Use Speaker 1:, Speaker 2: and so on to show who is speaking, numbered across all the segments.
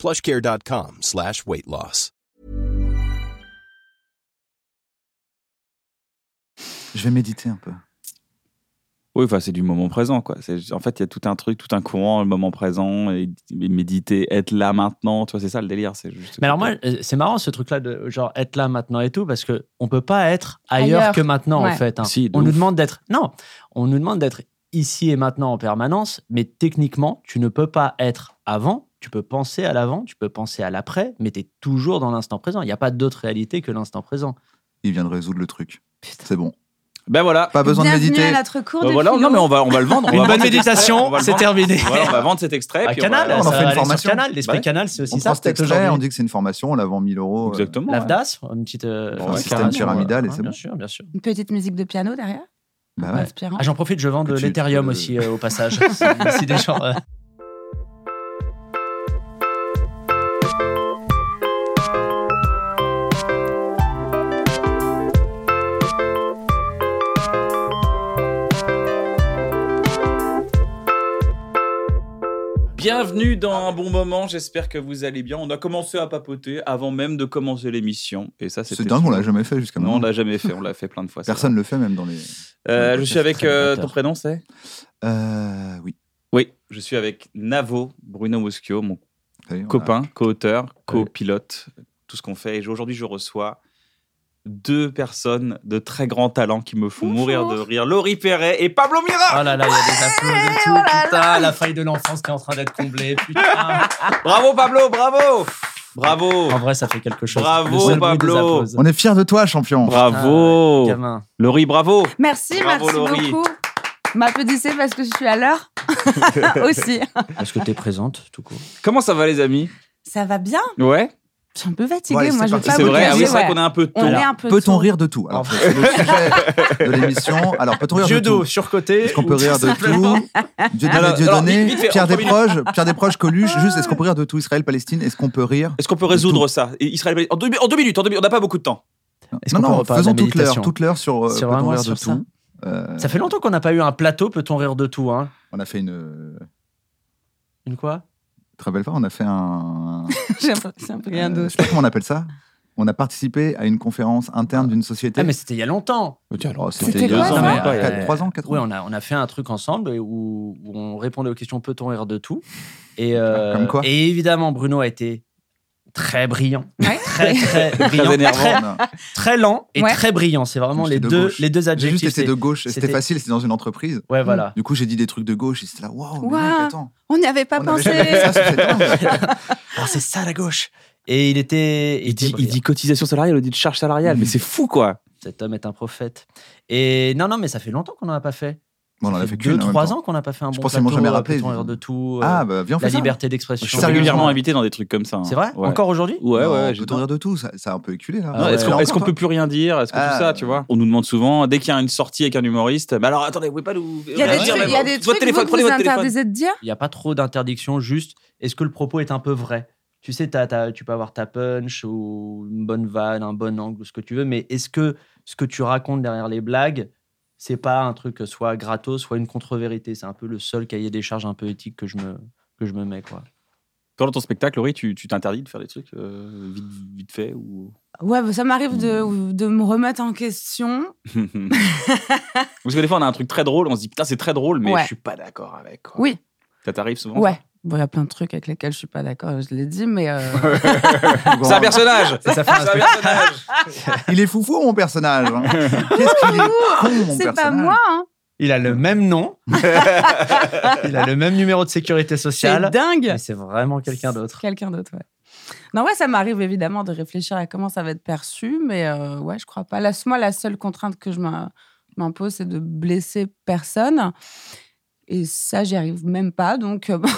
Speaker 1: plushcare.com slash weight loss.
Speaker 2: Je vais méditer un peu.
Speaker 3: Oui, enfin, c'est du moment présent, quoi. C'est- En fait, il y a tout un truc, tout un courant, le moment présent, et, et méditer, être là maintenant, tu vois, c'est ça le délire. C'est juste
Speaker 4: Mais alors moi, euh, c'est marrant ce truc-là de genre être là maintenant et tout, parce que on peut pas être ailleurs,
Speaker 5: Ailleurs.
Speaker 4: que maintenant en
Speaker 5: Ouais.
Speaker 4: fait. hein.
Speaker 3: Si, de
Speaker 4: on nous
Speaker 3: ouf.
Speaker 4: demande d'être non, on nous demande d'être ici et maintenant en permanence, mais techniquement, tu ne peux pas être avant. Tu peux penser à l'avant, tu peux penser à l'après, mais tu es toujours dans l'instant présent. Il n'y a pas d'autre réalité que l'instant présent.
Speaker 2: Il vient de résoudre le truc.
Speaker 5: Putain.
Speaker 2: C'est bon.
Speaker 3: Ben voilà.
Speaker 2: Pas besoin
Speaker 5: Bienvenue
Speaker 2: de méditer.
Speaker 5: à notre cours
Speaker 3: Ben
Speaker 5: de
Speaker 3: voilà,
Speaker 5: philo.
Speaker 3: non, mais on va, on va le vendre. on va
Speaker 4: Une bonne
Speaker 3: vendre cet extrait, on
Speaker 4: méditation,
Speaker 3: va le
Speaker 4: c'est
Speaker 3: vendre.
Speaker 4: terminé.
Speaker 3: Voilà, on va vendre cet extrait.
Speaker 4: À
Speaker 3: puis on va-
Speaker 4: Canal,
Speaker 2: on en
Speaker 4: ça
Speaker 2: fait
Speaker 4: va
Speaker 2: une
Speaker 4: aller sur
Speaker 2: formation.
Speaker 4: Canal, l'esprit
Speaker 3: Ouais.
Speaker 4: Canal, c'est aussi
Speaker 2: On
Speaker 4: ça
Speaker 2: prend cet
Speaker 4: peut-être
Speaker 2: extrait, on
Speaker 4: aujourd'hui.
Speaker 2: dit que c'est une formation, on la vend 1000 euros. euh,
Speaker 3: Exactement. ouais.
Speaker 4: L'AFDAS, une petite euh,
Speaker 3: Enfin, un
Speaker 2: système
Speaker 4: carrément,
Speaker 2: pyramidal et
Speaker 4: ouais,
Speaker 2: c'est
Speaker 4: bien
Speaker 2: bon.
Speaker 4: sûr, bien sûr.
Speaker 5: Une petite musique de piano derrière,
Speaker 2: bah ouais.
Speaker 5: inspirant.
Speaker 4: Ah, j'en profite, je vends de
Speaker 2: Que tu-
Speaker 4: l'Ethereum
Speaker 2: euh,
Speaker 4: aussi euh, au passage. si, si des gens, euh,
Speaker 3: Bienvenue dans un bon moment, j'espère que vous allez bien. On a commencé à papoter avant même de commencer l'émission. Et ça,
Speaker 2: C'est
Speaker 3: c'était-
Speaker 2: dingue, on l'a jamais fait jusqu'à
Speaker 3: Non, on
Speaker 2: maintenant.
Speaker 3: l'a jamais fait, on l'a fait plein de fois. c'est
Speaker 2: Personne le fait même dans les.
Speaker 3: vrai. Euh, je suis avec
Speaker 4: Très
Speaker 3: euh,
Speaker 4: amateur.
Speaker 3: ton prénom, c'est
Speaker 2: Euh, oui.
Speaker 3: Oui, je suis avec Navo, Bruno Muschio, mon
Speaker 2: Ça y est, on a-
Speaker 3: copain, co-auteur, co-pilote, tout ce qu'on fait. Et aujourd'hui, je reçois deux personnes de très grand talent qui me font
Speaker 5: Bonjour.
Speaker 3: mourir de rire. Laurie Perret et Pablo Mira.
Speaker 4: Oh là là, il y a des applaudissements et tout. putain, la faille de l'enfance qui est en train d'être comblée. Putain.
Speaker 3: Bravo Pablo, bravo. Bravo.
Speaker 4: En vrai, ça fait quelque chose.
Speaker 3: Bravo,
Speaker 4: Le seul bruit des
Speaker 3: Pablo.
Speaker 4: applaudissements.
Speaker 2: On est fiers de toi, champion.
Speaker 3: Bravo.
Speaker 4: Gamin.
Speaker 3: Laurie, bravo.
Speaker 5: Merci,
Speaker 3: Bravo,
Speaker 5: merci
Speaker 3: Laurie.
Speaker 5: beaucoup. M'applaudissez parce que je suis à l'heure aussi.
Speaker 4: Est-ce que t'es présente, tout court
Speaker 3: Comment ça va les amis
Speaker 5: Ça va bien
Speaker 3: Ouais.
Speaker 5: Je suis un peu
Speaker 2: Bon,
Speaker 5: fatiguée,
Speaker 2: allez,
Speaker 5: moi je
Speaker 2: c'est
Speaker 5: vais
Speaker 2: parti.
Speaker 5: pas
Speaker 3: C'est
Speaker 5: vous
Speaker 3: vrai, ah oui,
Speaker 5: cacher,
Speaker 3: c'est vrai
Speaker 5: ouais.
Speaker 3: qu'on est un peu tôt.
Speaker 5: On est un peu
Speaker 2: Peut-on
Speaker 5: tôt.
Speaker 2: rire de tout
Speaker 3: Ah.
Speaker 2: Alors, c'est le sujet de l'émission. Alors, peut-on rire de tout
Speaker 4: surcoté.
Speaker 2: Est-ce qu'on peut rire de
Speaker 4: simplement.
Speaker 2: tout Dieu
Speaker 3: Alors,
Speaker 2: donné, Dieu
Speaker 3: alors,
Speaker 2: donné,
Speaker 3: vite fait, en
Speaker 2: Pierre
Speaker 3: trois
Speaker 2: Desproges, Pierre Desproges, Coluche,
Speaker 4: Ah.
Speaker 2: juste est-ce qu'on peut rire de tout Israël-Palestine, est-ce qu'on peut rire
Speaker 3: Est-ce qu'on peut résoudre ça Et Israël, en deux, en deux minutes, en deux minutes, on n'a pas beaucoup de temps.
Speaker 4: Est-ce
Speaker 2: Non,
Speaker 4: qu'on peut
Speaker 2: non,
Speaker 4: reparler de
Speaker 2: faisons
Speaker 4: la
Speaker 2: toute l'heure,
Speaker 4: méditation
Speaker 2: toute l'heure sur, euh,
Speaker 4: Sur
Speaker 2: peut-on
Speaker 4: un mois,
Speaker 2: rire de
Speaker 4: sur ça.
Speaker 2: tout. Euh,
Speaker 4: Ça fait longtemps qu'on n'a pas eu un plateau, peut-on rire de tout hein
Speaker 2: on a fait une euh,
Speaker 4: Une quoi
Speaker 2: très belle fois, on a fait un...
Speaker 5: J'ai l'impression un peu rien
Speaker 2: Euh, je
Speaker 5: d'autre.
Speaker 2: sais pas comment on appelle ça. On a participé à une conférence interne d'une société.
Speaker 4: Ah, mais c'était il y a longtemps.
Speaker 2: Alors,
Speaker 5: C'était
Speaker 2: deux
Speaker 5: quoi,
Speaker 2: ans,
Speaker 5: ça
Speaker 2: mais-
Speaker 4: Non, mais,
Speaker 2: quatre-
Speaker 4: euh,
Speaker 2: trois ans, quatre
Speaker 4: Oui,
Speaker 2: ans.
Speaker 4: on a, on a fait un truc ensemble où, où on répondait aux questions peut-on rire de tout Et, euh,
Speaker 2: Comme quoi
Speaker 4: et évidemment, Bruno a été très brillant,
Speaker 5: Ouais.
Speaker 4: très très brillant,
Speaker 3: Très énervant.
Speaker 4: très,
Speaker 2: Non,
Speaker 4: très lent et
Speaker 5: Ouais.
Speaker 4: très brillant. C'est vraiment
Speaker 2: J'étais
Speaker 4: les
Speaker 2: de
Speaker 4: deux,
Speaker 2: gauche.
Speaker 4: les deux
Speaker 2: J'ai
Speaker 4: adjectifs.
Speaker 2: juste été
Speaker 4: c'est-
Speaker 2: de gauche, et c'était
Speaker 4: c'était-
Speaker 2: facile, c'était dans une entreprise.
Speaker 4: Ouais, voilà.
Speaker 2: Du coup, j'ai dit des trucs de gauche, et c'était là, waouh, mais
Speaker 5: Waouh.
Speaker 2: mec, attends.
Speaker 5: On n'y avait pas
Speaker 2: on avait
Speaker 5: pensé.
Speaker 2: jamais fait ça, c'est dingue.
Speaker 4: Ah, c'est ça la gauche. Et il était, était brillant.
Speaker 3: cotisation salariale, il dit charge salariale,
Speaker 2: mais
Speaker 3: c'est fou quoi.
Speaker 4: Cet homme est un prophète. Et non, non, mais ça fait longtemps qu'on n'en a pas fait.
Speaker 2: Bon, on en
Speaker 4: ça
Speaker 2: a
Speaker 4: fait
Speaker 2: fait
Speaker 4: deux,
Speaker 2: qu'une. en même
Speaker 4: trois
Speaker 2: temps.
Speaker 4: ans qu'on n'a pas fait un
Speaker 2: Je
Speaker 4: bon
Speaker 2: pense qu'ils m'ont
Speaker 4: plateau,
Speaker 2: jamais
Speaker 4: euh,
Speaker 2: rappelé,
Speaker 4: peut-on
Speaker 2: ils
Speaker 4: rire
Speaker 2: ont-
Speaker 4: de tout. euh,
Speaker 2: Ah, bah, viens, on
Speaker 4: la
Speaker 2: fait ça.
Speaker 4: liberté
Speaker 3: Je
Speaker 4: d'expression.
Speaker 3: suis
Speaker 2: Sérieusement.
Speaker 3: régulièrement invité dans des trucs comme ça. hein.
Speaker 4: C'est vrai
Speaker 3: Ouais.
Speaker 4: Encore aujourd'hui
Speaker 3: Ouais,
Speaker 2: Non,
Speaker 3: ouais, j'ai
Speaker 2: Peut-on rire de tout ça, ça a un peu éculé, là.
Speaker 3: Non,
Speaker 4: Ah
Speaker 3: est-ce
Speaker 4: ouais.
Speaker 3: qu'on
Speaker 2: Encore,
Speaker 3: est-ce qu'on
Speaker 2: toi
Speaker 3: peut plus rien dire Est-ce que
Speaker 2: Ah.
Speaker 3: tout ça, tu vois On nous demande souvent, dès qu'il y a une sortie avec un humoriste, bah alors attendez, vous pouvez pas nous. Bah
Speaker 5: Il y a
Speaker 4: Ouais,
Speaker 5: des
Speaker 4: ouais.
Speaker 5: trucs, il y a des
Speaker 3: Votre
Speaker 5: trucs
Speaker 3: téléphone,
Speaker 5: vous, que
Speaker 3: prenez
Speaker 5: vous
Speaker 3: votre téléphone.
Speaker 5: interdisez de dire.
Speaker 4: il n'y a pas trop d'interdiction, juste est-ce que le propos est un peu vrai Tu sais, t'as- t'as- tu peux avoir ta punch ou une bonne vanne, un bon angle, ou ce que tu veux, mais est-ce que ce que tu racontes derrière les blagues, c'est pas un truc soit gratos, soit une contre-vérité C'est un peu le seul cahier des charges un peu éthique que je me, que je me mets. quoi.
Speaker 3: Toi, dans ton spectacle, Laurie, tu tu t'interdis de faire des trucs euh, vite, vite fait ou...
Speaker 5: Ouais, bah, ça m'arrive de, de me remettre en question.
Speaker 3: Parce que des fois, on a un truc très drôle, on se dit putain, c'est très drôle, mais
Speaker 5: Ouais.
Speaker 3: je suis pas d'accord avec. quoi.
Speaker 5: Oui.
Speaker 3: Ça t'arrive souvent
Speaker 5: Ouais. Bon, Il y a plein de trucs avec lesquels je suis pas d'accord, je l'ai dit, mais euh,
Speaker 3: C'est un personnage
Speaker 4: Et ça fait un
Speaker 3: C'est un
Speaker 4: spectacle.
Speaker 3: personnage
Speaker 2: Il est foufou, mon personnage. hein. Qu'est-ce qu'il est con, mon personnage.
Speaker 5: c'est pas moi. Hein.
Speaker 4: Il a le même nom, il a le même numéro de sécurité
Speaker 5: C'est
Speaker 4: sociale,
Speaker 5: dingue.
Speaker 4: mais c'est vraiment quelqu'un d'autre.
Speaker 5: Quelqu'un d'autre, ouais. Non, ouais, ça m'arrive évidemment de réfléchir à comment ça va être perçu, mais euh, ouais, je crois pas. Là, moi, la seule contrainte que je m'im- m'impose, c'est de blesser personne. Et ça, j'y arrive même pas. Donc, euh, bon,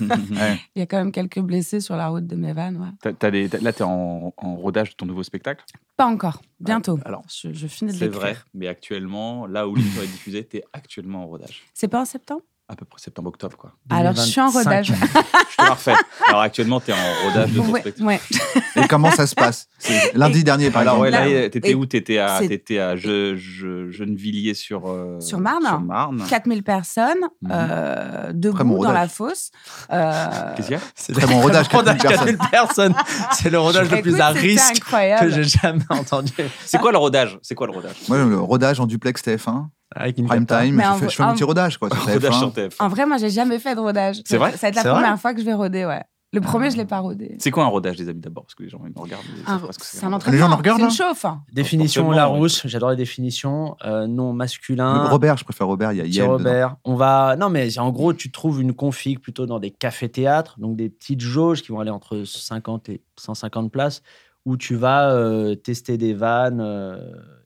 Speaker 3: Ouais.
Speaker 5: il y a quand même quelques blessés sur la route de mes vannes. ouais.
Speaker 3: T'as- t'as des- t'as- là, t'es en, en rodage de ton nouveau spectacle.
Speaker 5: Pas encore. Bientôt.
Speaker 3: alors,
Speaker 5: je, je finis de
Speaker 3: C'est
Speaker 5: l'écrire.
Speaker 3: vrai, mais actuellement, là où l'histoire est diffusée, t'es actuellement en rodage.
Speaker 5: C'est pas en septembre
Speaker 3: À peu près septembre-octobre, quoi.
Speaker 5: Alors, je suis en
Speaker 4: 2025.
Speaker 5: rodage.
Speaker 3: Je te la refais. Alors actuellement, t'es en rodage de ton
Speaker 5: Ouais,
Speaker 3: spectacle.
Speaker 5: ouais.
Speaker 2: Et comment ça se passe C'est Lundi dernier, par
Speaker 3: Alors
Speaker 2: exemple.
Speaker 3: ouais,
Speaker 5: Là,
Speaker 3: là, t'étais
Speaker 5: et-
Speaker 3: où T'étais à,
Speaker 5: c'est-
Speaker 3: t'étais à Je- Je- Gennevilliers sur euh,
Speaker 5: Sur Marne.
Speaker 3: Sur Marne.
Speaker 5: 4000 personnes
Speaker 3: Mhm.
Speaker 5: euh,
Speaker 2: Très bon
Speaker 5: debout dans
Speaker 2: rodage.
Speaker 5: la fosse. Euh,
Speaker 3: Qu'est-ce qu'il y a
Speaker 4: C'est
Speaker 2: Très bon rodage, 4000
Speaker 4: 4000 personnes. C'est le rodage le
Speaker 5: écoute,
Speaker 4: plus à
Speaker 5: c'était
Speaker 4: risque que
Speaker 5: incroyable.
Speaker 4: j'ai jamais entendu.
Speaker 3: C'est quoi le rodage C'est quoi le rodage
Speaker 2: Moi, le rodage en duplex TF1,
Speaker 4: Avec une
Speaker 2: prime
Speaker 4: capta.
Speaker 2: time,
Speaker 5: Mais
Speaker 2: je
Speaker 5: en
Speaker 2: fais,
Speaker 5: vrai-
Speaker 2: je fais mon
Speaker 5: en-
Speaker 2: petit rodage, quoi, sur
Speaker 3: Rodage
Speaker 2: TF1.
Speaker 3: sur TF.
Speaker 5: En vrai, moi, j'ai jamais fait de rodage.
Speaker 3: C'est vrai
Speaker 5: Ça va être la
Speaker 4: C'est vrai
Speaker 5: première fois que je vais roder, ouais. Le premier, je l'ai pas rodé.
Speaker 3: C'est quoi un rodage, les amis, d'abord Parce que les gens, ils nous regardent. ils
Speaker 5: Un-
Speaker 3: savent pas ce que
Speaker 5: C'est un
Speaker 3: rodage.
Speaker 5: entraînement.
Speaker 2: Les gens nous regardent,
Speaker 5: C'est une
Speaker 2: là
Speaker 5: chauffe. hein.
Speaker 4: Définition
Speaker 3: Forcément,
Speaker 4: Larousse, j'adore les définitions. Euh, nom masculin.
Speaker 2: Le Robert, je préfère Robert, il y a
Speaker 4: petit
Speaker 2: Yel dedans.
Speaker 4: Robert. On va. Non, mais en gros, tu trouves une config plutôt dans des cafés-théâtres, donc des petites jauges qui vont aller entre 50 et 150 places, où tu vas euh, tester des vannes. euh,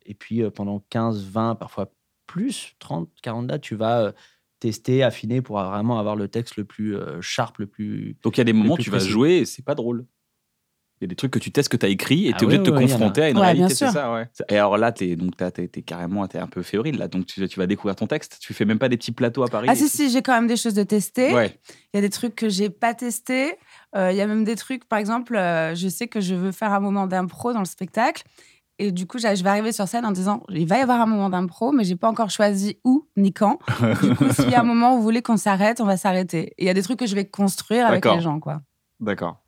Speaker 4: et puis euh, pendant 15, 20, parfois plus, 30, 40 dates, tu vas euh, tester, affiner pour vraiment avoir le texte le plus euh, sharp, le plus.
Speaker 3: Donc il y a des moments où
Speaker 4: plus
Speaker 3: tu vas
Speaker 4: précis.
Speaker 3: jouer et c'est pas drôle. Il y a des trucs que tu testes, que tu as écrit et
Speaker 4: Ah
Speaker 3: tu es obligé
Speaker 4: ouais,
Speaker 3: de te
Speaker 4: ouais, ouais,
Speaker 3: confronter à une
Speaker 5: Ouais,
Speaker 3: réalité,
Speaker 5: bien
Speaker 3: c'est
Speaker 5: sûr.
Speaker 3: ça, ouais. Et alors là, t'es donc t'as- t'es t'es carrément t'es un peu fébrile là, donc tu, tu vas découvrir ton texte. Tu fais même pas des petits plateaux à Paris.
Speaker 5: Ah
Speaker 3: et
Speaker 5: si,
Speaker 3: tout.
Speaker 5: si, j'ai quand même des choses de tester. Il
Speaker 3: Ouais.
Speaker 5: y a des trucs que j'ai pas testés. Euh, Il y a même des trucs, par exemple, euh, je sais que je veux faire un moment d'impro dans le spectacle. Et du coup, j'a- je vais arriver sur scène en disant il va y avoir un moment d'impro, mais j'ai pas encore choisi où ni quand. Du coup, s'il y a un moment où vous voulez qu'on s'arrête, on va s'arrêter. Et Il y a des trucs que je vais construire avec
Speaker 3: D'accord.
Speaker 5: les gens, quoi.
Speaker 3: D'accord.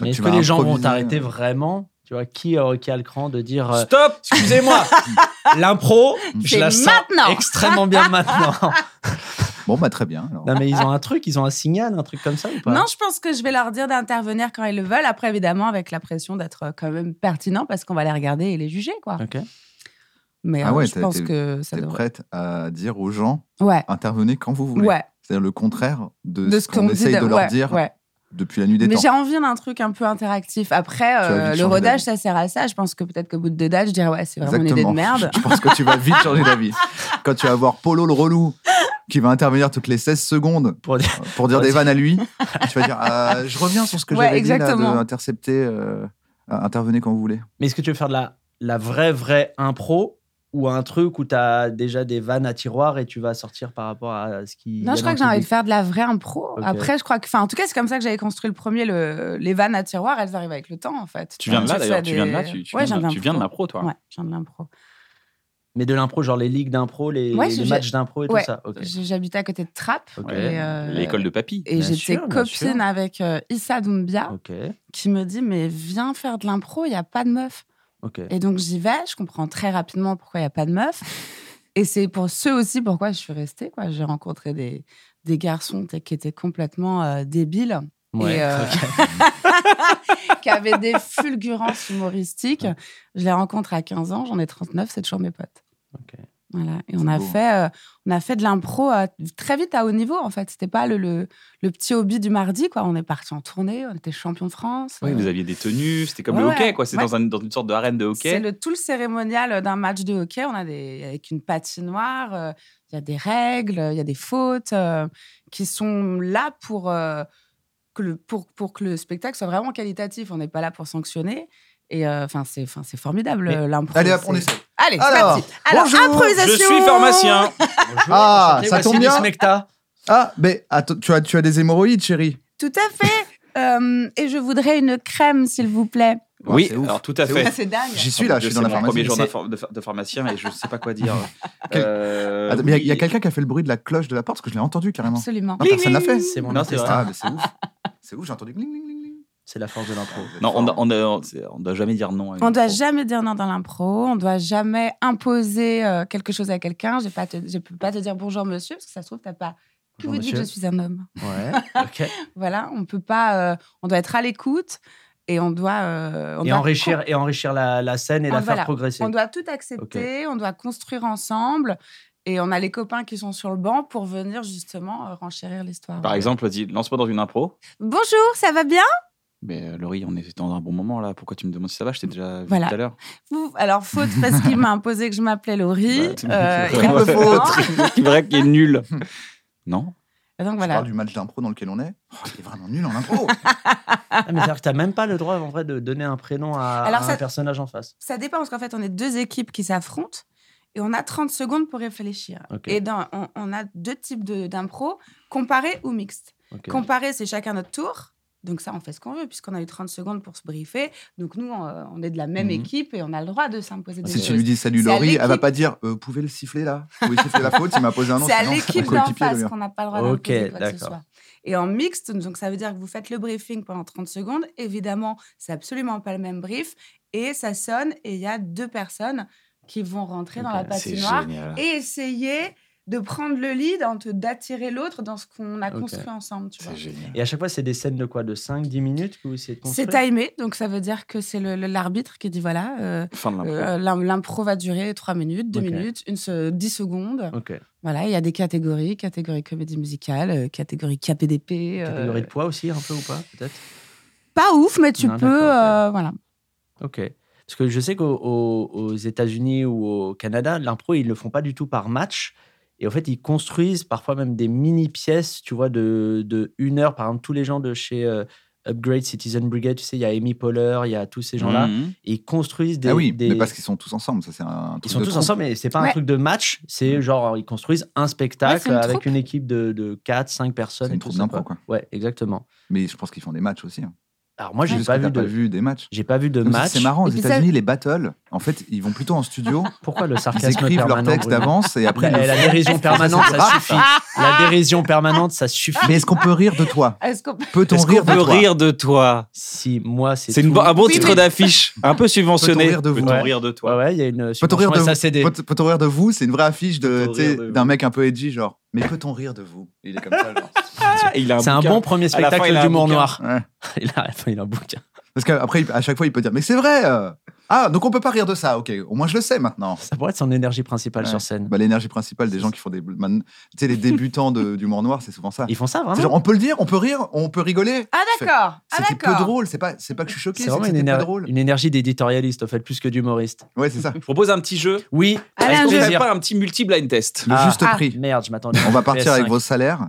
Speaker 4: Mais
Speaker 2: tu
Speaker 4: est-ce que
Speaker 2: vas
Speaker 4: les gens vont
Speaker 2: improviser. euh.
Speaker 4: t'arrêter vraiment Tu vois, qui, euh, qui a le cran de dire. euh,
Speaker 3: Stop
Speaker 4: Excusez-moi, l'impro, je
Speaker 5: C'est
Speaker 4: la sens
Speaker 5: maintenant.
Speaker 4: extrêmement bien maintenant.
Speaker 2: Bon, bah, très bien. alors.
Speaker 4: Non, mais ils ont un truc, ils ont un signal, un truc comme ça ou pas
Speaker 5: Non, je pense que je vais leur dire d'intervenir quand ils le veulent. Après, évidemment, avec la pression d'être euh, quand même pertinent parce qu'on va les regarder et les juger, quoi.
Speaker 4: Ok.
Speaker 5: Mais
Speaker 2: Ah
Speaker 5: euh,
Speaker 2: ouais,
Speaker 5: je
Speaker 2: t'es-
Speaker 5: pense
Speaker 2: t'es-
Speaker 5: que ça
Speaker 2: T'es
Speaker 5: devrait.
Speaker 2: prête à dire aux gens,
Speaker 5: Ouais,
Speaker 2: intervenez quand vous voulez.
Speaker 5: ouais.
Speaker 2: C'est-à-dire le contraire de,
Speaker 5: De
Speaker 2: ce qu'on
Speaker 5: dit
Speaker 2: essaye de, leur
Speaker 5: ouais,
Speaker 2: dire
Speaker 5: ouais.
Speaker 2: depuis la nuit des
Speaker 5: Mais
Speaker 2: temps.
Speaker 5: j'ai envie d'un truc un peu interactif. Après,
Speaker 2: as envie de
Speaker 5: euh,
Speaker 2: changer
Speaker 5: le rodage, ça
Speaker 2: d'avis.
Speaker 5: sert à ça. Je pense que peut-être qu'au bout de deux dates, je dirais, ouais, c'est vraiment une idée de merde.
Speaker 2: Je pense que tu vas vite changer d'avis. Quand tu vas voir Polo le relou qui va intervenir toutes les 16 secondes
Speaker 4: Pour dire-
Speaker 2: pour dire des vannes à lui, tu vas dire euh, Je reviens sur ce que
Speaker 5: Ouais,
Speaker 2: j'avais dit là, de
Speaker 5: exactement.
Speaker 2: intercepter, euh, euh, intervenez quand vous voulez.
Speaker 4: Mais est-ce que tu veux faire de la, la vraie, vraie impro ou un truc où tu as déjà des vannes à tiroir et tu vas sortir par rapport à ce qui.
Speaker 5: Non, je crois que j'ai envie de faire de la vraie impro.
Speaker 4: Ok.
Speaker 5: Après, je crois que. Enfin, en tout cas, c'est comme ça que j'avais construit le premier. Le... Les vannes à tiroir, elles arrivent avec le temps, en fait.
Speaker 3: Tu viens de là
Speaker 5: fais
Speaker 3: d'ailleurs, tu
Speaker 5: des-
Speaker 3: viens de là, tu, tu
Speaker 5: Ouais,
Speaker 3: viens, de-
Speaker 5: j'aime
Speaker 3: tu viens de l'impro, toi.
Speaker 5: Ouais, je viens de l'impro.
Speaker 4: Mais de l'impro, genre les ligues d'impro, les,
Speaker 5: Ouais,
Speaker 4: les
Speaker 5: je-
Speaker 4: matchs d'impro et
Speaker 5: ouais.
Speaker 4: tout ça. Ok.
Speaker 5: J'ai- J'habitais à côté de Trappes.
Speaker 4: Ok.
Speaker 5: Et, euh,
Speaker 3: L'école de papy.
Speaker 5: Et
Speaker 4: Bien
Speaker 5: j'étais
Speaker 4: sûr, bien sûr.
Speaker 5: copine avec euh, Issa Doumbia
Speaker 4: Ok.
Speaker 5: qui me dit Mais viens faire de l'impro, il n'y a pas de meuf.
Speaker 4: Ok.
Speaker 5: Et donc j'y vais, je comprends très rapidement pourquoi il n'y a pas de meuf. Et c'est pour ceux aussi pourquoi je suis restée. quoi. J'ai rencontré des, des garçons t- qui étaient complètement euh, débiles,
Speaker 4: Ouais.
Speaker 5: et, euh, qui avaient des fulgurances humoristiques. Je les rencontre à 15 ans, j'en ai 39, c'est toujours mes potes.
Speaker 4: Ok.
Speaker 5: Voilà. Et on
Speaker 2: C'est
Speaker 5: a,
Speaker 2: beau.
Speaker 5: fait, euh, on a fait de l'impro à- très vite à haut niveau, en fait. C'était pas le, le, le petit hobby du mardi, quoi. On est parti en tournée, on était champion de France.
Speaker 3: Oui,
Speaker 5: Euh,
Speaker 3: vous aviez des tenues, c'était comme le
Speaker 5: Ouais,
Speaker 3: hockey,
Speaker 5: ouais.
Speaker 3: quoi. C'est
Speaker 5: Ouais.
Speaker 3: dans, un- dans une sorte de arène de
Speaker 5: C'est
Speaker 3: hockey.
Speaker 5: le, tout le cérémonial euh, d'un match de hockey. On a des, avec une patinoire, euh, il y a des règles, il y a des fautes euh, qui sont là pour, euh, que le, pour, pour que le spectacle soit vraiment qualitatif. On n'est pas là pour sanctionner. Et euh, enfin, c'est enfin, c'est formidable
Speaker 4: Mais-
Speaker 5: euh, l'impro.
Speaker 2: Allez, hop,
Speaker 5: c'est-
Speaker 2: on essaie.
Speaker 5: Allez, c'est
Speaker 2: Alors,
Speaker 5: parti. Alors,
Speaker 2: bonjour,
Speaker 5: improvisation.
Speaker 3: Je suis pharmacien.
Speaker 4: Bonjour,
Speaker 2: Ah,
Speaker 4: enchanté,
Speaker 2: ça
Speaker 4: voici
Speaker 2: tombe
Speaker 4: les
Speaker 2: bien.
Speaker 4: Smecta.
Speaker 2: Ah, mais attends, tu as, tu as des hémorroïdes, chérie.
Speaker 5: Tout à fait. Euh, et je voudrais une crème, s'il vous plaît.
Speaker 3: Oui,
Speaker 2: C'est ouf.
Speaker 3: alors tout à
Speaker 2: C'est
Speaker 3: fait.
Speaker 5: Ah, C'est dingue.
Speaker 2: J'y suis là, je suis dans la
Speaker 3: C'est mon premier
Speaker 2: pharmacie.
Speaker 3: jour d'infor- de, pha- de pharmacien et je sais pas quoi dire.
Speaker 2: Quel-
Speaker 3: Euh,
Speaker 2: Attends, mais il y a- il y a,
Speaker 3: oui.
Speaker 2: quelqu'un qui a fait le bruit de la cloche de la porte parce que je l'ai entendu carrément.
Speaker 5: Absolument.
Speaker 2: Non, personne l'a fait.
Speaker 4: C'est mon
Speaker 3: Non,
Speaker 4: intestin.
Speaker 3: vrai.
Speaker 2: Ah, mais c'est ouf. C'est ouf, j'ai entendu gling, gling, gling, gling.
Speaker 4: C'est la force de l'impro.
Speaker 3: Non, on, on, on- c'est- on doit jamais dire non. à une
Speaker 5: On doit
Speaker 3: info.
Speaker 5: jamais dire non dans l'impro, on doit jamais imposer euh, quelque chose à quelqu'un. Je ne peux pas te dire bonjour monsieur, parce que ça se trouve, tu n'as pas
Speaker 4: Bonjour,
Speaker 5: tout dit que je
Speaker 4: monsieur.
Speaker 5: suis un homme.
Speaker 4: Ouais. Ok.
Speaker 5: Voilà, on peut pas. euh, on doit être à l'écoute et on doit. euh, on
Speaker 4: Et
Speaker 5: doit
Speaker 4: enrichir, et enrichir la, la scène et
Speaker 5: Ah,
Speaker 4: la faire
Speaker 5: voilà.
Speaker 4: progresser.
Speaker 5: On doit tout accepter, on doit construire ensemble. Et on a les copains qui sont sur le banc pour venir justement euh, renchérir l'histoire.
Speaker 3: Par exemple, dis, lance-moi dans une impro.
Speaker 5: Bonjour, ça va bien
Speaker 3: Mais euh, Laurie, on est dans un bon moment là. Pourquoi tu me demandes si ça va Je t'ai déjà vu
Speaker 5: Voilà.
Speaker 3: tout à l'heure.
Speaker 5: Vous- Alors, faute parce qu'il m'a imposé que je m'appelais Laurie.
Speaker 3: Bah, tu-
Speaker 5: euh,
Speaker 3: tu- tu-
Speaker 5: il me
Speaker 3: tu-
Speaker 5: prend.
Speaker 3: C'est vrai qu'il est nul. Non
Speaker 5: Et Donc
Speaker 2: Je
Speaker 5: voilà.
Speaker 2: parle du match d'impro dans lequel on est. Oh, il est vraiment nul en impro.
Speaker 4: Ah, mais c'est-à-dire que t'as même pas le droit en vrai de donner un prénom à,
Speaker 5: Alors
Speaker 4: à un
Speaker 5: ça-
Speaker 4: personnage en face.
Speaker 5: Ça dépend parce qu'en fait, on est deux équipes qui s'affrontent et on a 30 secondes pour réfléchir.
Speaker 4: Ok.
Speaker 5: Et dans, on, on a deux types de- d'impro, comparé ou mixte.
Speaker 4: Ok.
Speaker 5: Comparé, c'est chacun notre tour. Donc ça, on fait ce qu'on veut puisqu'on a eu 30 secondes pour se briefer. Donc nous, on, on est de la même
Speaker 3: Mhm.
Speaker 5: équipe et on a le droit de s'imposer des
Speaker 2: Ah, si tu
Speaker 5: choses.
Speaker 2: lui dis salut
Speaker 5: C'est à
Speaker 2: Laurie, elle va
Speaker 5: l'équipe.
Speaker 2: pas dire euh, pouvez le siffler là. Vous pouvez siffler la faute, il m'a posé un nom.
Speaker 5: C'est à
Speaker 2: sinon, mon
Speaker 5: l'équipe d'en
Speaker 2: coéquipier,
Speaker 5: face
Speaker 2: d'ailleurs.
Speaker 5: qu'on n'a pas le droit d'imposer
Speaker 4: Ok,
Speaker 5: quoi que ce
Speaker 4: d'accord.
Speaker 5: soit. Et en mixte, donc ça veut dire que vous faites le briefing pendant 30 secondes. Évidemment, c'est absolument pas le même brief. Et ça sonne et il y a deux personnes qui vont rentrer dans la
Speaker 3: C'est
Speaker 5: patinoire
Speaker 3: génial.
Speaker 5: Bah, et essayer de prendre le lead, en te- d'attirer l'autre dans ce qu'on a
Speaker 4: Ok.
Speaker 5: construit ensemble. tu vois.
Speaker 3: C'est génial.
Speaker 4: Et à chaque fois, c'est des scènes de quoi De 5-10 minutes que vous essayez de
Speaker 5: C'est
Speaker 4: construire
Speaker 5: timé, donc ça veut dire que c'est le- le- l'arbitre qui dit voilà, euh,
Speaker 3: Fin de l'impro.
Speaker 5: euh, l'im- l'impro va durer 3 minutes, 2
Speaker 4: Ok.
Speaker 5: minutes, une se- 10 secondes.
Speaker 4: Ok.
Speaker 5: Voilà, il y a des catégories, catégorie comédie musicale, euh, catégorie KPDP. euh,
Speaker 4: Catégorie de poids aussi, un peu ou pas, peut-être
Speaker 5: Pas ouf, mais tu
Speaker 4: Non,
Speaker 5: peux.
Speaker 4: d'accord, ok.
Speaker 5: euh, voilà.
Speaker 4: Ok. Parce que je sais qu'aux aux- aux États-Unis ou au Canada, l'impro, ils ne le font pas du tout par match. Et en fait, ils construisent parfois même des mini-pièces, tu vois, de, de une heure. Par exemple, tous les gens de chez euh, Upgrade Citizen Brigade, tu sais, il y a Amy Poehler, il y a tous ces gens-là.
Speaker 3: Mhm.
Speaker 4: Et ils construisent des.
Speaker 2: Mm. Ah oui,
Speaker 4: des-
Speaker 2: mais parce qu'ils sont tous ensemble, ça c'est un
Speaker 4: ils
Speaker 2: truc
Speaker 4: sont
Speaker 2: de
Speaker 4: tous
Speaker 2: troupe.
Speaker 4: ensemble, mais c'est pas un
Speaker 5: Ouais.
Speaker 4: truc de match. C'est genre, ils construisent un
Speaker 5: Ouais,
Speaker 4: spectacle
Speaker 5: c'est une
Speaker 4: avec
Speaker 5: troupe.
Speaker 4: une équipe de, de 4, 5 personnes.
Speaker 2: C'est
Speaker 4: et
Speaker 2: une
Speaker 4: tout
Speaker 2: troupe
Speaker 4: ça,
Speaker 2: d'impro, quoi.
Speaker 4: Ouais, exactement.
Speaker 2: Mais je pense qu'ils font des matchs aussi. hein.
Speaker 4: Alors moi,
Speaker 2: C'est
Speaker 4: j'ai
Speaker 2: juste
Speaker 4: pas
Speaker 2: que t'as
Speaker 4: vu,
Speaker 2: pas
Speaker 4: de,
Speaker 2: vu des matchs.
Speaker 4: j'ai pas vu de
Speaker 2: Comme ça,
Speaker 4: match.
Speaker 2: C'est marrant, aux
Speaker 5: Et puis ça-
Speaker 2: États-Unis, les battles, en fait, ils vont plutôt en studio,
Speaker 4: Pourquoi le
Speaker 2: ils
Speaker 4: sarcasme
Speaker 2: écrivent leur
Speaker 4: permanent,
Speaker 2: texte
Speaker 4: Bruno Bah,
Speaker 2: d'avance et après. ils
Speaker 4: La,
Speaker 2: le
Speaker 4: la
Speaker 2: font.
Speaker 4: dérision permanente, ça suffit. La dérision permanente, ça suffit.
Speaker 2: Mais est-ce qu'on peut rire de toi
Speaker 5: Est-ce qu'on peut-
Speaker 2: Peut-on
Speaker 3: Est-ce qu'on
Speaker 2: rire de
Speaker 3: peut
Speaker 2: toi
Speaker 3: rire de toi
Speaker 4: Si moi, c'est.
Speaker 3: C'est une
Speaker 4: tout.
Speaker 2: ah
Speaker 3: bo- un bon
Speaker 5: Oui,
Speaker 3: titre
Speaker 5: mais-
Speaker 3: d'affiche, un peu subventionné.
Speaker 2: Peut-on rire de vous
Speaker 3: Peut-on
Speaker 4: Ouais.
Speaker 3: rire de
Speaker 4: Ouais,
Speaker 3: toi
Speaker 4: ouais, il y a une.
Speaker 2: Peut-on
Speaker 4: subvention
Speaker 2: rire de
Speaker 4: SACD.
Speaker 2: vous Peut- Peut-on rire de vous C'est une vraie affiche de
Speaker 3: Peut-on
Speaker 2: tu sais,
Speaker 3: rire de vous
Speaker 2: d'un mec un peu edgy, genre. Mais peut-on rire de vous Il est comme ça, genre.
Speaker 3: Ah, il a
Speaker 4: C'est un
Speaker 3: bouquin.
Speaker 4: bon premier
Speaker 3: À la fin,
Speaker 4: spectacle
Speaker 3: il a un
Speaker 4: d'humour
Speaker 3: bouquin.
Speaker 4: noir.
Speaker 2: Ouais.
Speaker 4: Il a, à la fin, il a un bouquin.
Speaker 2: Parce qu'après, il- à chaque fois, il peut dire Mais c'est vrai euh. Ah, donc on peut pas rire de ça, ok, au moins je le sais maintenant.
Speaker 4: Ça pourrait être son énergie principale
Speaker 2: Ouais.
Speaker 4: sur scène.
Speaker 2: Bah, L'énergie principale des gens qui font des. man- Tu sais, les débutants de- d'humour noir, c'est souvent ça.
Speaker 4: Ils font ça
Speaker 2: C'est
Speaker 4: vraiment
Speaker 2: genre, on peut le dire, on peut rire, on peut rigoler.
Speaker 5: Ah
Speaker 2: Fait,
Speaker 5: d'accord. Ah
Speaker 2: C'était peu
Speaker 5: d'accord.
Speaker 2: drôle, c'est pas, c'est pas que je suis choqué,
Speaker 4: C'est
Speaker 2: c'est que
Speaker 4: vraiment une,
Speaker 2: c'était peu
Speaker 4: éner-
Speaker 2: drôle.
Speaker 4: une énergie d'éditorialiste, au fait, plus que d'humoriste.
Speaker 2: Ouais, c'est ça.
Speaker 3: Je propose un petit jeu.
Speaker 4: Oui,
Speaker 5: Allez,
Speaker 4: avec
Speaker 5: un
Speaker 3: Est-ce qu'on
Speaker 5: jeu.
Speaker 3: ferait
Speaker 4: plaisir.
Speaker 3: pas un petit multi-blind test
Speaker 2: Le
Speaker 4: Ah.
Speaker 2: juste
Speaker 5: Ah.
Speaker 2: prix.
Speaker 4: Merde, je m'attendais.
Speaker 2: On va partir avec vos salaires.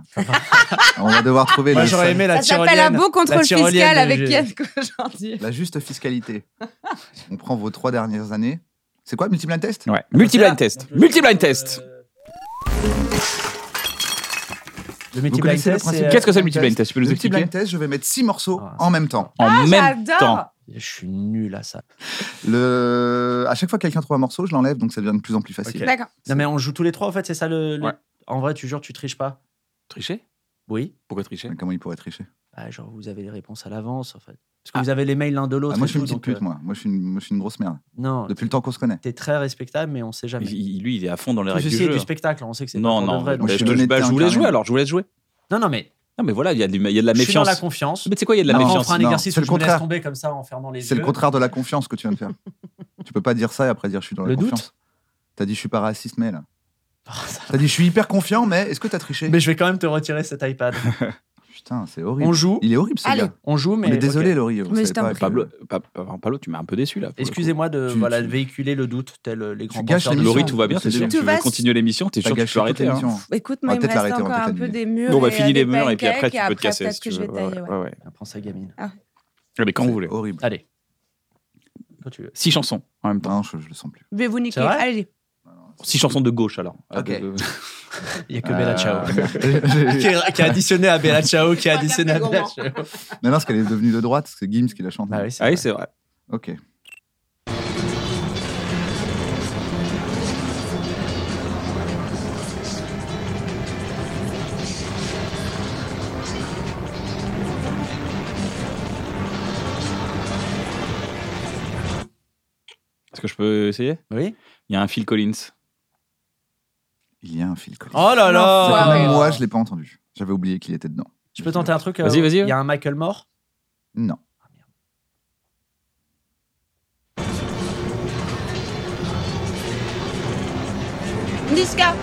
Speaker 2: on va devoir trouver
Speaker 4: Moi,
Speaker 2: les
Speaker 4: j'aurais aimé la
Speaker 5: Ça s'appelle un
Speaker 4: tyrolienne.
Speaker 5: beau contrôle
Speaker 4: tyrolienne,
Speaker 5: fiscal avec
Speaker 4: j'ai-
Speaker 5: Yann aujourd'hui.
Speaker 2: la juste fiscalité. on prend vos trois dernières années. C'est quoi, multiple test
Speaker 3: Ouais. Multi-blind test. Multi-blind test.
Speaker 4: Euh, Le
Speaker 2: Vous
Speaker 4: multi-blind
Speaker 2: connaissez le
Speaker 4: test,
Speaker 2: principe
Speaker 4: c'est-
Speaker 3: Qu'est-ce que c'est le multi-blind test Tu peux
Speaker 2: Le
Speaker 3: nous
Speaker 2: petit
Speaker 3: expliquer
Speaker 2: blind test, je vais mettre six morceaux
Speaker 4: Ah,
Speaker 2: en même temps.
Speaker 3: En même temps.
Speaker 5: J'adore.
Speaker 4: euh, Je suis nul à ça.
Speaker 2: Le... À chaque fois que quelqu'un trouve un morceau, je l'enlève, donc ça devient de plus en plus facile.
Speaker 5: D'accord.
Speaker 4: Non, mais on joue tous les trois, en fait, c'est ça le. le-
Speaker 3: Ouais.
Speaker 4: En vrai, tu jures, tu triches pas
Speaker 3: Tricher
Speaker 4: Oui.
Speaker 3: Pourquoi tricher
Speaker 2: Mais Comment il pourrait tricher
Speaker 4: Ah, genre, vous avez les réponses à l'avance, en fait. Parce que vous avez les mails l'un de
Speaker 2: Ah,
Speaker 4: l'autre.
Speaker 2: Moi,
Speaker 4: et
Speaker 2: je suis une
Speaker 4: tout,
Speaker 2: petite
Speaker 4: donc,
Speaker 3: euh,
Speaker 2: pute, moi. Moi, je suis une, moi, je suis une grosse merde.
Speaker 4: euh, Non,
Speaker 2: Depuis le temps qu'on se connaît.
Speaker 4: t'es très respectable, mais on sait jamais.
Speaker 3: Il- il- Lui, il est à fond dans les
Speaker 4: Tout
Speaker 3: règles du
Speaker 4: ceci est
Speaker 3: jeu. hein.
Speaker 4: du spectacle, on sait que c'est
Speaker 3: Non,
Speaker 4: pas pour de
Speaker 3: non.
Speaker 4: vrai.
Speaker 3: bah,
Speaker 4: donc,
Speaker 2: Moi,
Speaker 3: Je
Speaker 2: suis
Speaker 4: euh,
Speaker 2: honnête,
Speaker 3: bah, je vous laisse
Speaker 2: incarné.
Speaker 3: jouer alors, je vous laisse jouer.
Speaker 4: Non, non, mais
Speaker 3: Non, mais voilà, il y a de il y a de la
Speaker 4: je suis dans la
Speaker 3: méfiance.
Speaker 4: confiance.
Speaker 3: Mais tu sais quoi, il y a de la
Speaker 2: Non,
Speaker 4: Après, on
Speaker 3: méfiance.
Speaker 4: fera un
Speaker 2: non,
Speaker 4: exercice
Speaker 2: c'est
Speaker 4: où
Speaker 2: le
Speaker 4: je me laisse
Speaker 2: contraire.
Speaker 4: tomber comme ça en fermant les yeux.
Speaker 2: C'est le contraire de la confiance que tu viens de faire. tu peux pas dire ça et après dire je suis dans la
Speaker 4: Le doute
Speaker 2: confiance. T'as dit je suis pas raciste, mais là.
Speaker 4: Ah, ça-
Speaker 2: T'as dit je suis hyper confiant, mais est-ce que t'as triché
Speaker 4: Mais je vais quand même te retirer cet iPad.
Speaker 2: Putain, c'est horrible.
Speaker 4: on joue,
Speaker 2: Il est horrible ce
Speaker 5: Allez.
Speaker 2: gars.
Speaker 4: on joue, mais.
Speaker 2: Mais, désolé,
Speaker 4: ok.
Speaker 2: Laurie. vous
Speaker 5: Mais je
Speaker 2: savez
Speaker 5: t'en
Speaker 2: pas
Speaker 5: prie.
Speaker 2: que-
Speaker 3: Pablo, Pa- Pa- Pablo, tu m'as un peu déçu là. pour le coup.
Speaker 4: Excusez-moi de
Speaker 2: Tu-
Speaker 4: voilà,
Speaker 2: tu-
Speaker 4: véhiculer le doute, tel euh, les
Speaker 2: Tu
Speaker 4: grands
Speaker 2: gâches
Speaker 4: penseurs de
Speaker 2: l'émission.
Speaker 3: Laurie, tout va bien, c'est
Speaker 2: Tout
Speaker 3: sûr.
Speaker 2: va
Speaker 3: Tu veux
Speaker 5: bien.
Speaker 3: continuer l'émission, t'es
Speaker 2: T'as
Speaker 3: sûr que tu
Speaker 2: gâché
Speaker 3: peux
Speaker 2: toute
Speaker 3: arrêter. hein.
Speaker 2: l'émission.
Speaker 5: Écoute,
Speaker 2: va
Speaker 5: moi, il me
Speaker 2: peut-être
Speaker 5: reste
Speaker 2: l'arrêter, on va
Speaker 5: encore un
Speaker 2: peut-être
Speaker 5: peu
Speaker 2: l'annuler.
Speaker 5: des murs.
Speaker 3: Bon, bah,
Speaker 5: et, euh,
Speaker 3: finis les
Speaker 5: des
Speaker 3: murs et puis après,
Speaker 5: pancakes,
Speaker 3: tu
Speaker 5: et
Speaker 3: peux te casser.
Speaker 5: Peut-être
Speaker 3: si
Speaker 5: que
Speaker 3: tu
Speaker 5: je vais
Speaker 3: veux.
Speaker 5: tailler. ouais.
Speaker 3: Ouais, ouais.
Speaker 4: Elle prend sa gamine.
Speaker 3: Ouais, Mais quand vous
Speaker 2: C'est
Speaker 3: voulez.
Speaker 2: Horrible.
Speaker 4: Allez. Quand tu veux.
Speaker 3: Six chansons en même temps.
Speaker 2: Non, je, je le sens plus.
Speaker 5: Je vais vous niquer.
Speaker 4: C'est vrai
Speaker 5: Allez.
Speaker 3: Six chansons de gauche alors.
Speaker 2: Ok.
Speaker 3: Euh,
Speaker 4: Il n'y a que Bella Ciao.
Speaker 2: Euh,
Speaker 4: qui, a, qui a additionné à Bella Ciao, qui a
Speaker 5: Trois
Speaker 4: additionné à
Speaker 5: cafés
Speaker 4: Bella
Speaker 5: gourmands.
Speaker 4: Ciao.
Speaker 2: non, non, parce qu'elle est devenue de droite, c'est Gims qui la chante.
Speaker 4: Bah oui, c'est
Speaker 3: Ah
Speaker 4: vrai.
Speaker 3: oui, c'est vrai.
Speaker 2: Ok.
Speaker 3: Est-ce que je peux essayer
Speaker 4: Oui.
Speaker 3: Il y a un Phil Collins.
Speaker 2: Il y a un fil Collins.
Speaker 4: Oh là là
Speaker 5: L'enfoiré.
Speaker 2: Même moi, je l'ai pas entendu. J'avais oublié qu'il était dedans.
Speaker 4: Je peux tenter un truc. euh,
Speaker 3: Vas-y, vas-y.
Speaker 4: Il y a un Michael Moore.
Speaker 2: Non.
Speaker 5: Niska.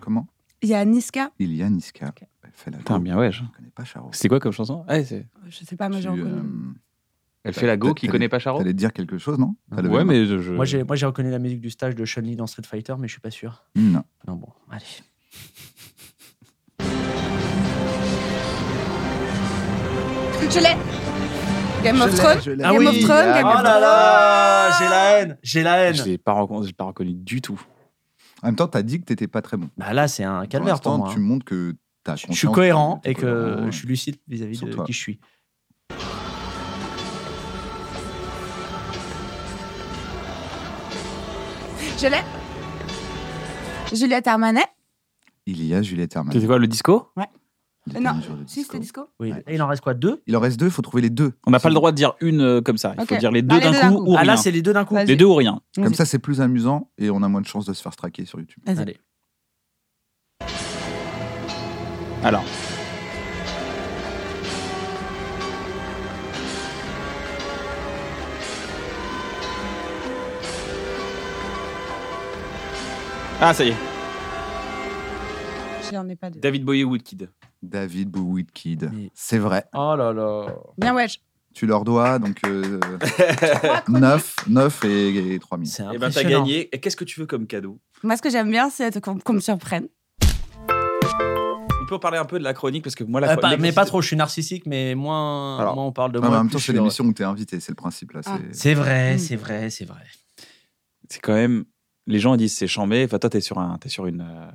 Speaker 2: Comment
Speaker 5: Il y a Niska.
Speaker 2: Il y a Niska.
Speaker 5: Ok.
Speaker 2: Ouais, Fais la
Speaker 3: Putain, bien ouais. je-
Speaker 2: Je connais pas Charo.
Speaker 3: C'était quoi comme chanson ah, c'est-
Speaker 5: Je sais pas, moi j'ai reconnu.
Speaker 2: euh,
Speaker 6: Elle fait la go
Speaker 2: T'as-
Speaker 6: qui
Speaker 2: t'as
Speaker 6: connaît
Speaker 2: dit-
Speaker 6: pas Charo
Speaker 2: T'allais dire quelque chose, non T'as levé
Speaker 3: Ouais,
Speaker 2: la
Speaker 3: mais je. je-
Speaker 4: Moi, j'ai moi, j'ai reconnu la musique du stage de Chun-Li dans Street Fighter, mais je suis pas sûr.
Speaker 2: main Non.
Speaker 4: Non, bon, allez.
Speaker 5: Je l'ai Game
Speaker 2: Je
Speaker 5: of
Speaker 2: l'ai,
Speaker 5: Thrones
Speaker 2: je l'ai.
Speaker 5: Game of Thrones, Game
Speaker 4: Oh
Speaker 5: of
Speaker 4: là là J'ai la haine J'ai la
Speaker 3: Je
Speaker 4: haine
Speaker 3: l'ai pas, recon- je l'ai pas reconnu du tout.
Speaker 2: En même temps, t'as dit que t'étais pas très bon.
Speaker 4: Bah là, c'est un
Speaker 2: Pour
Speaker 4: calvaire pour
Speaker 2: l'instant,
Speaker 4: moi.
Speaker 2: tu
Speaker 4: hein.
Speaker 2: montres que t'as
Speaker 4: Je suis
Speaker 2: conscience
Speaker 4: cohérent
Speaker 2: t'es
Speaker 4: et que
Speaker 2: cohérent.
Speaker 4: je suis lucide vis-à-vis
Speaker 2: Sur
Speaker 4: de
Speaker 2: toi.
Speaker 4: qui je suis.
Speaker 5: Thrones. Je l'ai Juliette Armanet
Speaker 2: Il y a Juliette Herman.
Speaker 3: C'était quoi, le disco
Speaker 2: Il
Speaker 5: Euh,
Speaker 2: est
Speaker 5: non.
Speaker 2: un jour de
Speaker 5: Si,
Speaker 2: disco.
Speaker 5: c'était disco
Speaker 4: Oui.
Speaker 2: Ouais.
Speaker 4: Et il en reste quoi Deux
Speaker 2: Il en reste deux, il faut trouver les deux.
Speaker 3: On n'a pas le droit de dire une euh, comme ça. Il faut
Speaker 5: Ok.
Speaker 3: dire les
Speaker 5: Bah,
Speaker 3: deux d'un coup, ou
Speaker 4: Ah
Speaker 3: rien.
Speaker 4: là, c'est les deux d'un coup.
Speaker 5: Vas-y.
Speaker 3: les deux ou rien.
Speaker 2: Comme
Speaker 5: Vas-y.
Speaker 2: ça, c'est plus amusant et on a moins de chances de se faire straquer sur YouTube.
Speaker 5: Vas-y.
Speaker 4: Allez.
Speaker 3: Alors, ah ça y est,
Speaker 5: Je n'en ai pas deux.
Speaker 3: David Bowie Woodkid.
Speaker 2: David Bowie Kid.
Speaker 4: Mais-
Speaker 2: C'est vrai.
Speaker 4: Oh là là
Speaker 5: Bien, wesh.
Speaker 2: Tu leur dois donc euh,
Speaker 5: Trois chroniques.
Speaker 2: 9, 9 et, et 3000.
Speaker 4: C'est
Speaker 3: Et ben t'as
Speaker 4: impressionnant.
Speaker 3: gagné. Et qu'est-ce que tu veux comme cadeau
Speaker 5: Moi, ce que j'aime bien, c'est qu'on qu'on me surprenne.
Speaker 3: On peut parler un peu de la chronique parce que moi la
Speaker 4: Euh, pas-
Speaker 3: chronique-
Speaker 4: mais pas trop, je suis narcissique, mais moins,
Speaker 3: Alors.
Speaker 4: moins on parle de
Speaker 2: Ouais, mais
Speaker 4: moi.
Speaker 2: en même
Speaker 4: plus
Speaker 2: temps,
Speaker 4: je
Speaker 2: c'est
Speaker 4: suis heureux.
Speaker 2: l'émission où t'es invité, c'est le principe. là.
Speaker 5: Ah.
Speaker 2: c'est-
Speaker 4: C'est vrai,
Speaker 5: Mm.
Speaker 4: c'est vrai, c'est vrai.
Speaker 3: C'est quand même. Les gens ils disent c'est chambé. Enfin toi t'es sur un t'es sur une euh,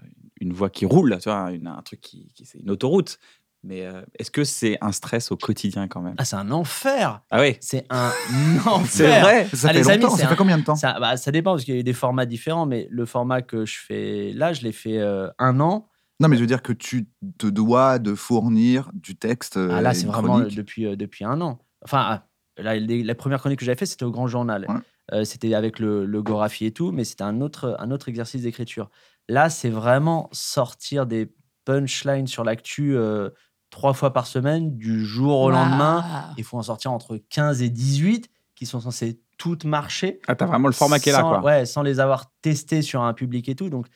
Speaker 3: une voie qui roule, tu vois, hein, une- un truc qui, qui- c'est une autoroute. Mais euh, est-ce que c'est un stress au quotidien quand même
Speaker 4: Ah, c'est un enfer
Speaker 3: Ah oui,
Speaker 4: C'est un
Speaker 3: c'est
Speaker 4: enfer
Speaker 3: vrai.
Speaker 2: Ça
Speaker 4: Ah,
Speaker 2: fait
Speaker 4: les amis,
Speaker 2: longtemps,
Speaker 4: c'est
Speaker 2: ça fait
Speaker 4: un-
Speaker 2: combien de temps
Speaker 4: Ça, bah, ça dépend parce qu'il y a des formats différents, mais le format que je fais là, je l'ai fait euh, un an.
Speaker 2: Non, mais je veux dire que tu te dois de fournir du texte.
Speaker 4: Ah,
Speaker 2: euh,
Speaker 4: là,
Speaker 2: et
Speaker 4: c'est
Speaker 2: une
Speaker 4: vraiment
Speaker 2: chronique.
Speaker 4: depuis, euh, depuis un an. Enfin, ah, là, les- la première chronique que j'avais fait, c'était au Grand Journal.
Speaker 2: Ouais.
Speaker 4: Euh, c'était avec le, le Gorafi et tout, mais c'était un autre, un autre exercice d'écriture. Là, c'est vraiment sortir des punchlines sur l'actu euh, trois fois par semaine, du jour au lendemain. Il faut en sortir entre 15 et 18 qui sont censées toutes marcher.
Speaker 3: Ah, t'as vraiment le format qui est là,
Speaker 4: sans-
Speaker 3: quoi.
Speaker 4: Ouais, sans les avoir testées sur un public et tout. Donc,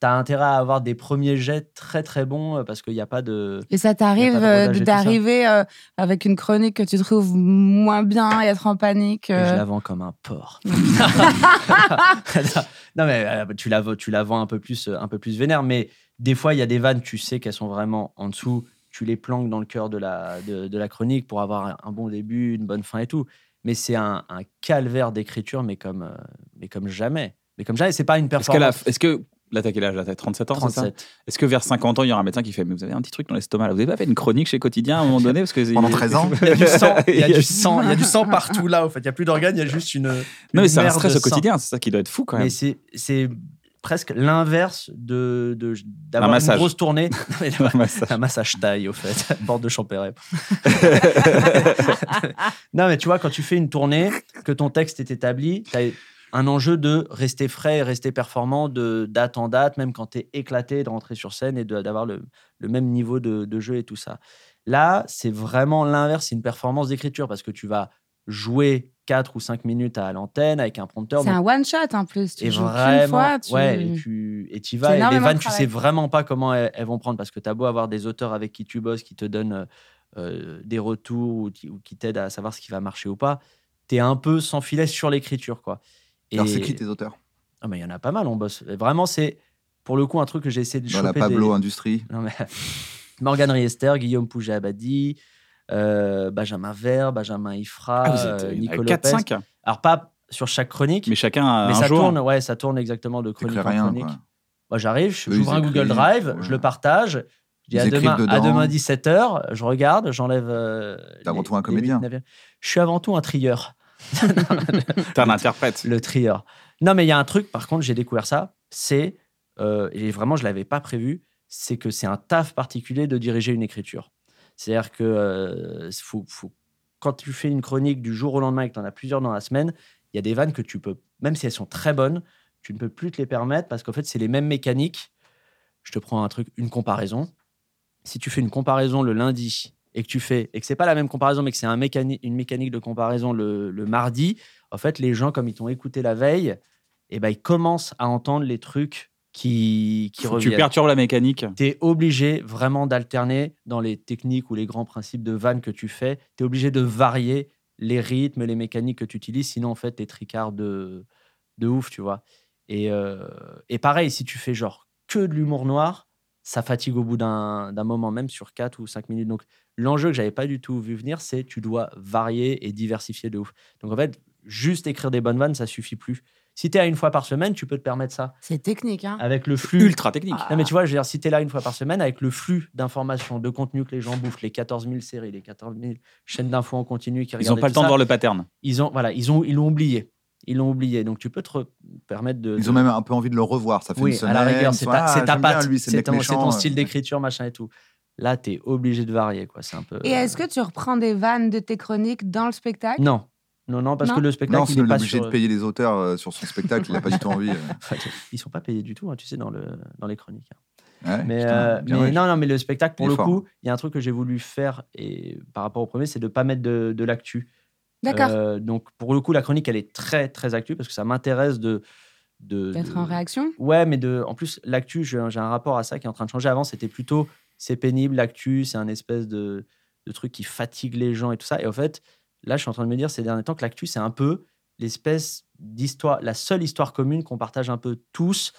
Speaker 4: t'as intérêt à avoir des premiers jets très très bons euh, parce qu'il n'y a pas de.
Speaker 5: Et ça
Speaker 4: Y
Speaker 5: t'arrive
Speaker 4: a pas de
Speaker 5: euh,
Speaker 4: rodage et tout ça.
Speaker 5: d'arriver euh, avec une chronique que tu trouves moins bien et être en panique.
Speaker 4: Et Je
Speaker 5: euh.
Speaker 4: la vends comme un porc. non mais euh, tu la vends, tu la vends un peu plus, euh, un peu plus vénère. Mais des fois, il y a des vannes, tu sais qu'elles sont vraiment en dessous. Tu les planques dans le cœur de la, de, de la chronique pour avoir un- un bon début, une bonne fin et tout. Mais c'est un, un calvaire d'écriture, mais comme, euh, mais comme jamais. Mais comme jamais, c'est pas une
Speaker 3: Est-ce que, la,
Speaker 4: performance.
Speaker 3: est-ce que là, t'as quel âge là T'as 37 ans, c'est ça
Speaker 4: 37.
Speaker 3: Est-ce que vers 50 ans, il y aura un médecin qui fait Mais vous avez un petit truc dans l'estomac là Vous avez pas fait une chronique chez Quotidien à un moment donné parce que
Speaker 2: Pendant 13 ans
Speaker 4: Il y a du sang, il y a du sang, il y a du sang partout là. En fait, il y a plus d'organes, il y a juste une.
Speaker 3: Non,
Speaker 4: une
Speaker 3: mais c'est un
Speaker 4: mer
Speaker 3: stress
Speaker 4: de
Speaker 3: au
Speaker 4: sang.
Speaker 3: quotidien, c'est ça qui doit être fou quand même.
Speaker 4: Mais c'est- c'est presque l'inverse de de-
Speaker 3: Un
Speaker 4: d'avoir une
Speaker 3: massage.
Speaker 4: grosse tournée. Non, mais d'avoir
Speaker 3: Ouais, ça-
Speaker 4: un massage taille, au fait, porte de Champéret. non, mais tu vois, quand tu fais une tournée, que ton texte est établi, tu as un enjeu de rester frais et rester performant de date en date, même quand tu es éclaté, de rentrer sur scène et de- d'avoir le, le même niveau de, de jeu et tout ça. Là, c'est vraiment l'inverse, c'est une performance d'écriture parce que tu vas jouer 4 ou 5 minutes à l'antenne avec un prompteur.
Speaker 5: C'est
Speaker 4: donc
Speaker 5: un one shot en plus. Tu
Speaker 4: et
Speaker 5: joues
Speaker 4: vraiment,
Speaker 5: qu'une fois. Tu...
Speaker 4: ouais, et tu et t'y
Speaker 5: C'est
Speaker 4: vas. Et les
Speaker 5: énormément
Speaker 4: vannes,
Speaker 5: de
Speaker 4: tu sais
Speaker 5: travail.
Speaker 4: vraiment pas comment elles, elles vont prendre parce que t'as beau avoir des auteurs avec qui tu bosses, qui te donnent euh, euh, des retours ou, qui- ou qui t'aident à savoir ce qui va marcher ou pas, t'es un peu sans filet sur l'écriture, quoi. Et
Speaker 2: Alors, c'est qui tes auteurs
Speaker 4: Ah, mais il y en a pas mal, on bosse. Et Vraiment, c'est pour le coup un truc que j'ai essayé de
Speaker 2: Voilà,
Speaker 4: choper.
Speaker 2: Pablo
Speaker 3: hein.
Speaker 4: des-
Speaker 2: Industrie.
Speaker 4: non, mais... Morgan Riester, Guillaume Pouget-Abadi, euh, Benjamin Vert, Benjamin Ifra,
Speaker 3: Ah, vous êtes
Speaker 4: euh,
Speaker 3: il y en a
Speaker 4: Nicolas Lopez.
Speaker 3: 4-5, hein.
Speaker 4: Alors pas sur chaque chronique,
Speaker 3: mais chacun a
Speaker 4: mais
Speaker 3: un
Speaker 4: ça
Speaker 3: jour.
Speaker 4: tourne, ouais, ça tourne exactement de chronique
Speaker 2: T'écris
Speaker 4: en
Speaker 2: rien.
Speaker 4: chronique.
Speaker 2: quoi.
Speaker 4: Moi, j'arrive,
Speaker 2: Eux,
Speaker 4: j'ouvre
Speaker 2: ils
Speaker 4: un Google
Speaker 2: écrivent,
Speaker 4: Drive,
Speaker 2: ouais.
Speaker 4: je le partage. Je dis
Speaker 2: Ils
Speaker 4: à
Speaker 2: écrivent
Speaker 4: demain, à
Speaker 2: dedans.
Speaker 4: demain 17h, je regarde, j'enlève. euh,
Speaker 2: T'es avant
Speaker 4: les-
Speaker 2: tout un
Speaker 4: les
Speaker 2: comédien.
Speaker 4: huit, neuf- Je suis avant tout un trieur,
Speaker 3: T'es un interprète.
Speaker 4: le trieur. Non, mais il y a un truc, par contre, j'ai découvert ça, c'est, euh, et vraiment, je ne l'avais pas prévu, c'est que c'est un taf particulier de diriger une écriture. C'est-à-dire que euh, faut- faut- quand tu fais une chronique du jour au lendemain et que tu en as plusieurs dans la semaine, il y a des vannes que tu peux, même si elles sont très bonnes, tu ne peux plus te les permettre parce qu'en fait, c'est les mêmes mécaniques. Je te prends un truc, une comparaison. Si tu fais une comparaison le lundi et que tu fais, et que c'est pas la même comparaison, mais que c'est un mécani- une mécanique de comparaison le, le mardi, en fait, les gens, comme ils t'ont écouté la veille, eh ben, ils commencent à entendre les trucs qui, qui
Speaker 3: Faut que tu
Speaker 4: reviennent.
Speaker 3: perturbes la mécanique.
Speaker 4: Tu es obligé vraiment d'alterner dans les techniques ou les grands principes de vannes que tu fais. Tu es obligé de varier les rythmes, les mécaniques que tu utilises. Sinon, en fait, t'es tricard de, de ouf, tu vois. Et, euh, et pareil, si tu fais genre que de l'humour noir, ça fatigue au bout d'un d'un moment, même sur 4 ou 5 minutes. Donc, l'enjeu que j'avais pas du tout vu venir, c'est tu dois varier et diversifier de ouf. Donc, en fait, juste écrire des bonnes vannes, ça suffit plus. Si tu es à une fois par semaine, tu peux te permettre ça.
Speaker 5: C'est technique, hein.
Speaker 4: Avec le flux.
Speaker 3: Ultra technique.
Speaker 5: Ah.
Speaker 4: Non, mais tu vois, je veux dire, si tu es là une fois par semaine, avec le flux d'informations, de contenu que les gens bouffent, les 14 000 séries, les 14 000 chaînes d'infos en continu qui
Speaker 3: Ils n'ont
Speaker 4: regardent
Speaker 3: pas le temps de voir le pattern.
Speaker 4: Ils ont, voilà, ils ont, ils l'ont oublié. Ils l'ont oublié. Donc, tu peux te re- permettre de.
Speaker 2: Ils ont même un peu envie de le revoir. Ça fait une
Speaker 4: oui,
Speaker 2: semaine.
Speaker 4: à la rigueur,
Speaker 2: ils
Speaker 4: c'est
Speaker 2: sont,
Speaker 4: ta,
Speaker 2: ah,
Speaker 4: c'est ta
Speaker 2: j'aime bien,
Speaker 4: patte.
Speaker 2: lui, c'est le
Speaker 4: C'est
Speaker 2: mec
Speaker 4: ton, c'est ton
Speaker 2: méchant. euh.
Speaker 4: style d'écriture, machin et tout. Là, tu es obligé de varier, quoi. C'est un
Speaker 3: Euh,
Speaker 4: peu.
Speaker 5: Et est-ce que tu reprends des vannes de tes chroniques dans le spectacle
Speaker 4: Non. Non, non, parce
Speaker 5: Non.
Speaker 4: que le spectacle,
Speaker 2: Non,
Speaker 4: il
Speaker 2: sinon
Speaker 4: est
Speaker 2: il est
Speaker 4: pas
Speaker 2: obligé
Speaker 4: sur-
Speaker 2: de payer les auteurs euh, sur son spectacle. Il n'a pas du tout envie. euh.
Speaker 4: Enfin, Ils sont pas payés du tout, hein, tu sais, dans, le, dans les chroniques. hein.
Speaker 2: Ouais,
Speaker 4: Mais,
Speaker 2: putain,
Speaker 4: euh,
Speaker 2: bien
Speaker 4: mais
Speaker 2: ouais.
Speaker 4: non, non, mais le spectacle, pour
Speaker 2: Il est
Speaker 4: le
Speaker 2: fort.
Speaker 4: coup, il y a un truc que j'ai voulu faire et par rapport au premier, c'est de pas mettre de, de l'actu.
Speaker 5: D'accord.
Speaker 4: Euh, donc, pour le coup, la chronique, elle est très, très actu parce que ça m'intéresse de. de
Speaker 5: D'être
Speaker 4: de-
Speaker 5: en réaction
Speaker 4: Ouais, mais de, en plus, l'actu, j'ai un j'ai un rapport à ça qui est en train de changer. Avant, c'était plutôt c'est pénible, l'actu, c'est un espèce de, de truc qui fatigue les gens et tout ça. Et en fait, là, je suis en train de me dire ces derniers temps que l'actu, c'est un peu l'espèce d'histoire, la seule histoire commune qu'on partage un peu tous,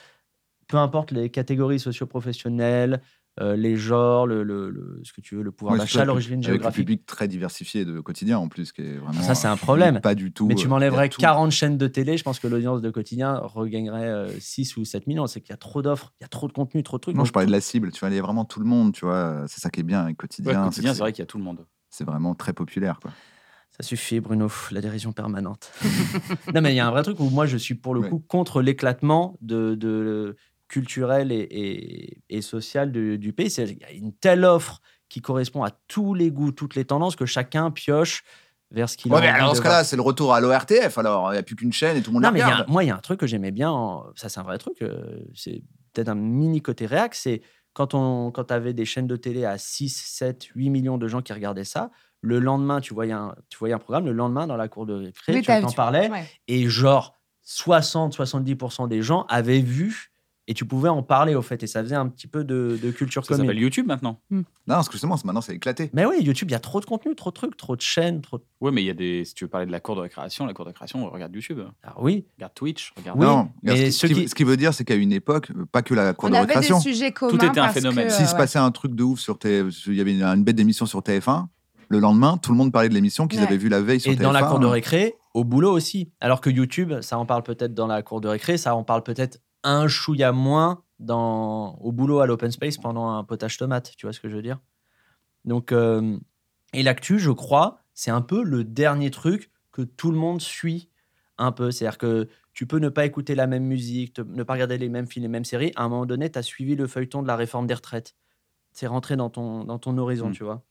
Speaker 4: peu importe les catégories socio-professionnelles, euh, les genres, le, le- le- ce que tu veux, le pouvoir
Speaker 2: Ouais, surtout
Speaker 4: d'achat,
Speaker 2: avec-
Speaker 4: l'origine
Speaker 2: Avec un
Speaker 4: géographique. Ah,
Speaker 2: public très diversifié de quotidien en plus, qui est vraiment.
Speaker 4: Ça, c'est un
Speaker 2: euh,
Speaker 4: problème.
Speaker 2: Pas du tout.
Speaker 4: Mais tu
Speaker 2: euh,
Speaker 4: m'enlèverais
Speaker 2: il y a tout.
Speaker 4: 40 chaînes de télé, je pense que l'audience de quotidien regagnerait euh, 6 ou 7 millions. C'est qu'il y a trop d'offres, il y a trop de contenu, trop de trucs.
Speaker 2: Non,
Speaker 4: Donc,
Speaker 2: je parlais de la cible. Tu vois, il y a vraiment tout le monde. Tu vois, c'est ça qui est bien avec
Speaker 3: Ouais,
Speaker 2: quotidien. c'est
Speaker 3: quotidien,
Speaker 2: que
Speaker 3: c'est vrai qu'il y a tout le monde.
Speaker 2: c'est vraiment très populaire. Quoi.
Speaker 4: Ça suffit, Bruno, la dérision permanente. non, mais il y a un vrai truc où moi, je suis pour le coup contre l'éclatement de, de- culturel et, et, et social du, du pays. C'est- Il y a une telle offre qui correspond à tous les goûts, toutes les tendances, que chacun pioche vers ce qu'il a
Speaker 2: Ouais, mais
Speaker 4: envie
Speaker 2: alors dans
Speaker 4: de
Speaker 2: ce
Speaker 4: voir.
Speaker 2: cas-là, c'est le retour à l'ORTF. Alors, il n'y a plus qu'une chaîne et tout le monde
Speaker 4: Non,
Speaker 2: la
Speaker 4: mais il y a-
Speaker 2: regarde.
Speaker 4: moi, il y a un truc que j'aimais bien. en- ça, c'est un vrai truc. euh, c'est peut-être un mini côté réac. C'est quand on quand avais des chaînes de télé à 6, 7, 8 millions de gens qui regardaient ça, le lendemain, tu voyais un, tu voyais un programme, le lendemain, dans la cour de récré,
Speaker 5: Oui,
Speaker 4: tu
Speaker 5: t'as-
Speaker 4: en
Speaker 5: tu-
Speaker 4: parlais,
Speaker 5: ouais.
Speaker 4: et genre 60-70% des gens avaient vu, et tu pouvais en parler, au fait, et ça faisait un petit peu de, de culture
Speaker 3: Ça
Speaker 4: commune.
Speaker 3: s'appelle YouTube maintenant.
Speaker 2: Non, parce que justement, c'est- maintenant, c'est éclaté.
Speaker 4: Mais oui, YouTube, il y a trop de contenu, trop de trucs, trop de chaînes, trop de...
Speaker 3: Oui, mais il y a des. Si tu veux parler de la cour de récréation, la cour de récréation, regarde YouTube,
Speaker 4: Ah oui,
Speaker 3: regarde Twitch, regarde.
Speaker 4: Oui,
Speaker 2: non,
Speaker 4: mais ceux
Speaker 2: ce, qui, ce qui-
Speaker 4: qui-
Speaker 2: ce qui veut dire, c'est qu'à une époque, euh, pas que la cour
Speaker 5: On
Speaker 2: de
Speaker 5: avait
Speaker 2: récréation.
Speaker 5: des sujets communs.
Speaker 3: était un
Speaker 5: parce
Speaker 3: phénomène.
Speaker 5: que,
Speaker 2: S'il se
Speaker 5: Euh, ouais.
Speaker 2: passait un truc de ouf sur TF, il y avait une, une bête d'émission sur TF1, le lendemain, tout le monde parlait de l'émission qu'ils
Speaker 5: Ouais.
Speaker 2: avaient vue la veille sur
Speaker 4: et
Speaker 2: TF1.
Speaker 4: dans la cour de récré, au boulot aussi. Alors que YouTube, ça en parle peut-être dans la cour de récré, ça en parle peut-être un chouïa moins dans, au boulot à l'open space pendant un potage tomate, tu vois ce que je veux dire Donc, euh, et l'actu, je crois, c'est un peu le dernier truc que tout le monde suit un peu. C'est-à-dire que tu peux ne pas écouter la même musique, te- ne pas regarder les mêmes films, les mêmes séries. À un moment donné, tu as suivi le feuilleton de la réforme des retraites. C'est rentré dans ton, dans ton horizon,
Speaker 3: Mm.
Speaker 4: tu vois.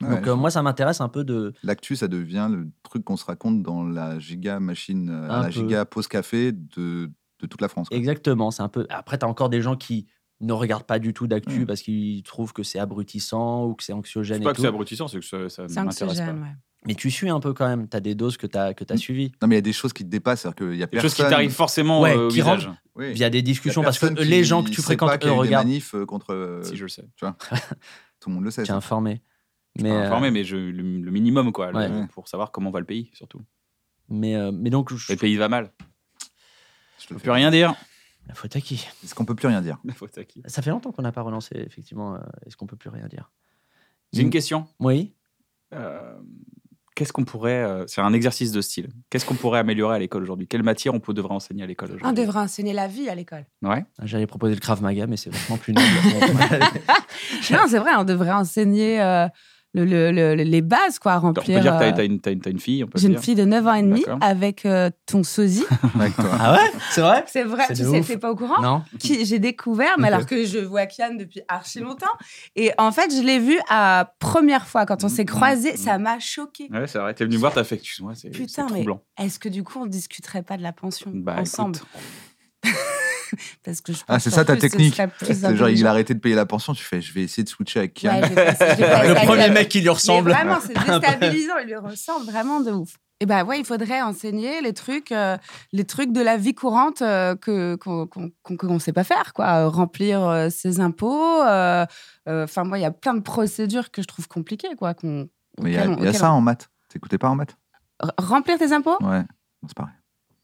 Speaker 2: Ouais,
Speaker 4: Donc, euh, moi, ça m'intéresse un peu de,
Speaker 2: L'actu, ça devient le truc qu'on se raconte dans la giga machine, euh,
Speaker 4: Un
Speaker 2: la
Speaker 4: peu.
Speaker 2: giga pause café de, de toute la France. quoi.
Speaker 4: Exactement, c'est un peu. Après, tu as encore des gens qui ne regardent pas du tout d'actu
Speaker 2: Mm.
Speaker 4: parce qu'ils trouvent que c'est abrutissant ou que c'est
Speaker 3: C'est
Speaker 4: anxiogène
Speaker 3: pas
Speaker 4: et
Speaker 3: que c'est
Speaker 4: tout.
Speaker 3: abrutissant, c'est que ça, ça
Speaker 5: C'est
Speaker 3: m'intéresse pas.
Speaker 5: anxiogène, ouais.
Speaker 4: Mais tu suis un peu quand même. Tu as des doses que tu as, que as
Speaker 2: Mm.
Speaker 4: suivies
Speaker 2: Non, mais il y a des choses qui te dépassent, c'est-à-dire qu'il y a
Speaker 3: Quelque
Speaker 2: personne.
Speaker 3: chose qui t'arrive forcément
Speaker 4: Ouais,
Speaker 3: euh, au
Speaker 4: qui
Speaker 3: visage.
Speaker 2: Oui.
Speaker 4: via des
Speaker 2: Il y a
Speaker 4: discussions parce que
Speaker 2: personne qui
Speaker 4: les gens que tu
Speaker 2: sait pas
Speaker 4: fréquentes,
Speaker 2: qu'il y
Speaker 4: eux,
Speaker 2: a eu des
Speaker 4: regardent.
Speaker 2: manifs, euh, contre. euh,
Speaker 3: Si je le sais.
Speaker 2: Tout le monde le sait.
Speaker 4: Tu es
Speaker 2: ça.
Speaker 4: informé.
Speaker 3: Mais
Speaker 4: Mais, euh,
Speaker 3: informé, mais je- le, le minimum, quoi, le-
Speaker 4: Ouais.
Speaker 3: pour savoir comment va le pays, surtout.
Speaker 4: mais, euh, mais donc, je
Speaker 3: Le pays va mal.
Speaker 2: Je
Speaker 3: On
Speaker 2: te le
Speaker 3: peut
Speaker 2: fais.
Speaker 3: plus rien dire.
Speaker 4: La faute à qui
Speaker 2: Est-ce qu'on peut plus rien dire
Speaker 3: Faut être acquis.
Speaker 4: Ça fait longtemps qu'on n'a pas relancé, effectivement. euh, Est-ce qu'on peut plus rien dire
Speaker 3: J'ai
Speaker 2: Mm.
Speaker 3: une question.
Speaker 4: Oui.
Speaker 3: Euh, Qu'est-ce qu'on pourrait. euh, c'est un exercice de style. Qu'est-ce qu'on pourrait améliorer à l'école aujourd'hui Quelle matière on peut, devrait enseigner à l'école
Speaker 5: On
Speaker 3: aujourd'hui
Speaker 5: devrait enseigner la vie à l'école.
Speaker 3: Ouais.
Speaker 4: Ah, J'allais proposer le Krav Maga, mais c'est vachement plus noble.
Speaker 5: Non, c'est vrai, on devrait enseigner euh, le- le- le- les bases, quoi, à
Speaker 3: On peut
Speaker 5: remplir.
Speaker 3: dire que t'as
Speaker 5: euh,
Speaker 3: t'as une, t'as une- t'as une fille. On peut
Speaker 5: J'ai une
Speaker 3: dire.
Speaker 5: fille de 9 ans et demi
Speaker 3: D'accord.
Speaker 5: avec euh, ton sosie.
Speaker 2: avec toi
Speaker 4: ah ouais C'est vrai
Speaker 5: C'est vrai,
Speaker 4: C'est
Speaker 5: tu
Speaker 4: de
Speaker 5: sais,
Speaker 4: ouf.
Speaker 5: t'es pas au courant
Speaker 4: Non.
Speaker 5: qui j'ai découvert, mais
Speaker 4: Ok.
Speaker 5: alors que je vois Kian depuis archi longtemps. Et en fait, je l'ai vu à première fois quand on s'est
Speaker 3: Mhm.
Speaker 5: croisés, ça m'a choqué.
Speaker 3: Ouais, c'est vrai. T'es venu me voir, t'as fait. Excuse-moi, c'est
Speaker 5: Putain,
Speaker 3: c'est
Speaker 5: mais-
Speaker 3: troublant.
Speaker 5: Est-ce que du coup, on discuterait pas de la pension
Speaker 3: Bah, écoute.
Speaker 5: ensemble Parce que je pense
Speaker 2: Ah, c'est
Speaker 5: qu'en
Speaker 2: ça ta
Speaker 5: plus, ce
Speaker 2: technique.
Speaker 5: serait plus
Speaker 2: C'est genre, il
Speaker 5: intelligent.
Speaker 2: a arrêté de payer la pension, tu fais, je vais essayer de switcher avec Kian.
Speaker 5: Ouais, j'ai passé- j'ai passé à
Speaker 4: Le premier
Speaker 5: la-
Speaker 4: mec qui lui ressemble.
Speaker 5: Mais vraiment, c'est déstabilisant. Il lui ressemble vraiment de ouf. Et ben ouais, il faudrait enseigner les trucs, euh, les trucs de la vie courante euh, que qu'on qu'on- qu'on- qu'on sait pas faire, quoi. Euh, Remplir euh, ses impôts. euh, euh, Enfin moi, il y a plein de procédures que je trouve compliquées, quoi. qu'on-
Speaker 2: Mais il y a,
Speaker 5: auxquelles on-
Speaker 2: il y a
Speaker 5: auxquelles
Speaker 2: ça en maths. T'écoutais pas en maths
Speaker 5: R- remplir tes impôts
Speaker 2: Ouais, c'est pareil.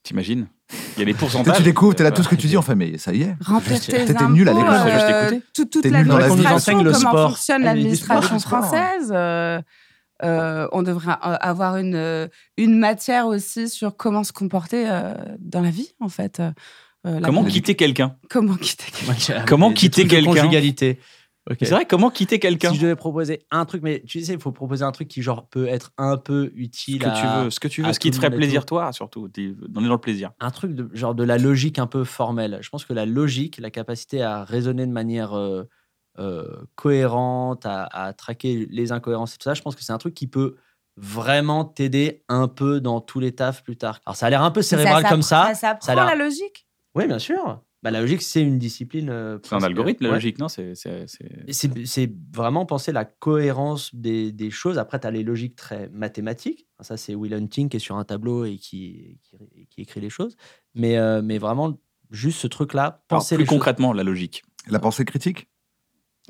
Speaker 3: T'imagines Il y a des
Speaker 2: Tu,
Speaker 3: pourcentages.
Speaker 2: tu découvres,
Speaker 4: euh,
Speaker 2: t'es là, tout ce que tu dis, on fait, mais ça y est.
Speaker 5: Remplir
Speaker 2: Juste,
Speaker 5: tes
Speaker 2: t'étais
Speaker 5: impôts,
Speaker 2: nul à l'école,
Speaker 3: je t'ai
Speaker 5: euh,
Speaker 3: écouté.
Speaker 5: tout- toute
Speaker 2: T'es nul dans la vie.
Speaker 5: l'administration,
Speaker 4: Qu'on nous enseigne le
Speaker 5: comment
Speaker 4: sport.
Speaker 5: fonctionne
Speaker 4: Ah, mais les sports,
Speaker 5: l'administration
Speaker 2: le sport, hein.
Speaker 5: française. euh, euh, on devrait euh, avoir une, euh, une matière aussi sur comment se comporter euh, dans la vie, en fait. Euh, euh, la-
Speaker 3: Comment quitter quelqu'un
Speaker 5: comment quitter quelqu'un
Speaker 3: Comment
Speaker 4: Des
Speaker 3: quitter
Speaker 4: trucs de
Speaker 3: quelqu'un
Speaker 4: Conjugalité. Ok.
Speaker 3: C'est vrai, comment quitter quelqu'un
Speaker 4: Si je devais proposer un truc, mais tu sais, il faut proposer un truc qui genre peut être un peu
Speaker 3: Ce
Speaker 4: utile.
Speaker 3: que tu
Speaker 4: à-
Speaker 3: veux, ce que tu
Speaker 4: à
Speaker 3: veux, ce qui
Speaker 4: tout
Speaker 3: te
Speaker 4: le
Speaker 3: ferait
Speaker 4: monde et
Speaker 3: plaisir
Speaker 4: tout.
Speaker 3: toi, surtout. T'es- On est dans le plaisir.
Speaker 4: Un truc de, genre de la logique un peu formelle. Je pense que la logique, la capacité à raisonner de manière euh, euh, cohérente, à, à traquer les incohérences et tout ça, je pense que c'est un truc qui peut vraiment t'aider un peu dans tous les tafs plus tard. Alors ça a l'air un peu cérébral
Speaker 5: s'appr-
Speaker 4: comme ça.
Speaker 5: Ça s'apprend,
Speaker 4: ça a l'air-
Speaker 5: la logique.
Speaker 4: Oui, bien sûr. Bah, la logique, c'est une discipline. euh,
Speaker 3: C'est un
Speaker 4: presque-
Speaker 3: algorithme, la
Speaker 4: Ouais.
Speaker 3: logique, non C'est c'est- c'est-
Speaker 4: Et C'est c'est vraiment penser la cohérence des, des choses. Après, tu as les logiques très mathématiques. Ça, c'est Will Hunting qui est sur un tableau et qui, qui, qui écrit les choses. Mais, euh, mais vraiment, juste ce truc-là,
Speaker 3: Alors,
Speaker 4: penser
Speaker 3: plus
Speaker 4: les choses.
Speaker 3: concrètement la logique.
Speaker 2: La pensée critique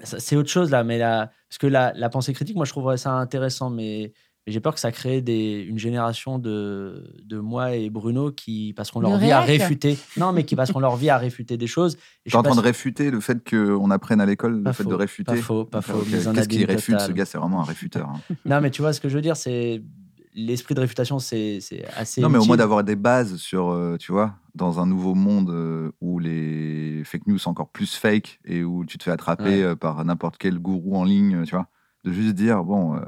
Speaker 4: Ça, C'est autre chose, là. Mais la, parce que la, la pensée critique, moi, je trouverais ça intéressant. Mais, mais j'ai peur que ça crée des, une génération de, de moi et Bruno qui passeront leur
Speaker 5: De
Speaker 4: vie à
Speaker 5: réac.
Speaker 4: réfuter. Non, mais qui passeront leur vie à réfuter des choses. Et je
Speaker 2: T'es
Speaker 4: suis
Speaker 2: en
Speaker 4: pas
Speaker 2: train de
Speaker 4: sûr-
Speaker 2: réfuter le fait qu'on apprenne à l'école le
Speaker 4: Pas
Speaker 2: fait
Speaker 4: faux,
Speaker 2: de
Speaker 4: pas
Speaker 2: réfuter
Speaker 4: faux, pas
Speaker 2: Ok,
Speaker 4: faux,
Speaker 2: ok.
Speaker 4: mise en
Speaker 2: Qu'est-ce qu'il
Speaker 4: abîme
Speaker 2: réfute Ce
Speaker 4: totale.
Speaker 2: gars, c'est vraiment un réfuteur. hein.
Speaker 4: Non, mais tu vois ce que je veux dire, c'est l'esprit de réfutation, c'est c'est assez.
Speaker 2: Non, mais au
Speaker 4: utile.
Speaker 2: moins d'avoir des bases sur, euh, tu vois, dans un nouveau monde euh, où les fake news sont encore plus fake et où tu te fais attraper
Speaker 4: Ouais.
Speaker 2: euh, par n'importe quel gourou en ligne, tu vois. De juste dire, bon, euh,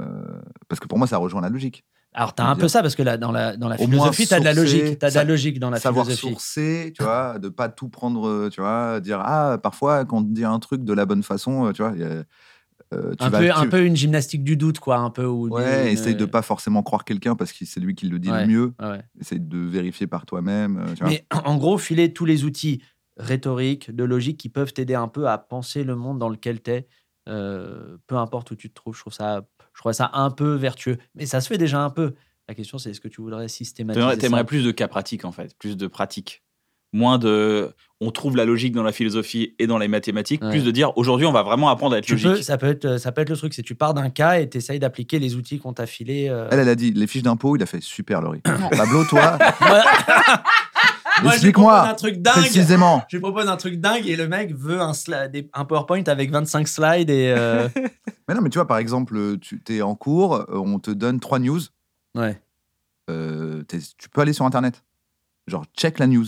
Speaker 2: parce que pour moi, ça rejoint la logique.
Speaker 4: Alors, t'as un peu ça parce que là, dans la dans la
Speaker 2: Au moins
Speaker 4: philosophie, t'as de la
Speaker 2: sourcer,
Speaker 4: logique, t'as de la
Speaker 2: sa-
Speaker 4: logique dans la
Speaker 2: Savoir
Speaker 4: philosophie.
Speaker 2: sourcer, tu vois, de pas tout prendre, euh, tu vois, dire, ah, parfois, quand on te dit un truc de la bonne façon, euh, tu vois, il y a- euh, tu
Speaker 4: Un
Speaker 2: vas-
Speaker 4: peu,
Speaker 2: tu-
Speaker 4: un peu une gymnastique du doute, quoi, un peu. Ou une-
Speaker 2: Ouais, essaye de pas forcément croire quelqu'un parce que c'est lui qui le dit
Speaker 4: Ouais.
Speaker 2: le mieux.
Speaker 4: Ouais, ouais.
Speaker 2: Essaye de vérifier par toi-même. euh, tu vois.
Speaker 4: Mais en gros, filer tous les outils rhétoriques, de logique qui peuvent t'aider un peu à penser le monde dans lequel t'es, euh, peu importe où tu te trouves. Je trouve ça, je trouve ça un peu vertueux, mais ça se fait déjà un peu. La question, c'est est-ce que tu voudrais systématiser
Speaker 3: T'aimerais, t'aimerais
Speaker 4: ça
Speaker 3: plus de cas pratiques, en fait, plus de pratiques. Moins de. On trouve la logique dans la philosophie et dans les mathématiques,
Speaker 4: Ouais.
Speaker 3: plus de dire aujourd'hui, on va vraiment apprendre à être
Speaker 4: Tu
Speaker 3: logique.
Speaker 4: peux- ça, peut être, euh, ça peut être le truc, c'est tu pars d'un cas et tu essayes d'appliquer les outils qu'on t'a filés. euh.
Speaker 2: Elle, elle a dit les fiches d'impôts, il a fait super, Laurie. Pablo, toi,
Speaker 4: Moi- Moi, je lui propose un
Speaker 2: explique-moi
Speaker 4: truc dingue.
Speaker 2: précisément.
Speaker 4: Je lui propose un truc dingue et le mec veut un, sli- des- un PowerPoint avec 25 slides et. euh,
Speaker 2: Mais non, mais tu vois, par exemple, tu es en cours, euh, on te donne trois news,
Speaker 4: ouais.
Speaker 2: euh, t'es- tu peux aller sur Internet. Genre, check la news.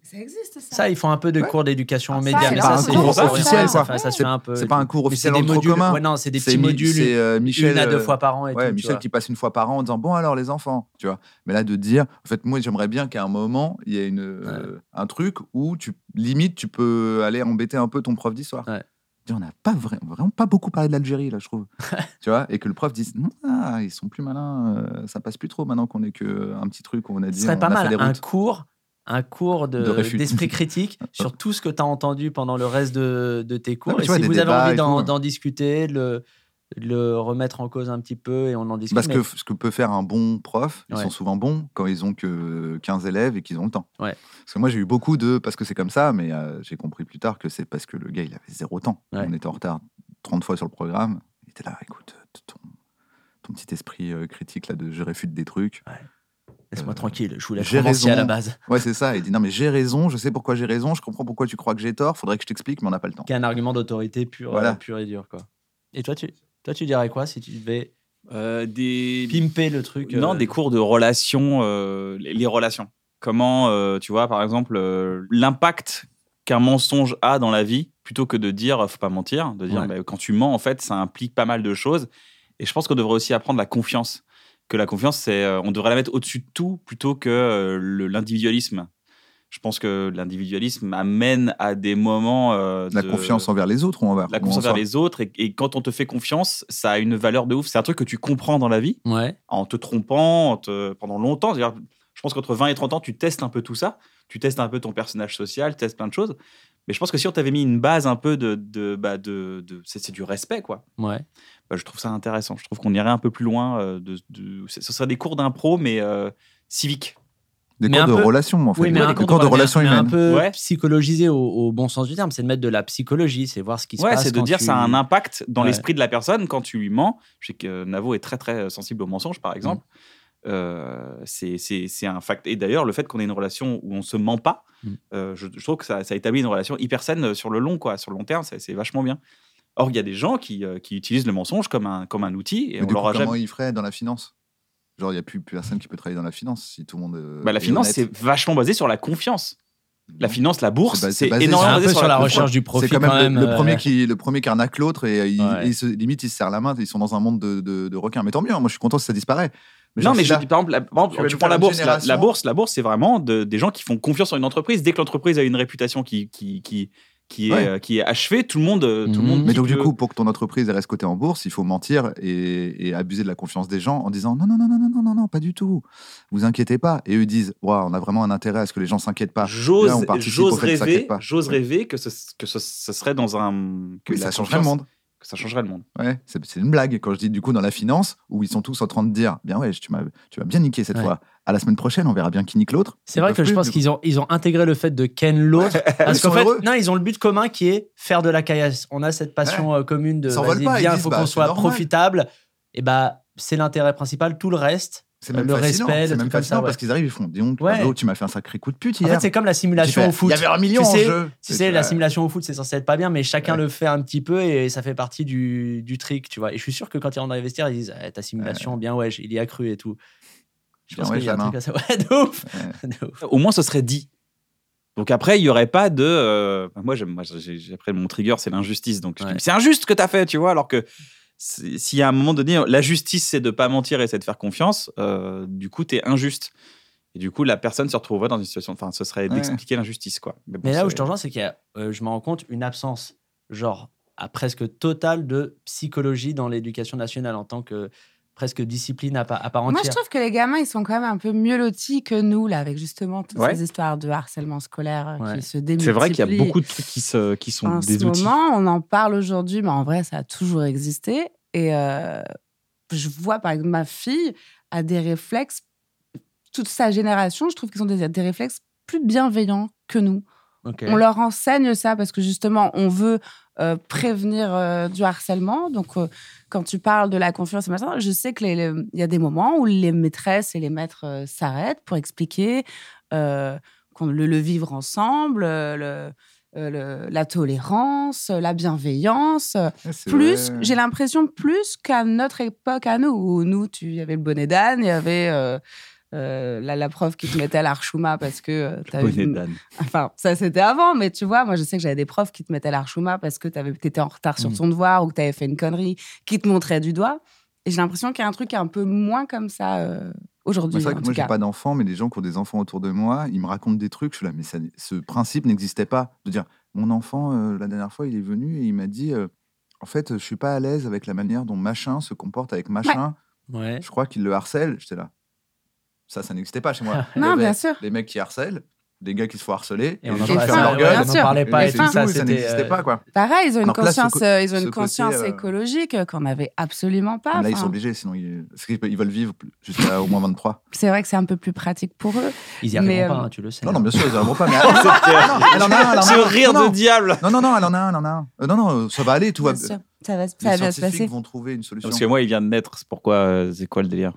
Speaker 5: Ça existe, ça.
Speaker 4: Ça, ils font un peu de
Speaker 2: Ouais.
Speaker 4: cours d'éducation
Speaker 5: Ah,
Speaker 4: aux
Speaker 5: ça,
Speaker 4: médias,
Speaker 5: c'est
Speaker 4: mais
Speaker 5: pas
Speaker 4: ça,
Speaker 5: un
Speaker 4: c'est
Speaker 5: cours
Speaker 4: ça,
Speaker 5: officiel,
Speaker 4: ça,
Speaker 5: quoi.
Speaker 4: fait- ça se fait un peu.
Speaker 2: C'est pas un cours
Speaker 4: Mais c'est
Speaker 2: officiel
Speaker 4: des
Speaker 2: en trop
Speaker 4: modules.
Speaker 2: commun.
Speaker 4: Ouais, non, c'est des
Speaker 2: C'est
Speaker 4: petits
Speaker 2: Mi-
Speaker 4: modules,
Speaker 2: C'est euh, Michel,
Speaker 4: une à deux
Speaker 2: euh,
Speaker 4: fois par an et
Speaker 2: ouais,
Speaker 4: tout. tu
Speaker 2: Michel
Speaker 4: vois.
Speaker 2: qui passe une fois par an en disant Bon, alors les enfants, tu vois. Mais là, de dire En fait, moi, j'aimerais bien qu'à un moment, il y ait une, euh, un truc où, tu, limite, tu peux aller embêter un peu ton prof d'histoire.
Speaker 4: Ouais.
Speaker 2: Dis, On n'a pas vra- vraiment pas beaucoup parlé de l'Algérie, là, je trouve. tu vois Et que le prof dise Non, ah, ils sont plus malins, euh, ça passe plus trop maintenant qu'on est qu'un petit truc, on a dit
Speaker 4: Ce serait
Speaker 2: on
Speaker 4: pas
Speaker 2: a fait
Speaker 4: mal
Speaker 2: des
Speaker 4: un
Speaker 2: routes.
Speaker 4: cours, un cours
Speaker 2: De
Speaker 4: de-
Speaker 2: réfute.
Speaker 4: d'esprit critique sur tout ce que tu as entendu pendant le reste de, de tes cours.
Speaker 2: mais
Speaker 4: et
Speaker 2: tu vois,
Speaker 4: si
Speaker 2: des
Speaker 4: vous avez
Speaker 2: débats
Speaker 4: envie
Speaker 2: et
Speaker 4: d'en
Speaker 2: tout.
Speaker 4: d'en discuter, de le, de le remettre en cause un petit peu et on en discute.
Speaker 2: Parce
Speaker 4: mais-
Speaker 2: que f- Bah, ce que peut faire un bon prof, ils
Speaker 4: Ouais.
Speaker 2: sont souvent bons quand ils ont que 15 élèves et qu'ils ont le temps.
Speaker 4: Ouais.
Speaker 2: Parce que moi, j'ai eu beaucoup de parce que c'est comme ça, mais euh, j'ai compris plus tard que c'est parce que le gars, il avait zéro temps.
Speaker 4: Ouais.
Speaker 2: On était en retard 30 fois sur le programme. Il était là, écoute, euh, t- ton, ton petit esprit euh, critique là de je réfute des trucs.
Speaker 4: Laisse-moi
Speaker 2: Euh,
Speaker 4: tranquille, je voulais
Speaker 2: j'ai
Speaker 4: commencer à
Speaker 2: raison.
Speaker 4: la base.
Speaker 2: Ouais, c'est ça. Il dit non, mais j'ai raison, je sais pourquoi j'ai raison, je comprends pourquoi tu crois que j'ai tort, faudrait que je t'explique, mais on n'a pas le temps.
Speaker 4: Qu'un argument d'autorité pur,
Speaker 2: Voilà.
Speaker 4: euh, pur et dur. Quoi. Et toi tu, toi, tu dirais quoi si tu devais
Speaker 3: Euh, des.
Speaker 4: pimper le truc euh,
Speaker 3: Non, des cours de relations, euh, les les relations. Comment, euh, tu vois, par exemple, euh, l'impact qu'un mensonge a dans la vie, plutôt que de dire, faut pas mentir, de dire,
Speaker 4: Ouais.
Speaker 3: bah, quand tu mens, en fait, ça implique pas mal de choses. Et je pense qu'on devrait aussi apprendre la confiance. Que la confiance, c'est, euh, on devrait la mettre au-dessus de tout plutôt que euh, le- l'individualisme. Je pense que l'individualisme amène à des moments. euh,
Speaker 2: La
Speaker 3: de-
Speaker 2: confiance envers les autres ou envers
Speaker 3: La
Speaker 2: ou en
Speaker 3: confiance envers
Speaker 2: soi
Speaker 3: les autres. Et, et quand on te fait confiance, ça a une valeur de ouf. C'est un truc que tu comprends dans la vie
Speaker 4: Ouais.
Speaker 3: en te trompant en te- pendant longtemps. C'est-à-dire, je pense qu'entre 20 et 30 ans, tu testes un peu tout ça. Tu testes un peu ton personnage social, tu testes plein de choses. Mais je pense que si on t'avait mis une base un peu de. de, bah, de, de- c'est, c'est du respect, quoi.
Speaker 4: Ouais.
Speaker 3: Bah, je trouve ça intéressant. Je trouve qu'on irait un peu plus loin. euh, de, de- ce ce serait des cours d'impro, mais euh, civiques.
Speaker 2: Des
Speaker 4: Mais
Speaker 2: cours
Speaker 4: un
Speaker 2: de
Speaker 4: peu-
Speaker 2: relations, en fait.
Speaker 4: Oui, mais
Speaker 2: des
Speaker 4: un
Speaker 2: cours
Speaker 4: cours
Speaker 2: de relations
Speaker 4: mais un
Speaker 2: humaines.
Speaker 4: peu
Speaker 3: Ouais.
Speaker 4: psychologisé au, au bon sens du terme, c'est de mettre de la psychologie, c'est voir ce qui se
Speaker 3: ouais,
Speaker 4: passe.
Speaker 3: c'est de
Speaker 4: quand
Speaker 3: dire
Speaker 4: tu-
Speaker 3: ça a un impact dans
Speaker 4: Ouais.
Speaker 3: l'esprit de la personne quand tu lui mens. Je sais que euh, Navo est très très sensible au mensonge, par exemple.
Speaker 4: Mm.
Speaker 3: Euh, c'est- c'est c'est un fact. Et d'ailleurs, le fait qu'on ait une relation où on se ment pas,
Speaker 4: Mm.
Speaker 3: euh, je, je trouve que ça, ça établit une relation hyper saine euh, sur le long, quoi, sur le long terme. C'est c'est vachement bien. Or, il y a des gens qui, euh, qui utilisent le mensonge comme un, comme un outil et
Speaker 2: Mais
Speaker 3: on
Speaker 2: du
Speaker 3: leur
Speaker 2: coup,
Speaker 3: a
Speaker 2: comment
Speaker 3: jamais.
Speaker 2: ils feraient dans la finance Genre, il n'y a plus personne qui peut travailler dans la finance si tout le monde. euh,
Speaker 3: Bah, la
Speaker 2: est
Speaker 3: finance,
Speaker 2: honnête.
Speaker 3: c'est vachement basé sur la confiance. La finance, la
Speaker 2: C'est
Speaker 3: bourse,
Speaker 2: ba- c'est
Speaker 3: c'est
Speaker 2: basé
Speaker 4: C'est
Speaker 3: énormément
Speaker 4: un
Speaker 2: basé
Speaker 4: peu sur la
Speaker 3: confiance.
Speaker 4: recherche du profit
Speaker 2: C'est quand même, le, le
Speaker 4: euh,
Speaker 2: premier qui le premier qui arnaque l'autre et euh, il,
Speaker 4: Ouais.
Speaker 2: il se, limite il se serre la main ils sont dans un monde de, de, de requins mais tant mieux hein, moi je suis content si ça disparaît
Speaker 3: non,
Speaker 2: genre,
Speaker 3: mais
Speaker 2: si
Speaker 3: je
Speaker 2: là-
Speaker 3: dis par exemple, la- par exemple,
Speaker 2: tu vas
Speaker 3: tu,
Speaker 2: nous
Speaker 3: prends
Speaker 2: faire
Speaker 3: la
Speaker 2: une
Speaker 3: bourse, la, la
Speaker 2: génération.
Speaker 3: bourse, la bourse, c'est vraiment de- des gens qui font confiance en une entreprise. Dès que l'entreprise a une réputation qui qui qui qui est
Speaker 2: Ouais.
Speaker 3: euh, qui est achevée, tout le monde, euh, tout le
Speaker 4: Mhm.
Speaker 3: monde.
Speaker 2: mais
Speaker 3: dit
Speaker 2: donc du
Speaker 3: que-
Speaker 2: coup pour que ton entreprise elle reste cotée en bourse il faut mentir et, et abuser de la confiance des gens en disant non non non non non non non non pas du tout vous inquiétez pas et eux disent Ouah, on a vraiment un intérêt à ce que les gens s'inquiètent pas bah, Là,
Speaker 3: j'ose
Speaker 2: on participe au
Speaker 3: j'ose
Speaker 2: fait que ça
Speaker 3: rêver,
Speaker 2: inquiète pas.
Speaker 3: j'ose
Speaker 2: Ouais.
Speaker 3: rêver que ce que ce, ce serait dans un que
Speaker 2: Oui,
Speaker 3: la
Speaker 2: ça changerait le
Speaker 3: confiance-
Speaker 2: monde
Speaker 3: que ça changerait le monde.
Speaker 2: Ouais, c'est c'est une blague. Quand je dis du coup dans la finance, où ils sont tous en train de dire, bien ouais, tu m'as tu m'as bien niqué cette
Speaker 4: Ouais.
Speaker 2: fois. À la semaine prochaine, on verra bien qui nique l'autre.
Speaker 4: C'est
Speaker 2: Ils
Speaker 4: vrai
Speaker 2: peuvent
Speaker 4: que je
Speaker 2: plus,
Speaker 4: pense
Speaker 2: du coup.
Speaker 4: qu'ils ont, ils ont intégré le fait de ken l'autre. parce
Speaker 2: Ils
Speaker 4: qu'en
Speaker 2: sont
Speaker 4: fait,
Speaker 2: heureux.
Speaker 4: non, ils ont le but commun qui est faire de la caillasse. On a cette passion euh, commune de
Speaker 2: Ils s'en veulent
Speaker 4: vas-y,
Speaker 2: pas, ils
Speaker 4: viens, il
Speaker 2: disent,
Speaker 4: faut
Speaker 2: bah,
Speaker 4: qu'on
Speaker 2: c'est
Speaker 4: soit
Speaker 2: normal.
Speaker 4: profitable. Et bah, c'est l'intérêt principal. Tout le reste,
Speaker 2: C'est même
Speaker 4: Euh, le
Speaker 2: fascinant,
Speaker 4: respect, des
Speaker 2: c'est même
Speaker 4: trucs comme
Speaker 2: fascinant
Speaker 4: ça,
Speaker 2: parce
Speaker 4: ouais.
Speaker 2: qu'ils arrivent, ils font, dis donc,
Speaker 4: Ouais.
Speaker 2: Pablo, tu m'as fait un sacré coup de pute
Speaker 4: en
Speaker 2: hier.
Speaker 4: fait, c'est comme la
Speaker 2: J'ai
Speaker 4: simulation
Speaker 2: fait,
Speaker 4: au foot.
Speaker 2: Il y avait un million
Speaker 4: Tu
Speaker 2: en
Speaker 4: sais-
Speaker 2: jeu.
Speaker 4: Tu
Speaker 2: Et
Speaker 4: sais,
Speaker 2: fais,
Speaker 4: la
Speaker 2: ah,
Speaker 4: simulation au foot, c'est censé être pas bien, mais chacun
Speaker 2: Ouais.
Speaker 4: le fait un petit peu et ça fait partie du, du trick, tu vois. Et je suis sûr que quand ils rentrent dans les vestiaires, ils disent Eh, Ta simulation, bien ouais, il y a cru et tout. Je
Speaker 2: Bien
Speaker 4: pense
Speaker 2: ouais,
Speaker 4: qu'il y a un
Speaker 2: Jamin.
Speaker 4: truc à ça. Ouais, de ouf. De ouf.
Speaker 3: Au moins, ce serait dit. Donc après, il y aurait pas de. euh, moi, j'aime, moi, j'ai- j'ai- après mon trigger, c'est l'injustice. Donc je
Speaker 4: Ouais.
Speaker 3: dis, c'est injuste ce que t'as fait, tu vois. Alors que si- s'il y a un moment donné, la justice, c'est de pas mentir et c'est de faire confiance. euh, du coup, t'es injuste. Et du coup, la personne se retrouverait dans une situation. Enfin, ce serait
Speaker 2: Ouais.
Speaker 3: d'expliquer l'injustice, quoi. bon,
Speaker 4: Mais là où
Speaker 3: c'est-
Speaker 4: je te rejoins, c'est qu'il y a, euh, je me rends compte, une absence, genre, à presque totale de psychologie dans l'éducation nationale en tant que presque discipline à, pa- à part
Speaker 5: Moi,
Speaker 4: entière.
Speaker 5: je trouve que les gamins, ils sont quand même un peu mieux lotis que nous, là, avec justement toutes
Speaker 3: Ouais.
Speaker 5: ces histoires de harcèlement scolaire euh,
Speaker 4: Ouais.
Speaker 5: qui se démultiplient.
Speaker 3: C'est vrai qu'il y a beaucoup de trucs qui, se, qui sont
Speaker 5: en
Speaker 3: des
Speaker 5: ce
Speaker 3: outils.
Speaker 5: moment, on en parle aujourd'hui, mais en vrai, ça a toujours existé. Et euh, je vois, par exemple, ma fille a des réflexes, toute sa génération, je trouve qu'ils ont des, des réflexes plus bienveillants que nous.
Speaker 4: Ok.
Speaker 5: On leur enseigne ça parce que justement, on veut euh, prévenir euh, du harcèlement. Donc, euh, quand tu parles de la confiance et machin, je sais qu'il y a des moments où les maîtresses et les maîtres euh, s'arrêtent pour expliquer euh, qu'on le, le vivre ensemble, euh, le- euh, le- la tolérance, euh, la bienveillance. euh,
Speaker 2: ouais, c'est
Speaker 5: Plus,
Speaker 2: vrai.
Speaker 5: j'ai l'impression, plus qu'à notre époque, à nous, où nous, tu il y avait le bonnet d'âne, il y avait euh, euh, la, la prof qui te mettait à l'archouma parce que euh, t'as
Speaker 3: Bonnet
Speaker 5: eu-
Speaker 3: d'âne.
Speaker 5: Enfin, ça, c'était avant, mais tu vois, moi, je sais que j'avais des profs qui te mettaient l'archouma parce que tu étais en retard
Speaker 2: Mm.
Speaker 5: sur
Speaker 4: Mhm.
Speaker 5: ton devoir ou que tu avais fait une connerie, qui te montraient du doigt. Et j'ai l'impression qu'il y a un truc un peu moins comme ça euh,
Speaker 2: Moi,
Speaker 5: aujourd'hui,
Speaker 2: C'est vrai
Speaker 5: en
Speaker 2: que
Speaker 5: tout
Speaker 2: moi, j'ai
Speaker 5: cas.
Speaker 2: pas d'enfants, mais les gens qui ont des enfants autour de moi, ils me racontent des trucs. Je suis là, mais ça- ce principe n'existait pas. De dire, mon enfant, euh, la dernière fois, il est venu et il m'a dit, euh, en fait, je suis pas à l'aise avec la manière dont machin se comporte avec machin.
Speaker 4: Ouais.
Speaker 2: Je crois qu'il le harcèle. J'étais là. Ça, ça n'existait pas chez moi. Il y
Speaker 5: Non,
Speaker 2: avait
Speaker 5: bien sûr.
Speaker 2: Les mecs qui harcèlent, des gars qui se font harceler,
Speaker 4: Et on
Speaker 2: les
Speaker 4: en
Speaker 2: gens qui
Speaker 5: pas
Speaker 4: parlait,
Speaker 5: ferment ça,
Speaker 2: ferment leur
Speaker 5: ouais,
Speaker 2: gueule.
Speaker 5: bien sûr.
Speaker 4: parlait pas
Speaker 2: Et
Speaker 4: et
Speaker 2: c'est
Speaker 4: tout ça,
Speaker 2: tout, ça
Speaker 4: c'était,
Speaker 2: n'existait
Speaker 4: euh,
Speaker 2: pas, quoi.
Speaker 5: Pareil, ils ont une
Speaker 2: Alors que là, ce
Speaker 5: conscience,
Speaker 2: co-
Speaker 5: euh, ils ont
Speaker 2: ce
Speaker 5: une
Speaker 2: côté,
Speaker 5: conscience
Speaker 2: euh,
Speaker 5: écologique euh, qu'on n'avait absolument pas.
Speaker 2: Là, ils
Speaker 5: Ah, Enfin,
Speaker 2: sont obligés, sinon ils, parce qu'ils pe- ils veulent vivre plus- jusqu'à au moins 23.
Speaker 5: c'est vrai que c'est un peu plus pratique pour eux.
Speaker 4: Ils y
Speaker 5: Mais,
Speaker 4: arriveront pas,
Speaker 5: euh,
Speaker 4: hein, tu le sais.
Speaker 2: Non, non, bien sûr, ils n'en pas, mais Ah, non, elle en a un, elle en a
Speaker 3: Ce
Speaker 2: un.
Speaker 3: rire
Speaker 2: Non,
Speaker 3: de diable.
Speaker 2: Non, non, non, elle en a un, elle en a un. Euh, non, non, ça va aller, tout va
Speaker 5: Bien sûr, ça va, ça
Speaker 2: Les
Speaker 5: va se
Speaker 2: scientifiques
Speaker 5: passer.
Speaker 2: vont trouver une solution.
Speaker 3: Parce que moi, il vient de naître. C'est pourquoi. euh, c'est quoi le délire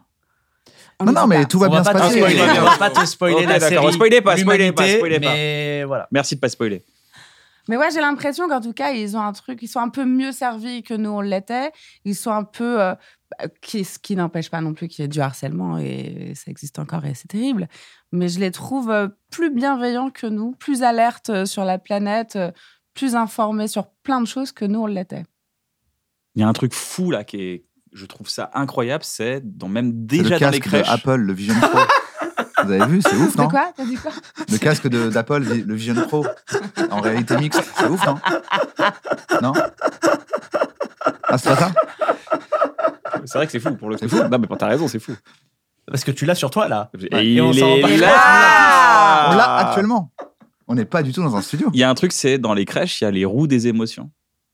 Speaker 5: On
Speaker 2: non,
Speaker 5: les
Speaker 2: non,
Speaker 5: a
Speaker 2: mais
Speaker 5: pas.
Speaker 2: tout va
Speaker 4: on
Speaker 2: bien
Speaker 4: va,
Speaker 2: se
Speaker 4: pas te
Speaker 2: passer.
Speaker 4: spoiler,
Speaker 3: mais-
Speaker 4: on va pas te spoiler
Speaker 3: Ok,
Speaker 4: la
Speaker 3: d'accord,
Speaker 4: série.
Speaker 3: on spoilait pas, spoilez pas,
Speaker 4: l'humanité,
Speaker 3: spoilez pas.
Speaker 4: Mais voilà.
Speaker 3: Merci de pas spoiler.
Speaker 5: Mais ouais, j'ai l'impression qu'en tout cas, ils ont un truc, ils sont un peu mieux servis que nous, on l'était. Ils sont un peu. euh, bah, qui, ce qui n'empêche pas non plus qu'il y ait du harcèlement, et ça existe encore, et c'est terrible. Mais je les trouve euh, plus bienveillants que nous, plus alertes euh, sur la planète, euh, plus informés sur plein de choses que nous, on l'était.
Speaker 3: Il y a un truc fou là qui est, je trouve ça incroyable, c'est dans même
Speaker 2: C'est
Speaker 3: déjà dans les
Speaker 2: le casque de
Speaker 3: crèches.
Speaker 2: Apple, le Vision Pro. Vous avez vu, c'est ouf,
Speaker 5: C'est
Speaker 2: non
Speaker 5: quoi T'as dit quoi
Speaker 2: Le casque de- d'Apple, vi- le Vision Pro, en réalité mixte, c'est ouf, non Non Ah, c'est pas ça
Speaker 3: C'est vrai que c'est fou pour le coup.
Speaker 2: C'est fou.
Speaker 3: Non mais t'as raison, c'est fou.
Speaker 4: Parce que tu l'as sur toi, là.
Speaker 3: Et,
Speaker 4: Ouais,
Speaker 3: il
Speaker 4: et on s'en rend pas
Speaker 3: est
Speaker 4: compte.
Speaker 3: là.
Speaker 4: Ah.
Speaker 2: On l'a actuellement. On n'est pas du tout dans un studio.
Speaker 3: Il y a un truc, c'est dans les crèches, il y a les roues des émotions.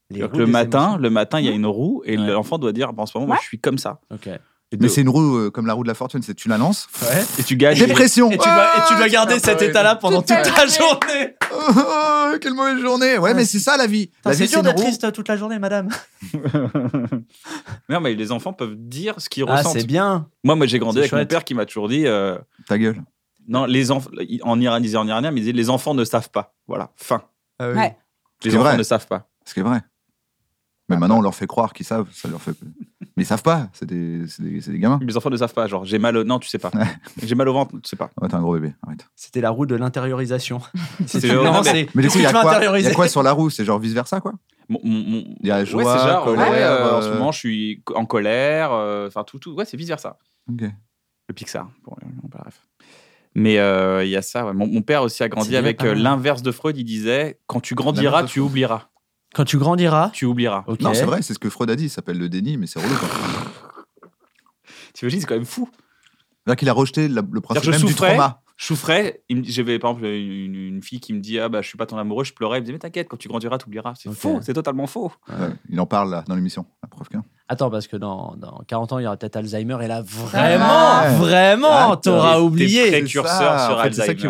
Speaker 4: Les
Speaker 3: C'est-à-dire que
Speaker 4: roues
Speaker 3: le
Speaker 4: des
Speaker 3: matin,
Speaker 4: émotions.
Speaker 3: le matin, il y a une roue et
Speaker 4: Ouais.
Speaker 3: l'enfant doit dire, bah, en ce moment, moi,
Speaker 5: Ouais.
Speaker 3: je suis comme ça.
Speaker 4: Ok.
Speaker 3: Et, de-
Speaker 2: Mais c'est une roue euh, comme la roue de la fortune, c'est tu la lances,
Speaker 4: Ouais.
Speaker 3: et tu gagnes.
Speaker 2: dépression.
Speaker 4: Et tu, dois, et tu dois garder
Speaker 2: Ah,
Speaker 5: bah
Speaker 4: cet
Speaker 2: ouais.
Speaker 4: état-là pendant
Speaker 5: Toute
Speaker 4: toute
Speaker 5: la
Speaker 4: la
Speaker 5: journée.
Speaker 4: journée.
Speaker 2: Oh, oh, quelle mauvaise journée. Ouais,
Speaker 4: Ouais.
Speaker 2: mais c'est ça la vie. La vie,
Speaker 4: C'est
Speaker 2: c'est
Speaker 4: dur
Speaker 2: une
Speaker 4: d'être
Speaker 2: roue.
Speaker 4: triste toute la journée, madame.
Speaker 3: non, mais les enfants peuvent dire ce qu'ils
Speaker 4: Ah,
Speaker 3: ressentent.
Speaker 4: c'est bien.
Speaker 3: Moi, moi j'ai grandi
Speaker 4: C'est
Speaker 3: avec mon
Speaker 4: chouette.
Speaker 3: père qui m'a toujours dit euh,
Speaker 2: Ta gueule.
Speaker 3: non, les enfants, en iranien, il disait en iranien, mais il disait les enfants ne savent pas. Voilà, fin.
Speaker 4: Ah
Speaker 5: Ouais.
Speaker 3: Les
Speaker 2: C'est
Speaker 3: enfants
Speaker 2: vrai.
Speaker 3: ne savent pas.
Speaker 2: Ce qui est vrai. Mais
Speaker 4: Ah,
Speaker 2: maintenant, on leur fait croire qu'ils savent. Ça leur fait... Mais ils savent pas. C'est des, c'est des, c'est des gamins.
Speaker 3: Les enfants ne savent pas. Genre, j'ai mal au. Non, tu sais pas.
Speaker 2: Ouais.
Speaker 3: j'ai mal au ventre, tu sais pas.
Speaker 4: Mm.
Speaker 2: Ouais, t'es un gros bébé. Arrête.
Speaker 4: C'était la route de l'intériorisation. C'est
Speaker 3: C'est- non, mais-
Speaker 2: Mais du
Speaker 4: qu'est-ce
Speaker 2: coup, il y,
Speaker 4: que
Speaker 2: a
Speaker 4: tu vas
Speaker 2: quoi- il y
Speaker 4: intérioriser
Speaker 2: a quoi sur la roue C'est genre vice versa, quoi.
Speaker 3: Mon- mon- mon-
Speaker 2: Il y a
Speaker 3: Ouais,
Speaker 2: joie,
Speaker 3: c'est genre,
Speaker 2: colère,
Speaker 3: ouais, euh, en ce
Speaker 2: euh,
Speaker 3: moment, je suis co- en colère. euh, Enfin, tout, tout. Ouais, c'est vice versa.
Speaker 2: Ok.
Speaker 3: Le Pixar. Bon, euh, bon, bref. Mais euh, il y a ça. ouais. Mon, mon père aussi a
Speaker 4: C'est
Speaker 3: grandi
Speaker 4: bien,
Speaker 3: avec
Speaker 4: pas
Speaker 3: euh,
Speaker 4: mal.
Speaker 3: l'inverse de Freud. Il disait quand tu
Speaker 2: L'inverse
Speaker 3: grandiras,
Speaker 2: de
Speaker 3: tu
Speaker 2: Freud. Oh.
Speaker 3: oublieras.
Speaker 4: Quand tu grandiras,
Speaker 3: Tu oublieras.
Speaker 4: Ok.
Speaker 2: Non, c'est vrai, c'est ce que Freud a dit. Il s'appelle le déni, mais c'est relou, quoi.
Speaker 3: T'imagines, c'est quand même fou.
Speaker 2: C'est-à-dire qu'il a rejeté la- le principe
Speaker 3: C'est-à-dire que
Speaker 2: même
Speaker 3: je
Speaker 2: du
Speaker 3: souffrais.
Speaker 2: trauma.
Speaker 3: Je souffrais. il me- J'avais, par exemple, une, une fille qui me dit Ah, bah, je suis pas ton amoureux, je pleurais. Elle me disait Mais t'inquiète, quand tu grandiras, tu oublieras. C'est
Speaker 4: Ok.
Speaker 3: faux, c'est totalement faux.
Speaker 2: Ouais, il en parle là, dans l'émission. La preuve qu'un.
Speaker 4: Attends, parce que dans, dans 40 ans, il y aura peut-être Alzheimer.
Speaker 5: Ah.
Speaker 4: Et là, vraiment,
Speaker 2: Ah ouais.
Speaker 4: vraiment,
Speaker 2: Ah,
Speaker 4: t'auras
Speaker 3: t'es- t'es
Speaker 4: oublié.
Speaker 3: prêt.
Speaker 2: C'est
Speaker 3: Précurseur
Speaker 2: ça,
Speaker 3: sur
Speaker 2: en fait, c'est ça
Speaker 3: Alzheimer.
Speaker 2: qu'il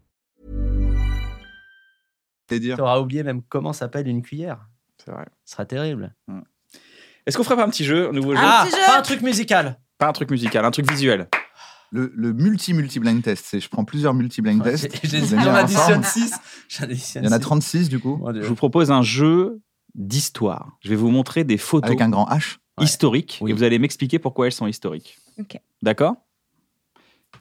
Speaker 2: T'es dire.
Speaker 4: T'auras oublié même comment s'appelle une cuillère.
Speaker 3: C'est vrai.
Speaker 4: Ce sera terrible.
Speaker 3: Est-ce qu'on ferait pas un petit jeu, un nouveau jeu
Speaker 5: Ah, petit jeu
Speaker 4: pas un truc musical.
Speaker 3: Pas un truc musical, un truc visuel.
Speaker 2: Le, le multi-multi-blind test. C'est je prends plusieurs multi-blind
Speaker 4: Ouais,
Speaker 2: tests.
Speaker 4: j'ai- j'ai-
Speaker 2: je les ai mis
Speaker 4: J'en additionne
Speaker 2: ensemble.
Speaker 4: 6. J'en additionne
Speaker 2: Il y en a
Speaker 4: six.
Speaker 2: 36 du coup.
Speaker 4: Mon Dieu.
Speaker 3: Je vous propose un jeu d'histoire. Je vais vous montrer des photos
Speaker 2: Avec un grand H.
Speaker 4: Ouais.
Speaker 3: historiques
Speaker 4: Oui.
Speaker 3: et vous allez m'expliquer pourquoi elles sont historiques.
Speaker 5: Ok.
Speaker 3: D'accord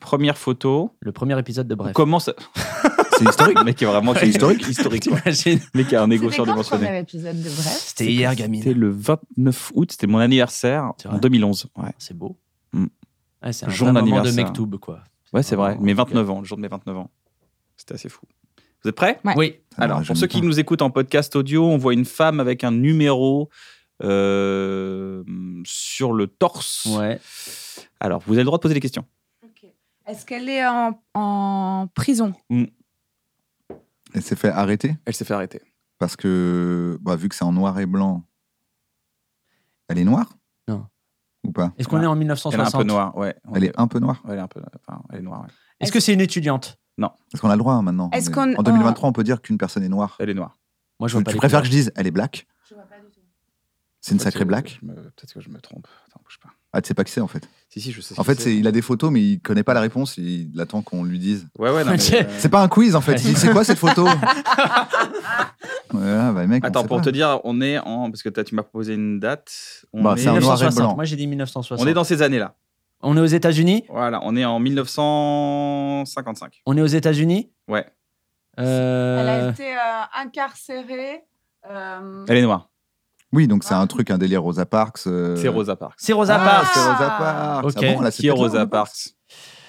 Speaker 3: Première photo.
Speaker 4: Le premier épisode de
Speaker 3: On
Speaker 4: Bref.
Speaker 3: commence.
Speaker 2: C'est historique.
Speaker 3: Le mec est vraiment
Speaker 2: C'est historique.
Speaker 3: historique. quoi.
Speaker 4: T'imagines
Speaker 3: Le mec a un égo
Speaker 5: C'était quand le
Speaker 3: surdimensionné.
Speaker 5: premier épisode de Bref
Speaker 4: C'était hier,
Speaker 3: C'était
Speaker 4: gamine.
Speaker 3: le 29 août, c'était mon anniversaire
Speaker 4: C'est
Speaker 3: en
Speaker 4: vrai
Speaker 3: 2011. Ouais,
Speaker 4: C'est beau.
Speaker 3: Mm.
Speaker 4: Ouais, c'est un
Speaker 3: Jour
Speaker 4: vrai moment de
Speaker 3: d'anniversaire.
Speaker 4: Mektoub, quoi.
Speaker 3: Ouais, c'est vrai.
Speaker 4: vraiment-
Speaker 3: Mes 29 ans, le jour de mes 29 ans. C'était assez fou. Vous êtes prêts
Speaker 5: Ouais.
Speaker 4: Oui.
Speaker 2: Ça
Speaker 3: Alors, pour
Speaker 2: n'aurait jamais
Speaker 3: ceux qui
Speaker 2: pas.
Speaker 3: nous écoutent en podcast audio, on voit une femme avec un numéro euh, sur le torse.
Speaker 4: Ouais.
Speaker 3: Alors, vous avez le droit de poser des questions.
Speaker 5: Est-ce qu'elle est en, en prison
Speaker 2: Elle s'est fait arrêter
Speaker 3: Elle s'est fait arrêter.
Speaker 2: parce que, bah, vu que c'est en noir et blanc, elle est noire
Speaker 4: Non.
Speaker 2: Ou pas
Speaker 4: Est-ce qu'on est en
Speaker 3: Elle est un
Speaker 4: 1960
Speaker 3: peu noire, ouais. On
Speaker 2: Elle est un peu noire.
Speaker 3: ouais, elle est un peu, enfin, elle est noire. ouais.
Speaker 4: Est-ce que c'est une étudiante
Speaker 2: Est-ce qu'on a le droit hein, maintenant
Speaker 5: Est-ce
Speaker 2: On
Speaker 5: qu'on- Ah.
Speaker 2: En 2023, on peut dire qu'une personne est noire.
Speaker 3: Elle est noire.
Speaker 4: Moi, je
Speaker 2: Tu,
Speaker 4: vois pas.
Speaker 2: tu
Speaker 4: les
Speaker 2: préfères que
Speaker 4: couleurs.
Speaker 2: je dise elle est black
Speaker 5: Je vois pas du tout.
Speaker 2: C'est une
Speaker 3: Peut-être
Speaker 2: sacrée
Speaker 3: que
Speaker 2: black
Speaker 3: je me- Peut-être que je me trompe. Attends, bouge pas.
Speaker 2: Ah, tu sais pas qui c'est en fait.
Speaker 3: Si, si, je sais. ce
Speaker 2: En
Speaker 3: que
Speaker 2: fait, c'est- il a des photos, mais il connaît pas la réponse. Il attend qu'on lui dise.
Speaker 3: Ouais, ouais, non, mais,
Speaker 4: C'est-
Speaker 3: euh,
Speaker 2: C'est pas un quiz en fait. Il dit, C'est quoi cette photo Ouais, bah, mec, on
Speaker 3: Attends,
Speaker 2: sait
Speaker 3: pour
Speaker 2: pas.
Speaker 3: te dire, on est en. Parce que t'as- tu m'as proposé une date. On,
Speaker 2: Bah,
Speaker 3: est...
Speaker 2: c'est en noir et
Speaker 4: 1960.
Speaker 2: blanc.
Speaker 4: Moi, j'ai dit 1960.
Speaker 3: on est dans ces années-là.
Speaker 4: On est aux États-Unis
Speaker 3: Voilà, on est en 1955.
Speaker 4: On est aux États-Unis
Speaker 3: Ouais.
Speaker 5: Elle a
Speaker 4: Euh,
Speaker 5: été euh, incarcérée. euh,
Speaker 3: Elle est noire.
Speaker 2: Oui, donc c'est un truc, un délire Rosa Parks. euh,
Speaker 3: C'est Rosa Parks.
Speaker 4: C'est Rosa
Speaker 5: Ah,
Speaker 4: Parks.
Speaker 2: C'est Rosa
Speaker 5: Ah.
Speaker 2: Parks.
Speaker 4: Ok.
Speaker 2: Ah bon, là, c'est
Speaker 3: Qui est
Speaker 2: peut-être
Speaker 3: Rosa Parks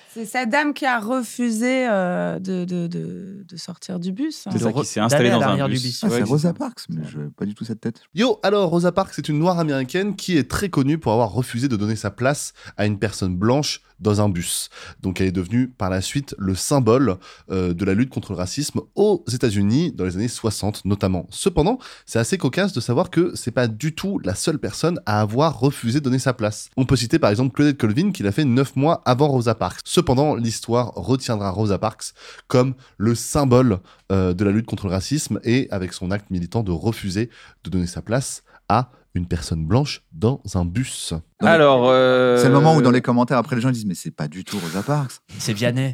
Speaker 5: C'est cette dame qui a refusé euh, de, de, de, de sortir du bus.
Speaker 3: C'est
Speaker 4: De
Speaker 3: ça
Speaker 4: re-
Speaker 3: qui s'est installé
Speaker 4: d'aller à
Speaker 3: dans un
Speaker 4: l'arrière
Speaker 3: bus.
Speaker 4: du bus.
Speaker 2: Ah,
Speaker 3: Ouais,
Speaker 2: c'est
Speaker 3: c'est
Speaker 2: Rosa
Speaker 3: ça.
Speaker 2: Parks, mais je pas du tout cette tête.
Speaker 7: Yo, alors Rosa Parks est une noire américaine qui est très connue pour avoir refusé de donner sa place à une personne blanche dans un bus. Donc elle est devenue par la suite le symbole euh, de la lutte contre le racisme aux États-Unis dans les années 60 notamment. Cependant, c'est assez cocasse de savoir que c'est pas du tout la seule personne à avoir refusé de donner sa place. On peut citer par exemple Claudette Colvin qui l'a fait 9 mois avant Rosa Parks. Cependant, l'histoire retiendra Rosa Parks comme le symbole euh, de la lutte contre le racisme et avec son acte militant de refuser de donner sa place à une personne blanche dans un bus.
Speaker 2: Dans les-
Speaker 3: Alors. euh,
Speaker 2: C'est le moment où dans les commentaires après les gens disent mais c'est pas du tout Rosa Parks.
Speaker 4: C'est Vianney.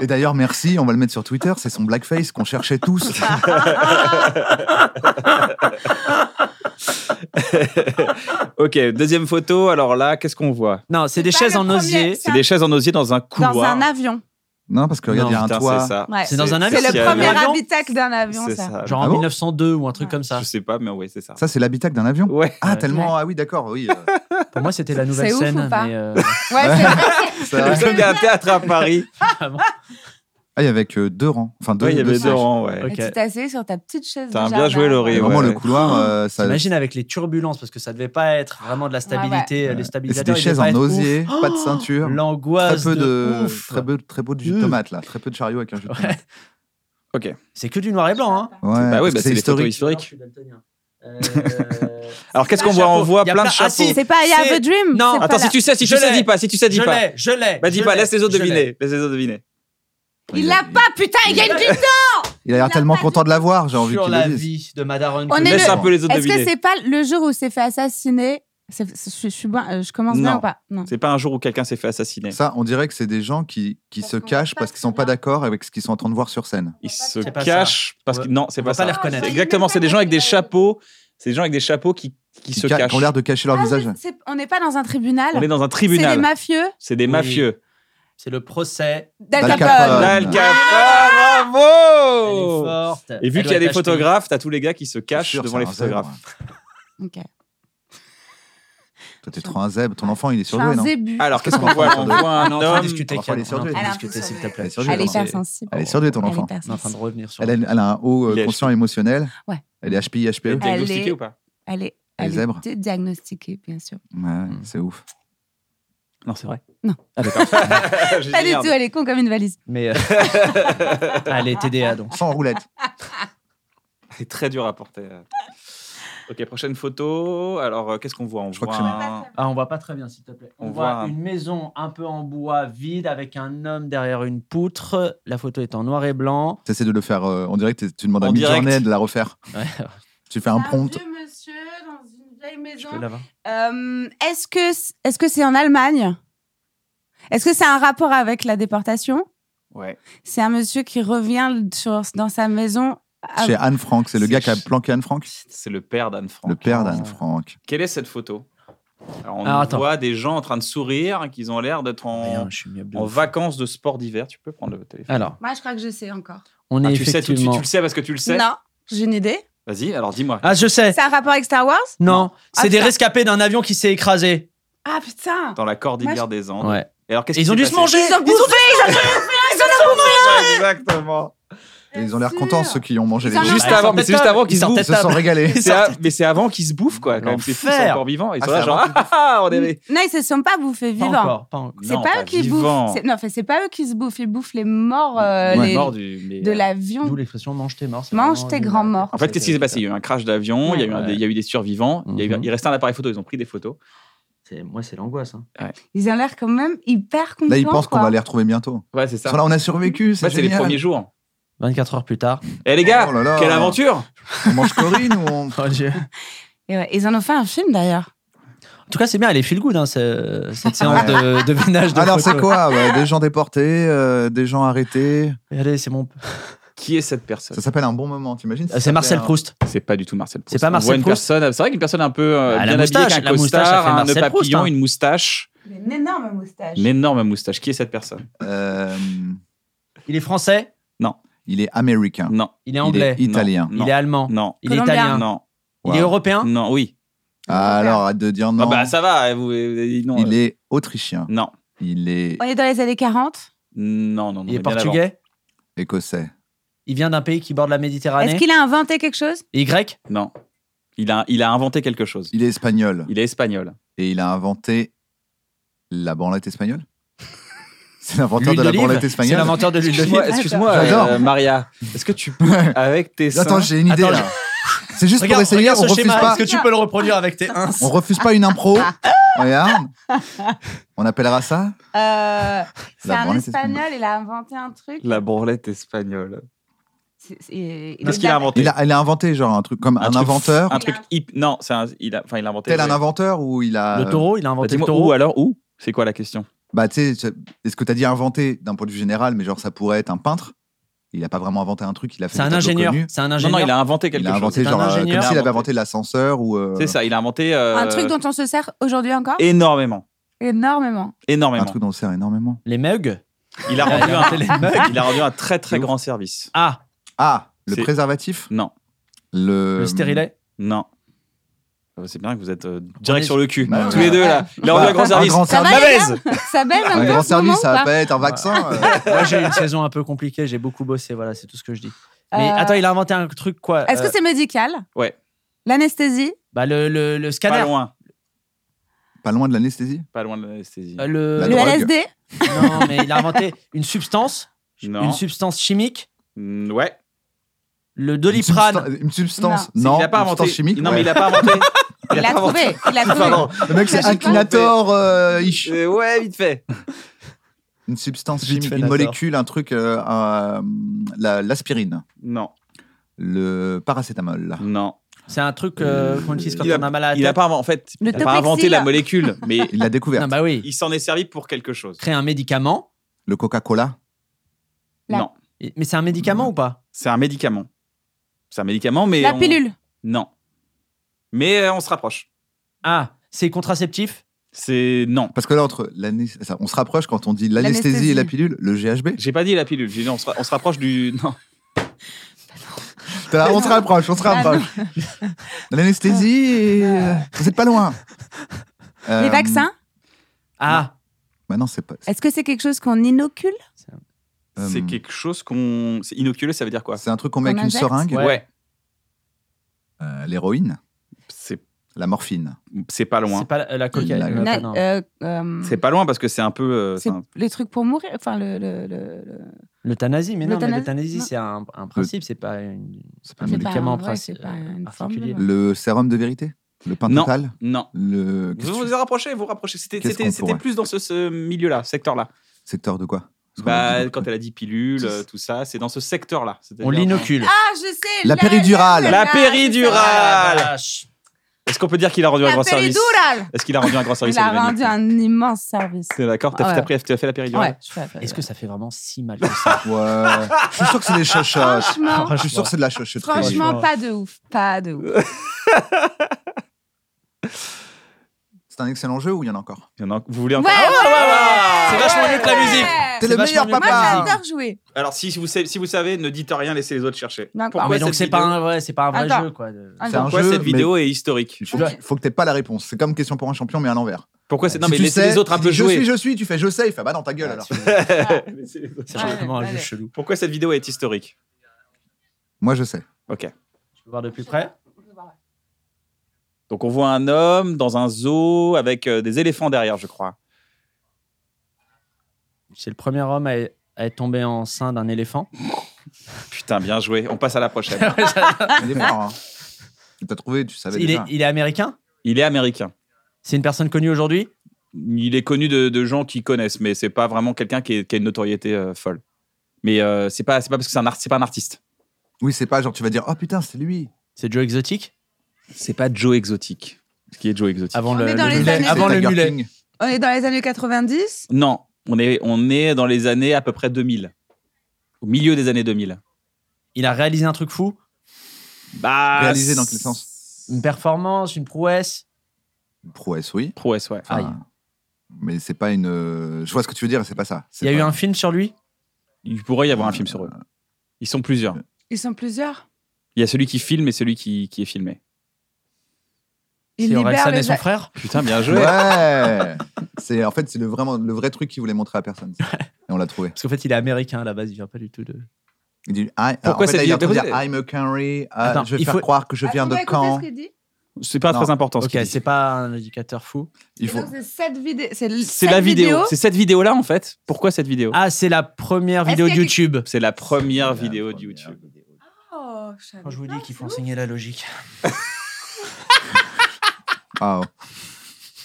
Speaker 2: Et d'ailleurs merci, on va le mettre sur Twitter, c'est son blackface qu'on cherchait tous.
Speaker 3: ok, deuxième photo. Alors là, qu'est-ce qu'on voit
Speaker 4: Non, c'est
Speaker 5: C'est
Speaker 4: des
Speaker 5: pas
Speaker 4: chaises
Speaker 5: le
Speaker 4: en
Speaker 5: premier,
Speaker 4: osier.
Speaker 5: c'est
Speaker 3: C'est des chaises en osier dans un
Speaker 5: Dans
Speaker 3: couloir.
Speaker 5: un avion.
Speaker 2: Non, parce que regarde, il y a un
Speaker 3: Putain,
Speaker 2: toit.
Speaker 3: c'est ça.
Speaker 5: Ouais.
Speaker 4: C'est dans un avion,
Speaker 5: C'est le
Speaker 4: c'est, euh,
Speaker 5: premier
Speaker 4: l'avion.
Speaker 5: habitacle d'un avion,
Speaker 3: C'est
Speaker 5: ça.
Speaker 3: ça.
Speaker 4: Genre
Speaker 2: Ah
Speaker 4: en
Speaker 2: bon
Speaker 4: 1902 ou un truc
Speaker 5: Ouais.
Speaker 4: comme ça.
Speaker 3: Je sais pas, mais ouais, c'est ça.
Speaker 2: Ça, c'est l'habitacle d'un avion
Speaker 3: Ouais.
Speaker 2: Ah,
Speaker 4: Ouais.
Speaker 2: tellement. Ah oui, d'accord, oui. euh,
Speaker 4: Pour moi, c'était la nouvelle
Speaker 5: C'est ouf ou
Speaker 4: scène.
Speaker 5: pas
Speaker 4: mais, euh,
Speaker 5: Ouais, c'est vrai.
Speaker 2: c'est
Speaker 3: Le
Speaker 2: vrai.
Speaker 3: club d'un théâtre à Paris.
Speaker 4: vraiment.
Speaker 2: Ah, il y avait que deux rangs. Enfin, deux.
Speaker 3: Ouais, il y
Speaker 2: deux
Speaker 3: avait
Speaker 2: sièges.
Speaker 3: deux rangs, ouais.
Speaker 4: Ok.
Speaker 5: Et tu t'asseyais sur ta petite chaise.
Speaker 3: T'as
Speaker 5: de
Speaker 3: bien
Speaker 5: jardin.
Speaker 3: joué, Laurie,
Speaker 2: Et
Speaker 3: ouais.
Speaker 2: Vraiment, le couloir, euh, ça.
Speaker 4: T'imagines avec les turbulences, parce que ça devait pas être vraiment de la stabilité, euh, les
Speaker 2: Et C'est
Speaker 4: stabilisateurs.
Speaker 2: des
Speaker 4: ils
Speaker 2: chaises
Speaker 4: devaient
Speaker 2: en
Speaker 4: pas être
Speaker 2: osier,
Speaker 4: ouf.
Speaker 2: pas de
Speaker 4: Oh,
Speaker 2: ceinture. Très
Speaker 4: L'angoisse
Speaker 2: peu de,
Speaker 4: ouf.
Speaker 2: très peu, très peu de jus de
Speaker 4: Ugh.
Speaker 2: tomate là, très peu de chariot avec un jus de
Speaker 4: Ouais.
Speaker 2: tomate.
Speaker 4: C'est que du noir et blanc. Hein.
Speaker 2: Ouais,
Speaker 3: Bah oui,
Speaker 2: parce
Speaker 3: bah,
Speaker 2: que
Speaker 3: c'est les photos historiques.
Speaker 4: Euh,
Speaker 3: Alors qu'est-ce
Speaker 4: Plein
Speaker 3: qu'on voit
Speaker 4: de
Speaker 3: On
Speaker 4: chapeaux.
Speaker 3: voit
Speaker 4: Il y a
Speaker 3: plein de
Speaker 4: plein- ah,
Speaker 3: chapeaux.
Speaker 4: si,
Speaker 5: C'est pas I Have
Speaker 4: C'est-
Speaker 5: a Dream.
Speaker 4: Non.
Speaker 5: c'est pas
Speaker 3: Attends, si
Speaker 5: là.
Speaker 3: tu sais, si tu
Speaker 4: Je
Speaker 3: sais,
Speaker 4: l'ai.
Speaker 3: dis pas. Si tu sais, dis
Speaker 4: Je
Speaker 3: pas.
Speaker 4: l'ai, je l'ai.
Speaker 3: Bah dis
Speaker 4: je
Speaker 3: pas,
Speaker 4: l'ai,
Speaker 3: laisse les autres
Speaker 4: je l'ai.
Speaker 3: deviner. Laisse les autres deviner.
Speaker 5: Il l'a pas, putain, il gagne du temps.
Speaker 2: Il a l'air
Speaker 5: Il a
Speaker 2: tellement
Speaker 5: pas
Speaker 2: content de l'avoir, j'ai envie
Speaker 4: Sur
Speaker 2: qu'il
Speaker 4: la
Speaker 2: le dise.
Speaker 4: vie de Madaron.
Speaker 5: On est
Speaker 3: Laisse
Speaker 5: le-
Speaker 3: un peu les autres
Speaker 5: Est-ce que
Speaker 3: deviner.
Speaker 5: c'est pas le jour où s'est fait assassiner C'est- Je je suis bien, euh, je commence bien
Speaker 3: Non.
Speaker 5: ou pas Non.
Speaker 3: C'est pas un jour où quelqu'un s'est fait assassiner.
Speaker 2: Ça, on dirait que c'est des gens qui, qui
Speaker 5: Parce
Speaker 2: se
Speaker 5: qu'on
Speaker 2: cachent
Speaker 5: voit pas
Speaker 2: parce qu'ils sont
Speaker 5: ceux-là.
Speaker 2: pas d'accord avec ce qu'ils sont en train de voir sur scène.
Speaker 3: Ils se
Speaker 4: C'est pas ça.
Speaker 3: cachent parce que
Speaker 4: Ouais.
Speaker 3: non, c'est
Speaker 4: On
Speaker 3: pas
Speaker 4: va pas
Speaker 3: ça.
Speaker 4: les reconnaître.
Speaker 3: C'est Exactement, c'est des gens avec des chapeaux, c'est des gens avec des chapeaux qui qui
Speaker 2: Qui,
Speaker 3: se
Speaker 2: ca-
Speaker 3: cachent.
Speaker 2: qui ont l'air de cacher leur
Speaker 5: Ah oui,
Speaker 2: visage.
Speaker 5: c'est- on n'est pas dans un tribunal.
Speaker 3: On est dans un
Speaker 5: C'est les
Speaker 3: tribunal.
Speaker 5: mafieux
Speaker 3: C'est des
Speaker 4: Oui.
Speaker 3: mafieux.
Speaker 4: C'est le procès.
Speaker 5: d'Al
Speaker 2: D'Al
Speaker 5: Capone.
Speaker 2: Capone.
Speaker 3: Al
Speaker 2: Ah.
Speaker 3: Capone,
Speaker 4: Elle est
Speaker 3: bravo
Speaker 4: forte.
Speaker 3: Et vu qu'il y a
Speaker 4: Elle
Speaker 3: des
Speaker 4: doit être achetée.
Speaker 3: photographes, t'as tous les gars qui se
Speaker 2: Je suis
Speaker 3: cachent
Speaker 2: sûr,
Speaker 3: devant
Speaker 2: c'est
Speaker 3: les
Speaker 2: un zèbre.
Speaker 3: photographes.
Speaker 5: Ok.
Speaker 2: Toi, t'es trop un zèbre. Ton enfant, il est
Speaker 5: Je suis un
Speaker 2: surjoué, non
Speaker 5: zébu.
Speaker 3: Alors qu'est-ce
Speaker 2: On
Speaker 3: qu'on voit On
Speaker 2: est en
Speaker 3: voit un
Speaker 4: On est en train de
Speaker 3: homme.
Speaker 4: discuter,
Speaker 2: on va
Speaker 4: Kian, on
Speaker 2: les
Speaker 4: est en train de
Speaker 5: surveiller.
Speaker 4: discuter, s'il te plaît.
Speaker 2: Elle est surdouée,
Speaker 5: Elle est
Speaker 2: ton enfant.
Speaker 5: hypersensible.
Speaker 2: Elle est surdouée, ton
Speaker 5: Elle est
Speaker 2: enfant.
Speaker 4: On est en train de
Speaker 5: hypersensible.
Speaker 4: revenir sur.
Speaker 2: Elle a, une- elle a un haut
Speaker 3: Il est
Speaker 2: euh, conscient émotionnel.
Speaker 5: Ouais.
Speaker 2: Elle est HPI, HPE.
Speaker 3: T'es
Speaker 2: Ouais,
Speaker 5: Elle
Speaker 3: diagnostiqué
Speaker 5: est-
Speaker 3: ou pas
Speaker 5: Elle est, elle est
Speaker 2: zèbres.
Speaker 5: di- diagnostiquée, bien sûr.
Speaker 2: ouais, c'est ouf.
Speaker 3: Non, c'est vrai.
Speaker 5: Non.
Speaker 3: Ah d'accord. J'ai dit
Speaker 5: Pas du
Speaker 3: merde.
Speaker 5: tout, elle est con comme une valise.
Speaker 4: Mais euh, elle est TDA donc.
Speaker 2: Sans roulette.
Speaker 3: C'est très dur à porter. Ok, prochaine photo. Alors, euh, qu'est-ce qu'on voit On
Speaker 2: Je crois
Speaker 3: voit
Speaker 2: que
Speaker 3: un...
Speaker 4: Ah, on voit pas très bien, s'il te plaît. On,
Speaker 3: On
Speaker 4: voit,
Speaker 3: voit un-
Speaker 4: une maison un peu en bois vide avec un homme derrière une poutre. La photo est en noir et blanc.
Speaker 2: T'essaies de le faire. euh, on dirait que t'es- tu demandes à
Speaker 3: En direct.
Speaker 2: Midjourney de la refaire.
Speaker 4: Ouais,
Speaker 2: Tu fais un
Speaker 5: Ah
Speaker 2: prompt.
Speaker 5: vieux monsieur dans une vieille
Speaker 4: je
Speaker 5: maison.
Speaker 4: peux l'avoir.
Speaker 5: Euh, est-ce que c- est-ce que c'est en Allemagne Est-ce que c'est un rapport avec la déportation
Speaker 3: Ouais.
Speaker 5: C'est un monsieur qui revient sur, dans sa maison. à-
Speaker 2: Chez Anne Frank. C'est le
Speaker 3: C'est
Speaker 2: gars qui a
Speaker 3: ch-
Speaker 2: planqué Anne Frank.
Speaker 3: C'est le père d'Anne Frank.
Speaker 2: Le père d'Anne Frank.
Speaker 3: Quelle est cette photo Alors, on
Speaker 4: Ah, attends.
Speaker 3: voit des gens en train de sourire, qu'ils ont l'air d'être en,
Speaker 4: Rien, je suis mieux de
Speaker 3: en
Speaker 4: ouf.
Speaker 3: vacances de sport d'hiver. Tu peux prendre le téléphone.
Speaker 4: Alors,
Speaker 5: Moi, je crois que je sais encore.
Speaker 4: on
Speaker 3: Ah,
Speaker 4: est
Speaker 3: tu sais tout de suite.
Speaker 4: effectivement.
Speaker 3: Tu le sais parce que tu le sais.
Speaker 5: Non, j'ai une idée.
Speaker 3: Vas-y, alors dis-moi.
Speaker 4: Ah, je sais.
Speaker 5: C'est un rapport avec Star Wars
Speaker 4: Non, c'est
Speaker 5: Ah,
Speaker 4: des
Speaker 5: putain.
Speaker 4: rescapés d'un avion qui s'est écrasé.
Speaker 5: Ah putain
Speaker 3: Dans la cordillère des Andes.
Speaker 4: Ouais.
Speaker 3: Et alors, qu'est-ce
Speaker 4: Ils
Speaker 3: qui
Speaker 4: ont
Speaker 3: s'est
Speaker 4: dû se
Speaker 3: passé
Speaker 4: manger.
Speaker 5: Ils ont bouffé, ils ont
Speaker 4: hein
Speaker 3: Ouais, Exactement.
Speaker 2: Et ils ont l'air contents, ceux qui ont mangé
Speaker 5: Ils
Speaker 2: les
Speaker 5: en ont
Speaker 2: deux.
Speaker 3: Juste
Speaker 4: Ah, ils
Speaker 3: avant,
Speaker 4: sortaient
Speaker 3: mais c'est
Speaker 4: de
Speaker 3: juste
Speaker 4: table.
Speaker 3: avant qu'ils
Speaker 4: Ils
Speaker 3: se
Speaker 4: sortaient
Speaker 3: bouffent.
Speaker 2: Ils se sont
Speaker 5: hein.
Speaker 2: régalés.
Speaker 3: C'est à- mais c'est avant qu'ils se bouffent, quoi. Quand même, c'est fou, ils sont
Speaker 4: L'enfer.
Speaker 3: encore vivants. Ils
Speaker 2: Ah,
Speaker 3: sont là,
Speaker 2: c'est
Speaker 3: genre,
Speaker 2: avant.
Speaker 3: ah, ah, on est.
Speaker 5: Non, ils se sont pas bouffés
Speaker 4: Pas
Speaker 5: vivants.
Speaker 4: encore, pas encore.
Speaker 5: C'est
Speaker 3: Non,
Speaker 5: pas, eux qui
Speaker 3: vivants.
Speaker 5: bouffent. c'est- Non, enfin, c'est pas eux qui se bouffent. Ils bouffent les morts euh,
Speaker 2: Ouais.
Speaker 5: les-
Speaker 3: Morts du- mais,
Speaker 5: de
Speaker 3: euh,
Speaker 5: l'avion.
Speaker 4: D'où l'expression mange tes morts. c'est
Speaker 5: Mmh. Mange
Speaker 4: vraiment
Speaker 5: tes
Speaker 4: une-
Speaker 5: grands morts.
Speaker 3: En fait, qu'est-ce qui s'est passé Il y a eu un crash d'avion, il y a eu un-
Speaker 4: Ouais.
Speaker 3: des- il y, a eu des survivants, il, y a eu-
Speaker 4: Mhm.
Speaker 3: il restait un appareil photo, ils ont pris des photos.
Speaker 4: C'est- Moi, c'est l'angoisse. hein.
Speaker 5: Ils ont l'air quand même hyper contents.
Speaker 2: Là, ils pensent qu'on
Speaker 5: quoi.
Speaker 2: va les retrouver bientôt.
Speaker 3: Ouais, c'est
Speaker 2: Ils
Speaker 3: ça.
Speaker 2: sont là, on a survécu.
Speaker 3: Ouais,
Speaker 2: C'est
Speaker 3: c'est les
Speaker 2: génial.
Speaker 3: premiers jours.
Speaker 4: 24 heures plus tard.
Speaker 3: Eh les gars,
Speaker 2: Oh là là.
Speaker 3: quelle aventure
Speaker 2: On mange Corinne ou on.
Speaker 4: Oh, Dieu.
Speaker 5: Et ouais, Ils en ont fait un film d'ailleurs.
Speaker 4: En tout cas, c'est bien, elle est feel good, hein, ce- cette séance de, de ménage de
Speaker 2: Alors,
Speaker 4: photos.
Speaker 2: c'est quoi ouais, Des gens déportés, euh, des gens arrêtés.
Speaker 4: Regardez, c'est mon. euh,
Speaker 3: Qui est cette personne
Speaker 2: Ça s'appelle un bon moment, t'imagines
Speaker 3: Ah,
Speaker 4: C'est Marcel
Speaker 2: Proust.
Speaker 4: Proust.
Speaker 3: C'est pas du tout Marcel Proust.
Speaker 4: C'est pas
Speaker 3: On
Speaker 4: Marcel
Speaker 3: voit une
Speaker 4: Proust
Speaker 3: personne, c'est vrai qu'une personne un peu euh,
Speaker 4: Bah, la
Speaker 3: bien habillée,
Speaker 4: moustache,
Speaker 3: avec un
Speaker 4: la moustache, ça
Speaker 3: costard,
Speaker 4: fait
Speaker 3: un nœud
Speaker 4: Marcel
Speaker 3: papillon,
Speaker 4: Proust, hein.
Speaker 3: une moustache,
Speaker 5: Une énorme moustache.
Speaker 3: une énorme moustache. Qui est cette personne
Speaker 4: Il est français,
Speaker 2: Euh, il est américain.
Speaker 3: Non,
Speaker 4: il est anglais,
Speaker 2: Il est italien.
Speaker 4: il est allemand,
Speaker 3: non,
Speaker 4: il est
Speaker 5: Colombien.
Speaker 4: italien,
Speaker 3: non,
Speaker 4: il est
Speaker 2: Wow.
Speaker 4: européen,
Speaker 3: non, oui.
Speaker 2: Ah, alors, arrête de dire non.
Speaker 3: Ah bah ça va, vous, vous avez dit non. euh,
Speaker 2: il est autrichien.
Speaker 3: Non,
Speaker 2: Il est
Speaker 5: On est dans les années 40.
Speaker 3: non, non. non,
Speaker 4: il est
Speaker 3: bien avant.
Speaker 4: portugais,
Speaker 2: écossais.
Speaker 4: il vient d'un pays qui borde la
Speaker 5: Est-ce
Speaker 4: Méditerranée,
Speaker 5: qu'il a inventé quelque chose
Speaker 4: il est grec,
Speaker 3: Non, il a, il a inventé quelque chose.
Speaker 2: Il est espagnol.
Speaker 3: Il est espagnol.
Speaker 2: Et il a inventé la branlette espagnole. C'est l'inventeur
Speaker 4: L'huile
Speaker 2: de la
Speaker 4: d'olive,
Speaker 2: branlette
Speaker 4: c'est
Speaker 2: espagnole.
Speaker 4: l'inventeur de l'huile
Speaker 3: Excuse-moi,
Speaker 4: d'olive. Ah,
Speaker 3: excuse-moi,
Speaker 2: J'adore.
Speaker 3: euh, Maria. Est-ce que tu peux, avec tes
Speaker 2: Attends,
Speaker 3: seins-
Speaker 2: j'ai une idée
Speaker 4: Attends,
Speaker 2: là. C'est juste pour
Speaker 4: Regarde,
Speaker 2: essayer,
Speaker 4: regarde
Speaker 2: on
Speaker 4: ce
Speaker 2: refuse
Speaker 4: schéma,
Speaker 2: pas.
Speaker 4: est-ce que tu peux le reproduire avec
Speaker 3: Ah.
Speaker 4: tes uns
Speaker 2: On refuse pas une impro. Regarde. On appellera ça
Speaker 5: Euh, C'est
Speaker 2: La
Speaker 5: un
Speaker 2: branlette
Speaker 5: espagnol, il a inventé un truc.
Speaker 3: La branlette espagnole.
Speaker 5: C'est- c'est- il- il
Speaker 3: Qu'est-ce
Speaker 5: est
Speaker 3: qu'il a
Speaker 5: là-
Speaker 3: inventé
Speaker 2: il a, il a inventé genre un truc comme un,
Speaker 3: truc-
Speaker 2: inventeur.
Speaker 3: Un truc hip. Non, c'est un- il a, enfin, il a inventé.
Speaker 2: Tel un
Speaker 3: ouais.
Speaker 2: inventeur ou il a.
Speaker 4: Le taureau, il a
Speaker 3: Bah,
Speaker 4: inventé le
Speaker 3: dis-moi,
Speaker 4: taureau.
Speaker 3: où alors Où C'est quoi la question
Speaker 2: Bah, tu sais, est-ce que tu as dit inventé d'un point de vue général, mais genre ça pourrait être un peintre Il n'a pas vraiment inventé un truc, il a fait
Speaker 4: C'est un
Speaker 2: des tableaux
Speaker 4: ingénieur,
Speaker 2: connus.
Speaker 4: c'est un
Speaker 3: Non, non, il
Speaker 4: ingénieur.
Speaker 3: a inventé quelque
Speaker 2: Il a inventé
Speaker 4: C'est un
Speaker 2: genre euh,
Speaker 4: ingénieur.
Speaker 2: comme s'il
Speaker 3: Inventé.
Speaker 2: avait inventé l'ascenseur ou. euh,
Speaker 3: chose. C'est ça, il a inventé. euh,
Speaker 5: Un truc dont on se sert aujourd'hui encore
Speaker 3: Énormément.
Speaker 5: Énormément.
Speaker 2: Un
Speaker 3: Énormément.
Speaker 2: truc dont on sert énormément.
Speaker 4: Les mugs,
Speaker 3: Il a rendu un, il a rendu un très très
Speaker 4: De ouf.
Speaker 3: grand service.
Speaker 4: Ah,
Speaker 2: Ah, le
Speaker 3: C'est-
Speaker 2: préservatif
Speaker 3: Non,
Speaker 2: Le,
Speaker 3: Euh,
Speaker 4: le stérilet
Speaker 3: non. Euh, C'est bien que vous êtes euh,
Speaker 4: On est-
Speaker 3: direct sur le cul.
Speaker 2: Bah,
Speaker 3: Tous les
Speaker 2: ouais.
Speaker 3: deux là. Il a rendu
Speaker 2: Bah,
Speaker 3: un grand service.
Speaker 2: grand
Speaker 5: Ça va,
Speaker 2: service.
Speaker 5: les
Speaker 3: Mauvaise
Speaker 5: gars Ça baise un
Speaker 2: Un
Speaker 5: peu en
Speaker 2: grand
Speaker 5: ce moment
Speaker 2: service,
Speaker 5: ou
Speaker 2: ça va
Speaker 5: pas
Speaker 2: pas être un vaccin. euh.
Speaker 4: Moi, j'ai une saison un peu compliquée, j'ai beaucoup bossé, voilà, c'est tout ce que je dis. Mais
Speaker 5: Euh,
Speaker 4: attends, il a inventé un truc quoi
Speaker 5: Est-ce
Speaker 4: euh,
Speaker 5: que c'est médical
Speaker 3: Ouais.
Speaker 5: L'anesthésie
Speaker 4: bah, le, le, le scanner
Speaker 3: Pas loin.
Speaker 2: Pas loin de l'anesthésie
Speaker 3: Pas loin de l'anesthésie.
Speaker 4: euh, le...
Speaker 2: La
Speaker 5: Le
Speaker 2: drogue.
Speaker 5: LSD
Speaker 4: Non, mais il a inventé une substance,
Speaker 3: Non.
Speaker 4: une substance chimique,
Speaker 3: Mm, Ouais.
Speaker 4: le
Speaker 2: Une
Speaker 4: doliprane.
Speaker 2: substan- Une substance.
Speaker 3: C'est
Speaker 2: Non,
Speaker 3: qu'il a pas
Speaker 2: une
Speaker 3: inventé.
Speaker 2: substance chimique.
Speaker 3: non,
Speaker 2: ouais.
Speaker 3: mais il a pas inventé.
Speaker 5: Il l'a
Speaker 3: pas inventé.
Speaker 5: trouvé Il l'a trouvé
Speaker 3: Pardon.
Speaker 2: Le mec,
Speaker 5: Je
Speaker 2: c'est
Speaker 5: sais pas.
Speaker 2: inclinator. euh, ish.
Speaker 3: Euh, ouais, vite fait.
Speaker 2: Une substance
Speaker 4: Vite
Speaker 2: chimique,
Speaker 4: fait,
Speaker 2: une
Speaker 4: d'accord.
Speaker 2: molécule, un truc. euh, euh, la- L'aspirine.
Speaker 3: Non,
Speaker 2: Le paracétamol.
Speaker 3: non.
Speaker 4: C'est un truc euh, qu'on utilise quand
Speaker 3: Il a-
Speaker 4: on a mal à la
Speaker 3: Il a
Speaker 4: tête.
Speaker 3: pas, inven- en fait, il
Speaker 5: Le
Speaker 3: a pas
Speaker 5: Toplexil.
Speaker 3: inventé la molécule, mais
Speaker 2: Il l'a découvert.
Speaker 4: Non, bah oui.
Speaker 3: il s'en est servi pour quelque chose.
Speaker 4: Créer un médicament.
Speaker 2: Le Coca-Cola.
Speaker 5: La-
Speaker 3: Non,
Speaker 4: Et- Mais c'est un médicament
Speaker 2: Ouais.
Speaker 4: ou pas
Speaker 3: c'est un médicament. C'est un médicament, mais
Speaker 5: La
Speaker 3: on-
Speaker 5: pilule
Speaker 3: Non, mais euh, on se rapproche.
Speaker 4: Ah, c'est contraceptif
Speaker 3: C'est non.
Speaker 2: Parce que là, entre l'ané- ça, on se rapproche quand on dit l'anesthésie et la
Speaker 5: L'anesthésie.
Speaker 2: pilule, le GHB.
Speaker 3: J'ai pas dit la pilule. J'ai dit non, on se, ra- on se rapproche du. Non.
Speaker 2: T'as- On se rapproche, on se
Speaker 5: Ah,
Speaker 2: rapproche. L'anesthésie, et, euh, vous êtes pas loin.
Speaker 5: Les
Speaker 2: Euh,
Speaker 5: vaccins
Speaker 4: Ah,
Speaker 2: Bah non, c'est pas.
Speaker 5: Est-ce que c'est quelque chose qu'on inocule
Speaker 2: euh,
Speaker 3: C'est quelque chose qu'on. C'est inoculé, ça veut dire quoi
Speaker 2: C'est un truc qu'on met
Speaker 5: Qu'on
Speaker 2: avec une
Speaker 5: injecte
Speaker 2: seringue.
Speaker 4: Ouais.
Speaker 2: Euh, L'héroïne,
Speaker 3: C'est
Speaker 2: la morphine.
Speaker 3: c'est pas loin.
Speaker 4: c'est pas la, euh, la cocaïne.
Speaker 2: La-
Speaker 4: euh,
Speaker 5: Na-
Speaker 4: non.
Speaker 5: euh, euh,
Speaker 3: C'est pas loin parce que c'est un peu. euh,
Speaker 5: c'est
Speaker 3: c'est un-
Speaker 5: les trucs pour mourir Enfin, le, le, le- le-
Speaker 4: L'euthanasie, mais non, mais
Speaker 5: L'euthanasie,
Speaker 4: l'euthanasie,
Speaker 5: non.
Speaker 4: c'est un, un principe, c'est pas une-
Speaker 2: C'est
Speaker 4: un
Speaker 5: Ah, c'est
Speaker 2: pas médical.
Speaker 4: médicament
Speaker 5: un vrai,
Speaker 4: princi-
Speaker 5: c'est pas une
Speaker 4: particulier.
Speaker 5: formule.
Speaker 2: Le sérum de vérité, le pain
Speaker 3: Non.
Speaker 2: total,
Speaker 3: Non.
Speaker 2: le qu'est-ce
Speaker 3: Vous
Speaker 2: que tu-
Speaker 3: vous rapprochez, vous rapprochez. C'était
Speaker 2: Qu'est-ce
Speaker 3: c'était-
Speaker 2: qu'on
Speaker 3: c'était
Speaker 2: pourrait
Speaker 3: plus dans ce, ce milieu-là, secteur-là.
Speaker 2: secteur de quoi Parce qu'on a
Speaker 3: Bah,
Speaker 2: dit-
Speaker 3: quand elle a dit pilule, euh, tout ça, c'est dans ce secteur-là. C'est-à-dire
Speaker 4: On l'inocule.
Speaker 5: Ah, je sais
Speaker 2: La
Speaker 5: là,
Speaker 2: péridurale.
Speaker 5: là,
Speaker 3: La
Speaker 5: là,
Speaker 3: péridurale.
Speaker 4: Ah, la vache.
Speaker 3: dans- euh, Est-ce qu'on peut dire qu'il a rendu
Speaker 5: c'est ça.
Speaker 3: un grand
Speaker 5: La
Speaker 3: service
Speaker 5: péridurale
Speaker 3: Est-ce qu'il a rendu un grand service
Speaker 5: Il
Speaker 3: à
Speaker 5: a rendu
Speaker 3: l'humanité
Speaker 5: un immense service.
Speaker 3: T'es d'accord T'as
Speaker 5: Ouais.
Speaker 3: t'as pris- t'as fait la péridurale
Speaker 5: Ouais, je fais la
Speaker 4: Est-ce que ça fait vraiment si mal que ça
Speaker 2: Ouais. Je suis sûr que c'est des chochottes.
Speaker 5: Franchement,
Speaker 2: Je suis sûr que c'est de la chochotte.
Speaker 5: franchement, pas de ouf. Pas de ouf.
Speaker 2: C'est un excellent jeu ou il y en a encore
Speaker 3: Il y en a- Vous voulez
Speaker 5: Ouais,
Speaker 3: encore Ah,
Speaker 5: ouais,
Speaker 3: C'est vachement mieux que la musique.
Speaker 2: T'es
Speaker 5: musique
Speaker 2: le
Speaker 4: vachement
Speaker 2: meilleur
Speaker 4: mieux que la
Speaker 5: Moi,
Speaker 2: papa.
Speaker 5: j'adore jouer.
Speaker 3: Alors, si vous, savez, si vous savez, ne dites rien, laissez les autres chercher.
Speaker 5: D'accord.
Speaker 4: Ah, mais
Speaker 3: cette
Speaker 4: donc c'est
Speaker 3: vidéo-
Speaker 4: pas un vrai, c'est pas un vrai
Speaker 5: Attends.
Speaker 4: jeu quoi. de-
Speaker 5: Ah,
Speaker 2: C'est un
Speaker 5: non.
Speaker 2: jeu.
Speaker 3: Pourquoi cette
Speaker 2: mais-
Speaker 3: vidéo est historique
Speaker 2: Il faut, que- faut que t'aies pas la réponse. C'est comme question pour un champion, mais à l'envers.
Speaker 3: Pourquoi c'est... Non,
Speaker 2: Si
Speaker 3: mais
Speaker 2: tu
Speaker 3: laissez
Speaker 2: sais,
Speaker 3: les autres un
Speaker 2: tu
Speaker 3: peu
Speaker 2: dis, Je
Speaker 3: jouer. Ah,
Speaker 2: suis, je suis, tu fais je sais, il fait bah dans ta gueule alors.
Speaker 3: Laissez les autres.
Speaker 4: C'est vraiment un jeu
Speaker 5: Allez.
Speaker 4: chelou.
Speaker 3: Pourquoi cette vidéo est historique
Speaker 2: Moi je sais.
Speaker 3: Ok.
Speaker 4: Tu peux voir de plus près
Speaker 3: Donc, on voit un homme dans un zoo avec euh, des éléphants derrière, je crois.
Speaker 4: C'est le premier homme à, à être tombé enceinte d'un éléphant.
Speaker 3: Putain, bien joué. On passe à la prochaine. Ah.
Speaker 2: Il est fort. Hein. T'as trouvé, tu savais
Speaker 4: il, est,
Speaker 2: déjà.
Speaker 4: il est américain
Speaker 3: Il est américain.
Speaker 4: C'est une personne connue aujourd'hui
Speaker 3: Il est connu de, de gens qui connaissent, mais c'est pas vraiment quelqu'un qui, est- qui a une notoriété euh, folle. Mais euh, c'est pas c'est pas parce que c'est un art- c'est pas un artiste.
Speaker 2: Oui, c'est pas genre tu vas dire oh putain c'est lui.
Speaker 4: C'est Joe Exotic
Speaker 3: C'est pas Joe Exotic. Ce qui est Joe Exotic.
Speaker 4: Avant
Speaker 5: On
Speaker 4: le,
Speaker 5: est dans
Speaker 4: le
Speaker 5: les
Speaker 4: mulet.
Speaker 5: années-
Speaker 4: Avant
Speaker 2: C'est
Speaker 4: le
Speaker 2: Tiger
Speaker 4: mulet.
Speaker 2: King.
Speaker 5: On est dans les années 90.
Speaker 3: Non, on est on est dans les années à peu près 2000. Au milieu des années 2000.
Speaker 4: Il a réalisé un truc fou
Speaker 3: Bah
Speaker 2: Réalisé dans
Speaker 3: c'est-
Speaker 2: quel sens
Speaker 4: Une performance, une prouesse
Speaker 2: Prouesse, oui.
Speaker 3: Prouesse, ouais.
Speaker 2: Enfin, Mais c'est pas une. euh, Je vois ce que tu veux dire, c'est pas ça.
Speaker 4: Il y a eu un film sur lui
Speaker 3: Il pourrait y avoir un
Speaker 2: Euh,
Speaker 3: film sur eux. Ils sont plusieurs.
Speaker 5: Ils sont plusieurs.
Speaker 3: Il y a celui qui filme et celui qui, qui est filmé.
Speaker 5: Ils
Speaker 4: C'est
Speaker 5: libèrent
Speaker 4: Orelsan et
Speaker 5: les
Speaker 4: son
Speaker 5: a-
Speaker 4: frère
Speaker 3: Putain, bien joué.
Speaker 2: Ouais. c'est en fait c'est le vraiment le vrai truc qu'il voulait montrer à personne. ça. Et on l'a trouvé.
Speaker 4: Parce qu'en fait, il est américain à la base, il vient pas du tout de.
Speaker 2: Il dit I-
Speaker 3: Pourquoi
Speaker 2: en fait, là,
Speaker 3: cette
Speaker 2: il est en
Speaker 3: vidéo-
Speaker 2: train de dire I'm a canary. ah,
Speaker 4: Attends,
Speaker 2: je vais
Speaker 4: il
Speaker 2: faire
Speaker 4: faut-
Speaker 2: croire que je viens
Speaker 5: Attends,
Speaker 2: de
Speaker 5: écoutez
Speaker 2: Caen.
Speaker 5: ce qu'il dit.
Speaker 3: C'est pas
Speaker 2: Non.
Speaker 3: très important ce
Speaker 4: Ok,
Speaker 3: qu'il dit.
Speaker 4: c'est pas un indicateur fou.
Speaker 2: Il
Speaker 5: Et
Speaker 2: faut.
Speaker 5: donc, C'est cette vidéo.
Speaker 3: C'est la vidéo. C'est cette vidéo-là, en fait. Pourquoi cette vidéo
Speaker 4: Ah, c'est la première
Speaker 5: Est-ce
Speaker 4: vidéo
Speaker 5: qu'il y a quelque-
Speaker 4: YouTube.
Speaker 3: C'est la première
Speaker 2: La
Speaker 3: vidéo de
Speaker 2: première
Speaker 3: YouTube.
Speaker 2: vidéo.
Speaker 5: Oh,
Speaker 4: Quand je vous dis qu'il faut enseigner la logique.
Speaker 2: Ah, oh.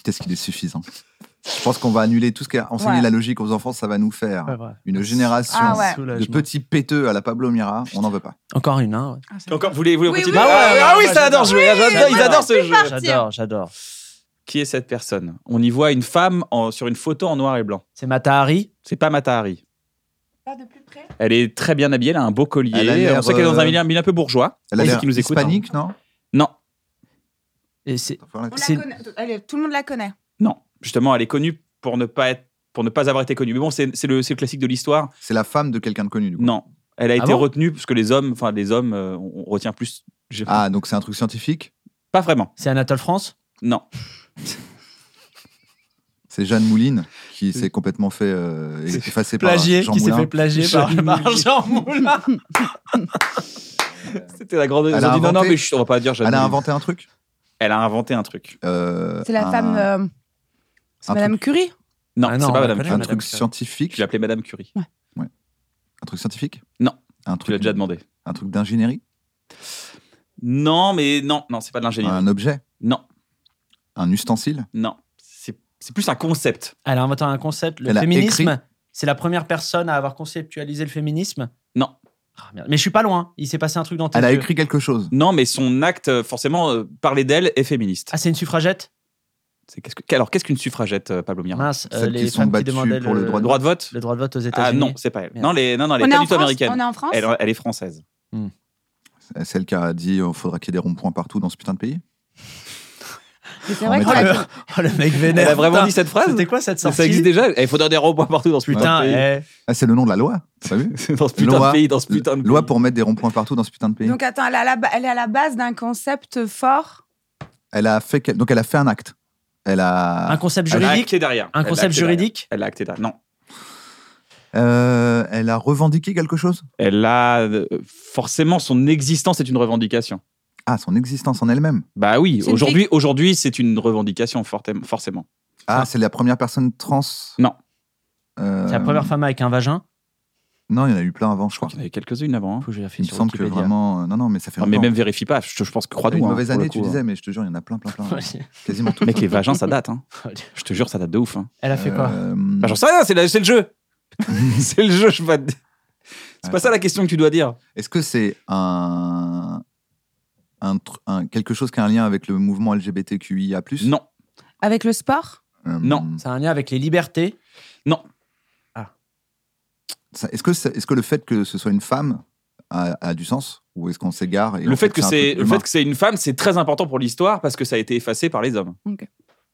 Speaker 2: qu'est-ce qu'il est suffisant. Je pense qu'on va annuler tout ce qui a enseigné
Speaker 5: Ouais.
Speaker 2: la logique aux enfants, ça va nous faire une génération
Speaker 5: Ah ouais.
Speaker 2: de petits péteux à la Pablo Mira, on n'en veut pas.
Speaker 4: Encore une, hein. ouais.
Speaker 3: Encore, vous voulez, vous voulez
Speaker 5: Oui,
Speaker 3: continuer
Speaker 5: oui,
Speaker 3: Ah, ouais,
Speaker 4: oui,
Speaker 3: ah
Speaker 4: oui,
Speaker 3: oui, ça adore
Speaker 4: j'adore.
Speaker 3: jouer. j'adore-
Speaker 4: oui,
Speaker 3: ils adorent ce jeu.
Speaker 5: parti.
Speaker 4: J'adore, j'adore.
Speaker 3: Qui est cette personne On y voit une femme en- sur une photo en noir et blanc.
Speaker 4: C'est Matahari.
Speaker 3: C'est pas Matahari.
Speaker 5: Pas de plus près.
Speaker 3: Elle est très bien habillée, elle a un beau collier.
Speaker 2: Elle a l'air,
Speaker 3: On sait qu'elle est dans un
Speaker 2: euh,
Speaker 3: milieu, un milieu un peu bourgeois.
Speaker 2: Elle a
Speaker 3: Pour ceux
Speaker 2: l'air
Speaker 3: qui nous écoutent, hein.
Speaker 2: hispanique, non
Speaker 3: Non,
Speaker 4: Et c'est
Speaker 2: Enfin, là,
Speaker 5: On
Speaker 4: C'est-
Speaker 5: la connaît. Elle est- Tout le monde la connaît.
Speaker 3: non. Justement, elle est connue pour ne pas être pour ne pas avoir été connue. Mais bon, c'est c'est le, c'est le classique de l'histoire.
Speaker 2: C'est la femme de quelqu'un de connu, du coup.
Speaker 3: Non, elle a été
Speaker 4: bon
Speaker 3: retenue parce que les hommes, enfin les hommes, euh, on, on retient plus. j'ai-
Speaker 2: Ah, donc c'est un truc scientifique
Speaker 3: Pas vraiment.
Speaker 4: C'est Anatole France
Speaker 3: Non.
Speaker 2: C'est Jeanne Mouline qui s'est complètement fait euh,
Speaker 3: C'est
Speaker 2: effacer par
Speaker 4: Plagié,
Speaker 2: Jean
Speaker 4: qui s'est
Speaker 2: Moulin.
Speaker 4: fait plagier par,
Speaker 3: Jean
Speaker 4: par Jean Moulin.
Speaker 3: C'était la grande. Ils ont
Speaker 2: Elle
Speaker 3: dit
Speaker 2: a
Speaker 3: non, non,
Speaker 2: inventé-
Speaker 3: mais chut, on va pas dire. Jeanne
Speaker 2: Elle a
Speaker 3: Moulin.
Speaker 2: inventé un truc
Speaker 3: Elle a inventé un truc.
Speaker 2: Euh,
Speaker 5: C'est la
Speaker 2: un-
Speaker 5: femme. euh, c'est
Speaker 2: un
Speaker 5: Madame Curie
Speaker 3: Non,
Speaker 4: Ah non,
Speaker 3: c'est
Speaker 4: on
Speaker 3: pas
Speaker 4: la
Speaker 3: Madame
Speaker 4: connaît,
Speaker 3: Curie.
Speaker 2: Un
Speaker 4: Madame
Speaker 2: truc
Speaker 4: Curie.
Speaker 3: Je l'ai
Speaker 2: scientifique
Speaker 3: appelée Madame Curie.
Speaker 2: Un truc scientifique
Speaker 3: Non.
Speaker 2: Un
Speaker 3: Tu
Speaker 2: truc,
Speaker 3: l'as déjà demandé.
Speaker 2: un truc d'ingénierie
Speaker 3: Non, mais non, non, c'est pas de l'ingénierie.
Speaker 2: Un objet
Speaker 3: Non,
Speaker 2: Un ustensile
Speaker 3: non. C'est c'est plus un concept.
Speaker 4: Elle a inventé un concept, le
Speaker 2: Elle a
Speaker 4: féminisme.
Speaker 2: écrit.
Speaker 4: C'est la première personne à avoir conceptualisé le féminisme
Speaker 3: Non.
Speaker 4: Ah, merde. Mais je suis pas loin. Il s'est passé un truc dans tes
Speaker 2: Elle a
Speaker 4: yeux.
Speaker 2: écrit quelque chose
Speaker 3: Non, mais son acte, euh, forcément, euh, parler d'elle est féministe.
Speaker 4: Ah, c'est une suffragette
Speaker 3: C'est qu'est-ce que- alors, qu'est-ce qu'une suffragette, euh, Pablo Mira
Speaker 4: Mince, euh,
Speaker 2: Celles
Speaker 4: les
Speaker 2: qui sont
Speaker 4: femmes qui
Speaker 2: battues
Speaker 4: demandaient
Speaker 2: pour le droit de-
Speaker 3: Droit de vote
Speaker 4: le droit de vote aux États-Unis. Oh,
Speaker 3: Ah non, c'est pas elle.
Speaker 4: Merde.
Speaker 3: Non, les, non, non, elle est
Speaker 5: on, est
Speaker 3: pas
Speaker 5: en
Speaker 3: du tout
Speaker 5: France
Speaker 3: américaine.
Speaker 5: on est en France
Speaker 3: Elle, elle est française.
Speaker 2: Euh, Celle qui a dit il faudra qu'il y ait des ronds-points partout dans ce putain de pays
Speaker 5: Mais C'est vrai
Speaker 2: On
Speaker 5: que
Speaker 4: Oh,
Speaker 2: mettra-
Speaker 5: c'est-
Speaker 4: le, oh, le mec vénère.
Speaker 3: Elle a vraiment
Speaker 4: putain.
Speaker 3: dit cette phrase
Speaker 4: C'était quoi cette
Speaker 3: Ça,
Speaker 4: sortie
Speaker 3: existe déjà Eh, Il faudrait des ronds-points partout dans ce putain eh.
Speaker 4: Putain,
Speaker 3: de pays.
Speaker 4: eh.
Speaker 2: Ah, C'est le nom de la loi, t'as vu
Speaker 3: Dans ce putain
Speaker 2: Loi-
Speaker 3: de pays, dans ce putain de
Speaker 2: Loi
Speaker 3: pays.
Speaker 2: pour mettre des ronds-points partout dans ce putain de pays.
Speaker 5: Donc attends, elle est à la, ba- elle est à la base d'un concept fort.
Speaker 2: elle a fait quel- donc elle a fait un acte. Elle
Speaker 4: un
Speaker 2: a
Speaker 4: concept
Speaker 3: Elle a
Speaker 4: juridique.
Speaker 3: acté derrière.
Speaker 4: Un
Speaker 3: Elle a
Speaker 4: concept
Speaker 3: acté derrière.
Speaker 4: juridique.
Speaker 3: Elle a acté derrière. Non.
Speaker 2: euh, elle a revendiqué quelque chose
Speaker 3: Elle a. euh, Forcément, son existence est une revendication.
Speaker 2: Ah, son existence en elle-même.
Speaker 3: Bah oui,
Speaker 5: C'est une
Speaker 3: aujourd'hui, aujourd'hui, c'est une revendication, fortem- forcément.
Speaker 2: Ah, c'est la première personne trans.
Speaker 3: Non.
Speaker 2: Euh,
Speaker 4: C'est la première femme avec un vagin.
Speaker 2: Non, il y en a eu plein avant, je
Speaker 3: Je crois
Speaker 2: crois.
Speaker 3: qu'il y en avait quelques-unes avant. hein.
Speaker 4: Faut que je vérifie
Speaker 2: Il me
Speaker 4: sur
Speaker 2: semble que
Speaker 4: Wikipédia.
Speaker 2: vraiment. euh, Non, non, mais ça fait.
Speaker 3: Non, mais
Speaker 2: longtemps.
Speaker 3: même vérifie pas, je, je pense que
Speaker 2: T'as
Speaker 3: crois-nous.
Speaker 2: Une
Speaker 3: hein,
Speaker 2: mauvaise
Speaker 3: pour le
Speaker 2: année,
Speaker 3: coup,
Speaker 2: tu
Speaker 3: hein.
Speaker 2: disais, mais je te jure, il y en a plein, plein, plein. Quasiment tout.
Speaker 3: Mec, les vagins, ça date. Hein. Je te jure, ça date de ouf. Hein.
Speaker 4: Elle a fait quoi
Speaker 2: Euh,
Speaker 3: Bah, j'en sais rien, c'est la- c'est le jeu. c'est le jeu, je vais te- C'est pas ça la question que tu dois dire.
Speaker 2: Est-ce que c'est un... Un, tr- un- quelque chose qui a un lien avec le mouvement LGBTQIA+.
Speaker 3: Non,
Speaker 5: Avec le sport
Speaker 2: Euh,
Speaker 3: Non.
Speaker 4: Ça a un lien avec les libertés.
Speaker 2: ça- Est-ce que, c'est- est-ce que le fait que ce soit une femme a, a du sens Ou est-ce qu'on s'égare et
Speaker 3: le
Speaker 2: en
Speaker 3: fait, que
Speaker 2: un
Speaker 3: c'est
Speaker 2: truc
Speaker 3: le
Speaker 2: humain
Speaker 3: fait que c'est une femme, c'est très important pour l'histoire parce que ça a été effacé par les hommes.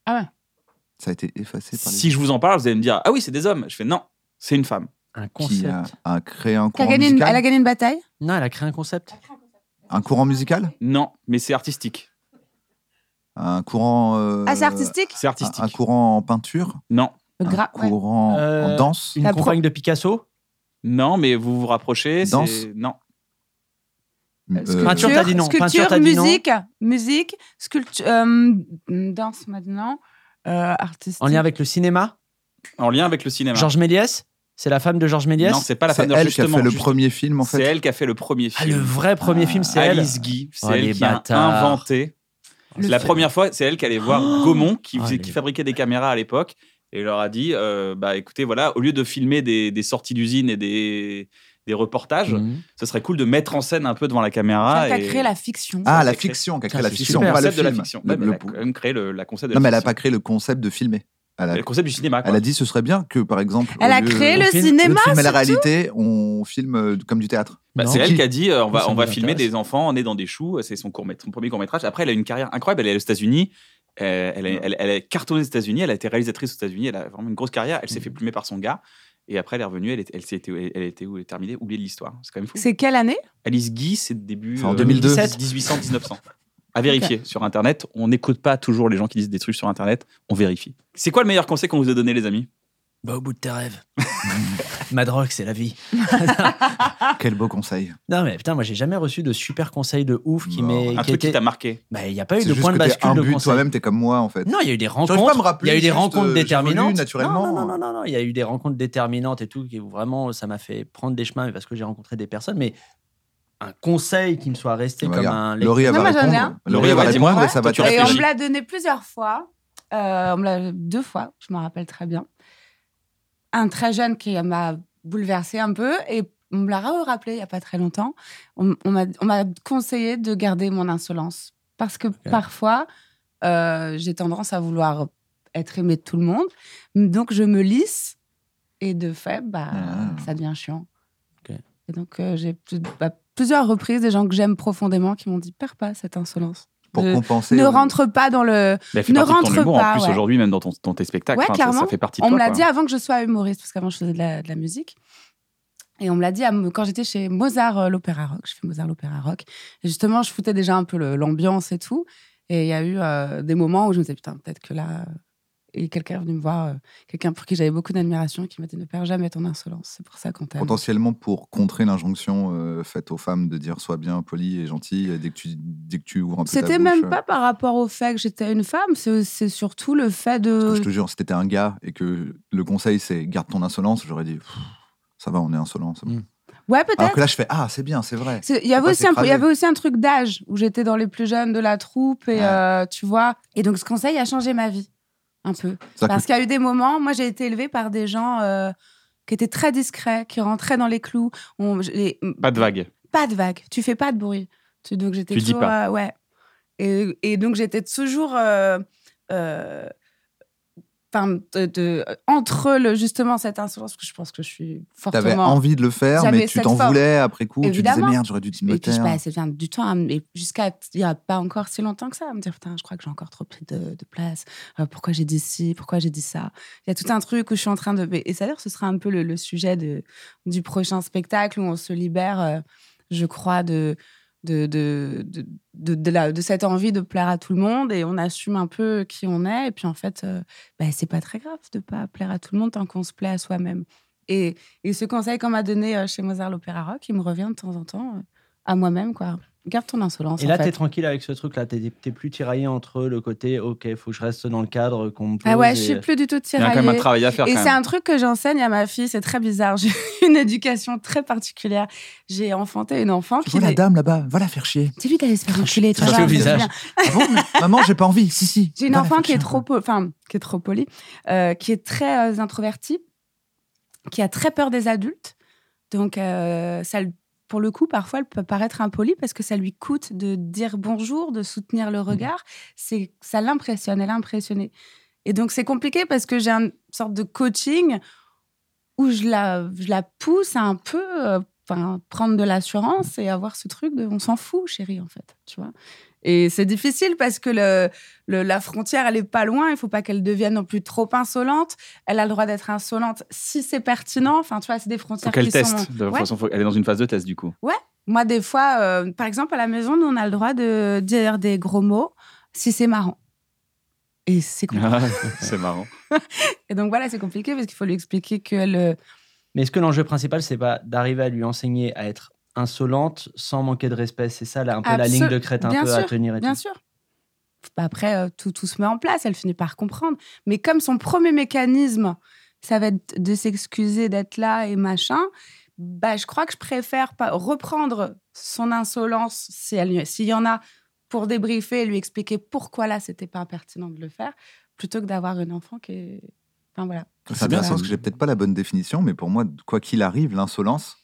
Speaker 2: Ça a été effacé par les
Speaker 3: Si je vous en parle, vous allez me dire ah oui, c'est des hommes. Je fais non, c'est une femme.
Speaker 4: Un
Speaker 2: qui
Speaker 4: concept.
Speaker 2: a, a créé un
Speaker 5: Qui a
Speaker 2: courant
Speaker 5: gagné une-
Speaker 2: musical
Speaker 5: Elle a gagné une bataille
Speaker 4: Non, elle a créé un concept.
Speaker 2: Un courant musical
Speaker 3: Non, mais c'est artistique.
Speaker 2: Un courant... euh,
Speaker 5: Ah, c'est artistique
Speaker 3: C'est
Speaker 2: un,
Speaker 3: artistique.
Speaker 2: un courant en peinture
Speaker 3: Non,
Speaker 5: Le gra-
Speaker 2: Un
Speaker 5: ouais.
Speaker 2: courant
Speaker 4: Euh,
Speaker 2: en danse
Speaker 4: Une
Speaker 5: La
Speaker 4: compagne de Picasso.
Speaker 3: non, mais vous vous rapprochez. c'est-
Speaker 2: Danse.
Speaker 3: Non,
Speaker 2: Euh,
Speaker 4: Peinture, t'as dit non.
Speaker 5: Sculpture,
Speaker 4: Peinture, t'as dit non.
Speaker 5: musique, musique, sculpture, euh, danse maintenant, euh, artistique.
Speaker 4: En lien avec le cinéma.
Speaker 3: en lien avec le cinéma.
Speaker 4: Georges Méliès. C'est la femme de Georges Méliès.
Speaker 3: Non, c'est pas la
Speaker 2: C'est
Speaker 3: femme de
Speaker 2: elle qui a
Speaker 3: justement.
Speaker 2: fait le
Speaker 3: juste-
Speaker 2: premier film, en
Speaker 3: C'est
Speaker 2: fait.
Speaker 3: elle qui a fait le premier
Speaker 4: Ah, le
Speaker 3: film.
Speaker 4: vrai premier film, c'est elle.
Speaker 3: Alice Guy, c'est
Speaker 4: Oh, les
Speaker 3: elle qui a
Speaker 4: bâtards.
Speaker 3: inventé.
Speaker 5: Le
Speaker 3: la
Speaker 5: fait-
Speaker 3: première fois, c'est elle qui allait voir
Speaker 4: Oh
Speaker 3: Gaumont, qui,
Speaker 4: Ah,
Speaker 3: faisait-
Speaker 4: les-
Speaker 3: qui fabriquait des caméras à l'époque, et il leur a dit euh, bah écoutez, voilà, au lieu de filmer des, des sorties d'usine et des, des reportages,
Speaker 4: Mhm.
Speaker 3: ce serait cool de mettre en scène un peu devant la caméra.
Speaker 5: Celle qui a
Speaker 3: et-
Speaker 5: créé la fiction.
Speaker 2: Ah,
Speaker 3: elle
Speaker 2: la
Speaker 3: a créé-
Speaker 2: fiction, qui a
Speaker 4: Putain,
Speaker 2: créé la
Speaker 4: c'est
Speaker 2: fiction,
Speaker 3: le
Speaker 4: super.
Speaker 2: pas le
Speaker 3: concept de la
Speaker 2: film.
Speaker 3: fiction.
Speaker 2: Le-
Speaker 3: Ouais, bah, mais
Speaker 2: le-
Speaker 3: elle a quand même créé le, la concept de
Speaker 2: Non,
Speaker 3: la
Speaker 2: mais elle n'a
Speaker 3: fiction.
Speaker 2: pas créé le concept de filmer. Elle a,
Speaker 3: Le concept du cinéma. quoi.
Speaker 2: elle a dit ce serait bien que, par exemple.
Speaker 5: Elle
Speaker 2: au
Speaker 5: a
Speaker 2: lieu-
Speaker 5: créé
Speaker 2: on
Speaker 5: le
Speaker 2: filme-
Speaker 5: cinéma,
Speaker 2: filme à la
Speaker 5: surtout.
Speaker 2: réalité, on filme euh, comme du théâtre.
Speaker 3: Bah,
Speaker 4: Non.
Speaker 3: c'est elle
Speaker 2: Qui-
Speaker 3: qui a dit euh, on va,
Speaker 4: Ça
Speaker 3: on va
Speaker 4: m'intéresse.
Speaker 3: filmer des enfants nés dans des choux. C'est son, court son premier court métrage. Après, elle a une carrière incroyable. Elle est aux États-Unis. Euh, Elle, est- elle, elle a cartonné aux États-Unis. Elle a été réalisatrice aux États-Unis. Elle a vraiment une grosse carrière.
Speaker 2: Mm.
Speaker 3: Elle s'est fait plumer par son gars. Et après, elle est revenue. Elle, est- elle, s'est été- elle était où Elle est terminée. Oubliez l'histoire. C'est quand même fou.
Speaker 5: C'est quelle année
Speaker 3: Alice Guy, c'est début.
Speaker 2: C'est en 2002.
Speaker 3: 1800, 1900. À vérifier sur Internet. On n'écoute pas toujours les gens qui disent des trucs sur Internet. On vérifie. C'est quoi le meilleur conseil qu'on vous a donné, les amis
Speaker 4: Bah, au bout de tes rêves. Madrox, c'est la vie.
Speaker 5: Ah.
Speaker 2: Quel beau conseil.
Speaker 4: Non, mais putain, moi, j'ai jamais reçu de super conseil de ouf qui
Speaker 2: Non.
Speaker 4: m'est.
Speaker 3: Un
Speaker 4: qui
Speaker 3: truc qui
Speaker 4: était-
Speaker 3: t'a marqué
Speaker 4: Bah, il n'y a pas eu
Speaker 2: C'est
Speaker 4: de
Speaker 2: juste
Speaker 4: point de
Speaker 2: que t'es
Speaker 4: bascule de
Speaker 2: imbu de
Speaker 4: conseil.
Speaker 2: toi-même, t'es comme moi, en fait.
Speaker 4: Non, il y a eu des
Speaker 2: J'arrive pas à me
Speaker 4: rencontres. Il y
Speaker 2: rappeler,
Speaker 4: a eu des
Speaker 2: juste,
Speaker 4: rencontres
Speaker 2: euh,
Speaker 4: déterminantes.
Speaker 2: j'évolue naturellement.
Speaker 4: Non, non, non, non, non, il y a eu des rencontres déterminantes et tout qui vraiment ça m'a fait prendre des chemins parce que j'ai rencontré des personnes. Mais un conseil qui me soit resté
Speaker 2: Bah,
Speaker 4: comme
Speaker 2: regarde,
Speaker 4: un. lecteur.
Speaker 2: Laurie elle
Speaker 5: Non,
Speaker 2: va
Speaker 5: moi, j'en ai
Speaker 2: répondre.
Speaker 5: un.
Speaker 2: Laurie elle va
Speaker 3: Vas-y,
Speaker 2: répondre
Speaker 5: moi.
Speaker 2: et ça va te
Speaker 3: Tu
Speaker 5: Et on
Speaker 3: réfléchis.
Speaker 5: me l'a donné plusieurs fois. Euh, on me l'a deux fois, je m'en rappelle très bien. Un très jeune qui m'a bouleversé un peu et on me l'a rappelé il n'y a pas très longtemps. On, on m'a- on m'a conseillé de garder mon insolence parce que parfois, euh, j'ai tendance à vouloir être aimé de tout le monde. Donc, je me lisse et de fait, bah,
Speaker 2: Ah.
Speaker 5: ça devient chiant.
Speaker 4: Ok.
Speaker 5: Et donc, euh, j'ai plus- bah, plusieurs reprises des gens que j'aime profondément qui m'ont dit Perds pas cette insolence.
Speaker 2: pour
Speaker 5: Ne-
Speaker 2: compenser.
Speaker 5: ne
Speaker 2: euh,
Speaker 5: rentre pas dans le.
Speaker 3: Mais elle fait
Speaker 5: Ne
Speaker 3: partie de ton
Speaker 5: rentre
Speaker 3: humour en
Speaker 5: pas,
Speaker 3: plus
Speaker 5: ouais.
Speaker 3: aujourd'hui, même dans ton, dans tes spectacles.
Speaker 5: Ouais,
Speaker 3: Enfin, ça, ça
Speaker 5: clairement.
Speaker 3: fait partie de
Speaker 5: On me
Speaker 3: toi.
Speaker 5: l'a
Speaker 3: quoi.
Speaker 5: dit avant que je sois humoriste, parce qu'avant je faisais de la, de la musique. Et on me l'a dit à me- quand j'étais chez Mozart euh, l'Opéra Rock. Je fais Mozart l'Opéra Rock. Et justement, je foutais déjà un peu le- l'ambiance et tout. Et il y a eu euh, des moments où je me disais, putain, peut-être que là. euh, Et quelqu'un est venu me voir, euh, quelqu'un pour qui j'avais beaucoup d'admiration, qui m'a dit ne perds jamais ton insolence. C'est pour ça qu'on t'aime.
Speaker 2: Potentiellement pour contrer l'injonction euh, faite aux femmes de dire sois bien poli et gentil euh, dès que tu, dès que tu ouvres un peu ta
Speaker 5: C'était
Speaker 2: bouche,
Speaker 5: même
Speaker 2: euh,
Speaker 5: pas par rapport au fait que j'étais une femme, c'est c'est surtout le fait
Speaker 2: parce que
Speaker 5: de.
Speaker 2: je te jure, si t'étais un gars et que le conseil c'est garde ton insolence, j'aurais dit Pff, ça va, on est insolent. c'est bon.
Speaker 4: Mm.
Speaker 5: Ouais,
Speaker 2: Alors
Speaker 5: peut-être.
Speaker 2: que là, je fais ah, c'est bien, c'est vrai.
Speaker 5: C'est- Il y
Speaker 2: pas
Speaker 5: avait aussi un, il y
Speaker 2: s'écraser.
Speaker 5: avait aussi un truc d'âge où j'étais dans les plus jeunes de la troupe et
Speaker 2: Ouais.
Speaker 5: euh, tu vois. Et donc ce conseil a changé ma vie un peu
Speaker 2: C'est-à-dire
Speaker 5: parce qu'il y a eu des moments. Moi, j'ai été élevée par des gens euh, qui étaient très discrets, qui rentraient dans les clous. On- je- les-
Speaker 3: Pas de vague.
Speaker 5: pas de vague. Tu fais pas de bruit. Tu, donc j'étais
Speaker 3: Tu dis
Speaker 5: toujours, euh, ouais. Et, et donc j'étais toujours, euh, euh, enfin, de- de- entre le justement cette insolence parce que je pense que je suis
Speaker 2: que T'avais
Speaker 5: fortement
Speaker 2: envie de le faire,
Speaker 5: J'avais
Speaker 2: mais tu
Speaker 5: cette
Speaker 2: t'en
Speaker 5: forme.
Speaker 2: voulais après coup. Tu
Speaker 5: Évidemment.
Speaker 2: disais merde, j'aurais dû me
Speaker 5: Et puis je
Speaker 2: taire.
Speaker 5: passais bien du temps, à me- et jusqu'à il n'y a pas encore si longtemps que ça, à me dire putain, je crois que j'ai encore trop pris de, de place. Euh, pourquoi j'ai dit ci Pourquoi j'ai dit ça Il y a tout un truc où je suis en train de. Et ça d'ailleurs, ce sera un peu le, le sujet de, du prochain spectacle où on se libère, euh, je crois, de. De, de, de, de- de la- de cette envie de plaire à tout le monde et on assume un peu qui on est et puis en fait euh, bah, c'est pas très grave de pas plaire à tout le monde tant qu'on se plaît à soi-même et, et ce conseil qu'on m'a donné euh, chez Mozart l'Opéra Rock il me revient de temps en temps euh, à moi-même, quoi. Garde ton insolence.
Speaker 4: Et
Speaker 5: en
Speaker 4: là,
Speaker 5: fait.
Speaker 4: t'es tranquille avec ce truc-là. T'es t'es plus tiraillé entre le côté, OK, faut que je reste dans le cadre qu'on me pose.
Speaker 5: Ah ouais,
Speaker 4: et- euh,
Speaker 5: je suis plus du tout
Speaker 3: Il y a quand
Speaker 5: tiraillée.
Speaker 3: même un travail à faire.
Speaker 5: Et
Speaker 3: quand
Speaker 5: c'est
Speaker 3: même.
Speaker 5: un truc que j'enseigne à ma fille, c'est très bizarre. J'ai eu une éducation très particulière. J'ai enfanté une enfant
Speaker 2: Tu
Speaker 5: qui.
Speaker 2: vois la
Speaker 5: est-
Speaker 2: dame là-bas, va la faire chier.
Speaker 5: C'est lui d'aller se faire enculer, tu
Speaker 4: Crache
Speaker 5: vois,
Speaker 4: au
Speaker 5: c'est
Speaker 4: visage.
Speaker 5: bien.
Speaker 2: Ah bon, mais maman, j'ai pas envie. Si, si.
Speaker 5: J'ai une
Speaker 2: va la
Speaker 5: enfant
Speaker 2: faire
Speaker 5: qui est
Speaker 2: chier.
Speaker 5: trop, po- enfin, qui est trop polie, euh, qui est très euh, introvertie, qui a très peur des adultes. Donc, euh, ça, le- pour le coup, parfois, elle peut paraître impolie parce que ça lui coûte de dire bonjour, de soutenir le regard. C'est, ça l'impressionne, elle est impressionnée. Et donc, c'est compliqué parce que j'ai une sorte de coaching où je la, je la pousse à un peu euh, enfin, prendre de l'assurance et avoir ce truc de on s'en fout, chérie, en fait. Tu vois et c'est difficile parce que le, le- la frontière, elle est pas loin. Il faut pas qu'elle devienne non plus trop insolente. Elle a le droit d'être insolente si c'est pertinent. Enfin, tu vois, c'est des
Speaker 3: Faut
Speaker 5: frontières
Speaker 3: qu'elle
Speaker 5: qui
Speaker 3: teste.
Speaker 5: sont.
Speaker 3: De toute
Speaker 5: Ouais.
Speaker 3: façon, faut- elle est dans une phase de test du coup.
Speaker 5: Moi, des fois, euh, par exemple, à la maison, nous, on a le droit de dire des gros mots si c'est marrant. Et c'est compliqué.
Speaker 3: c'est marrant.
Speaker 5: Et donc voilà, c'est compliqué parce qu'il faut lui expliquer qu'elle. euh,
Speaker 4: Mais est-ce que l'enjeu principal, c'est pas d'arriver à lui enseigner à être insolente sans manquer de respect C'est ça, là, un peu la
Speaker 5: Absol-
Speaker 4: ligne de crête un
Speaker 5: Bien
Speaker 4: peu à
Speaker 5: sûr,
Speaker 4: tenir. et
Speaker 5: Bien
Speaker 4: tout.
Speaker 5: sûr. Bah, Après, euh, tout, tout se met en place, elle finit par comprendre. Mais comme son premier mécanisme, ça va être de s'excuser d'être là et machin, bah, je crois que je préfère pas reprendre son insolence, si elle- s'il y en a, pour débriefer et lui expliquer pourquoi là, c'était pas pertinent de le faire, plutôt que d'avoir une enfant qui est. Enfin voilà.
Speaker 2: C'est
Speaker 5: C'est
Speaker 2: intéressant
Speaker 5: bien.
Speaker 2: parce que j'ai peut-être pas la bonne définition, mais pour moi, quoi qu'il arrive, l'insolence,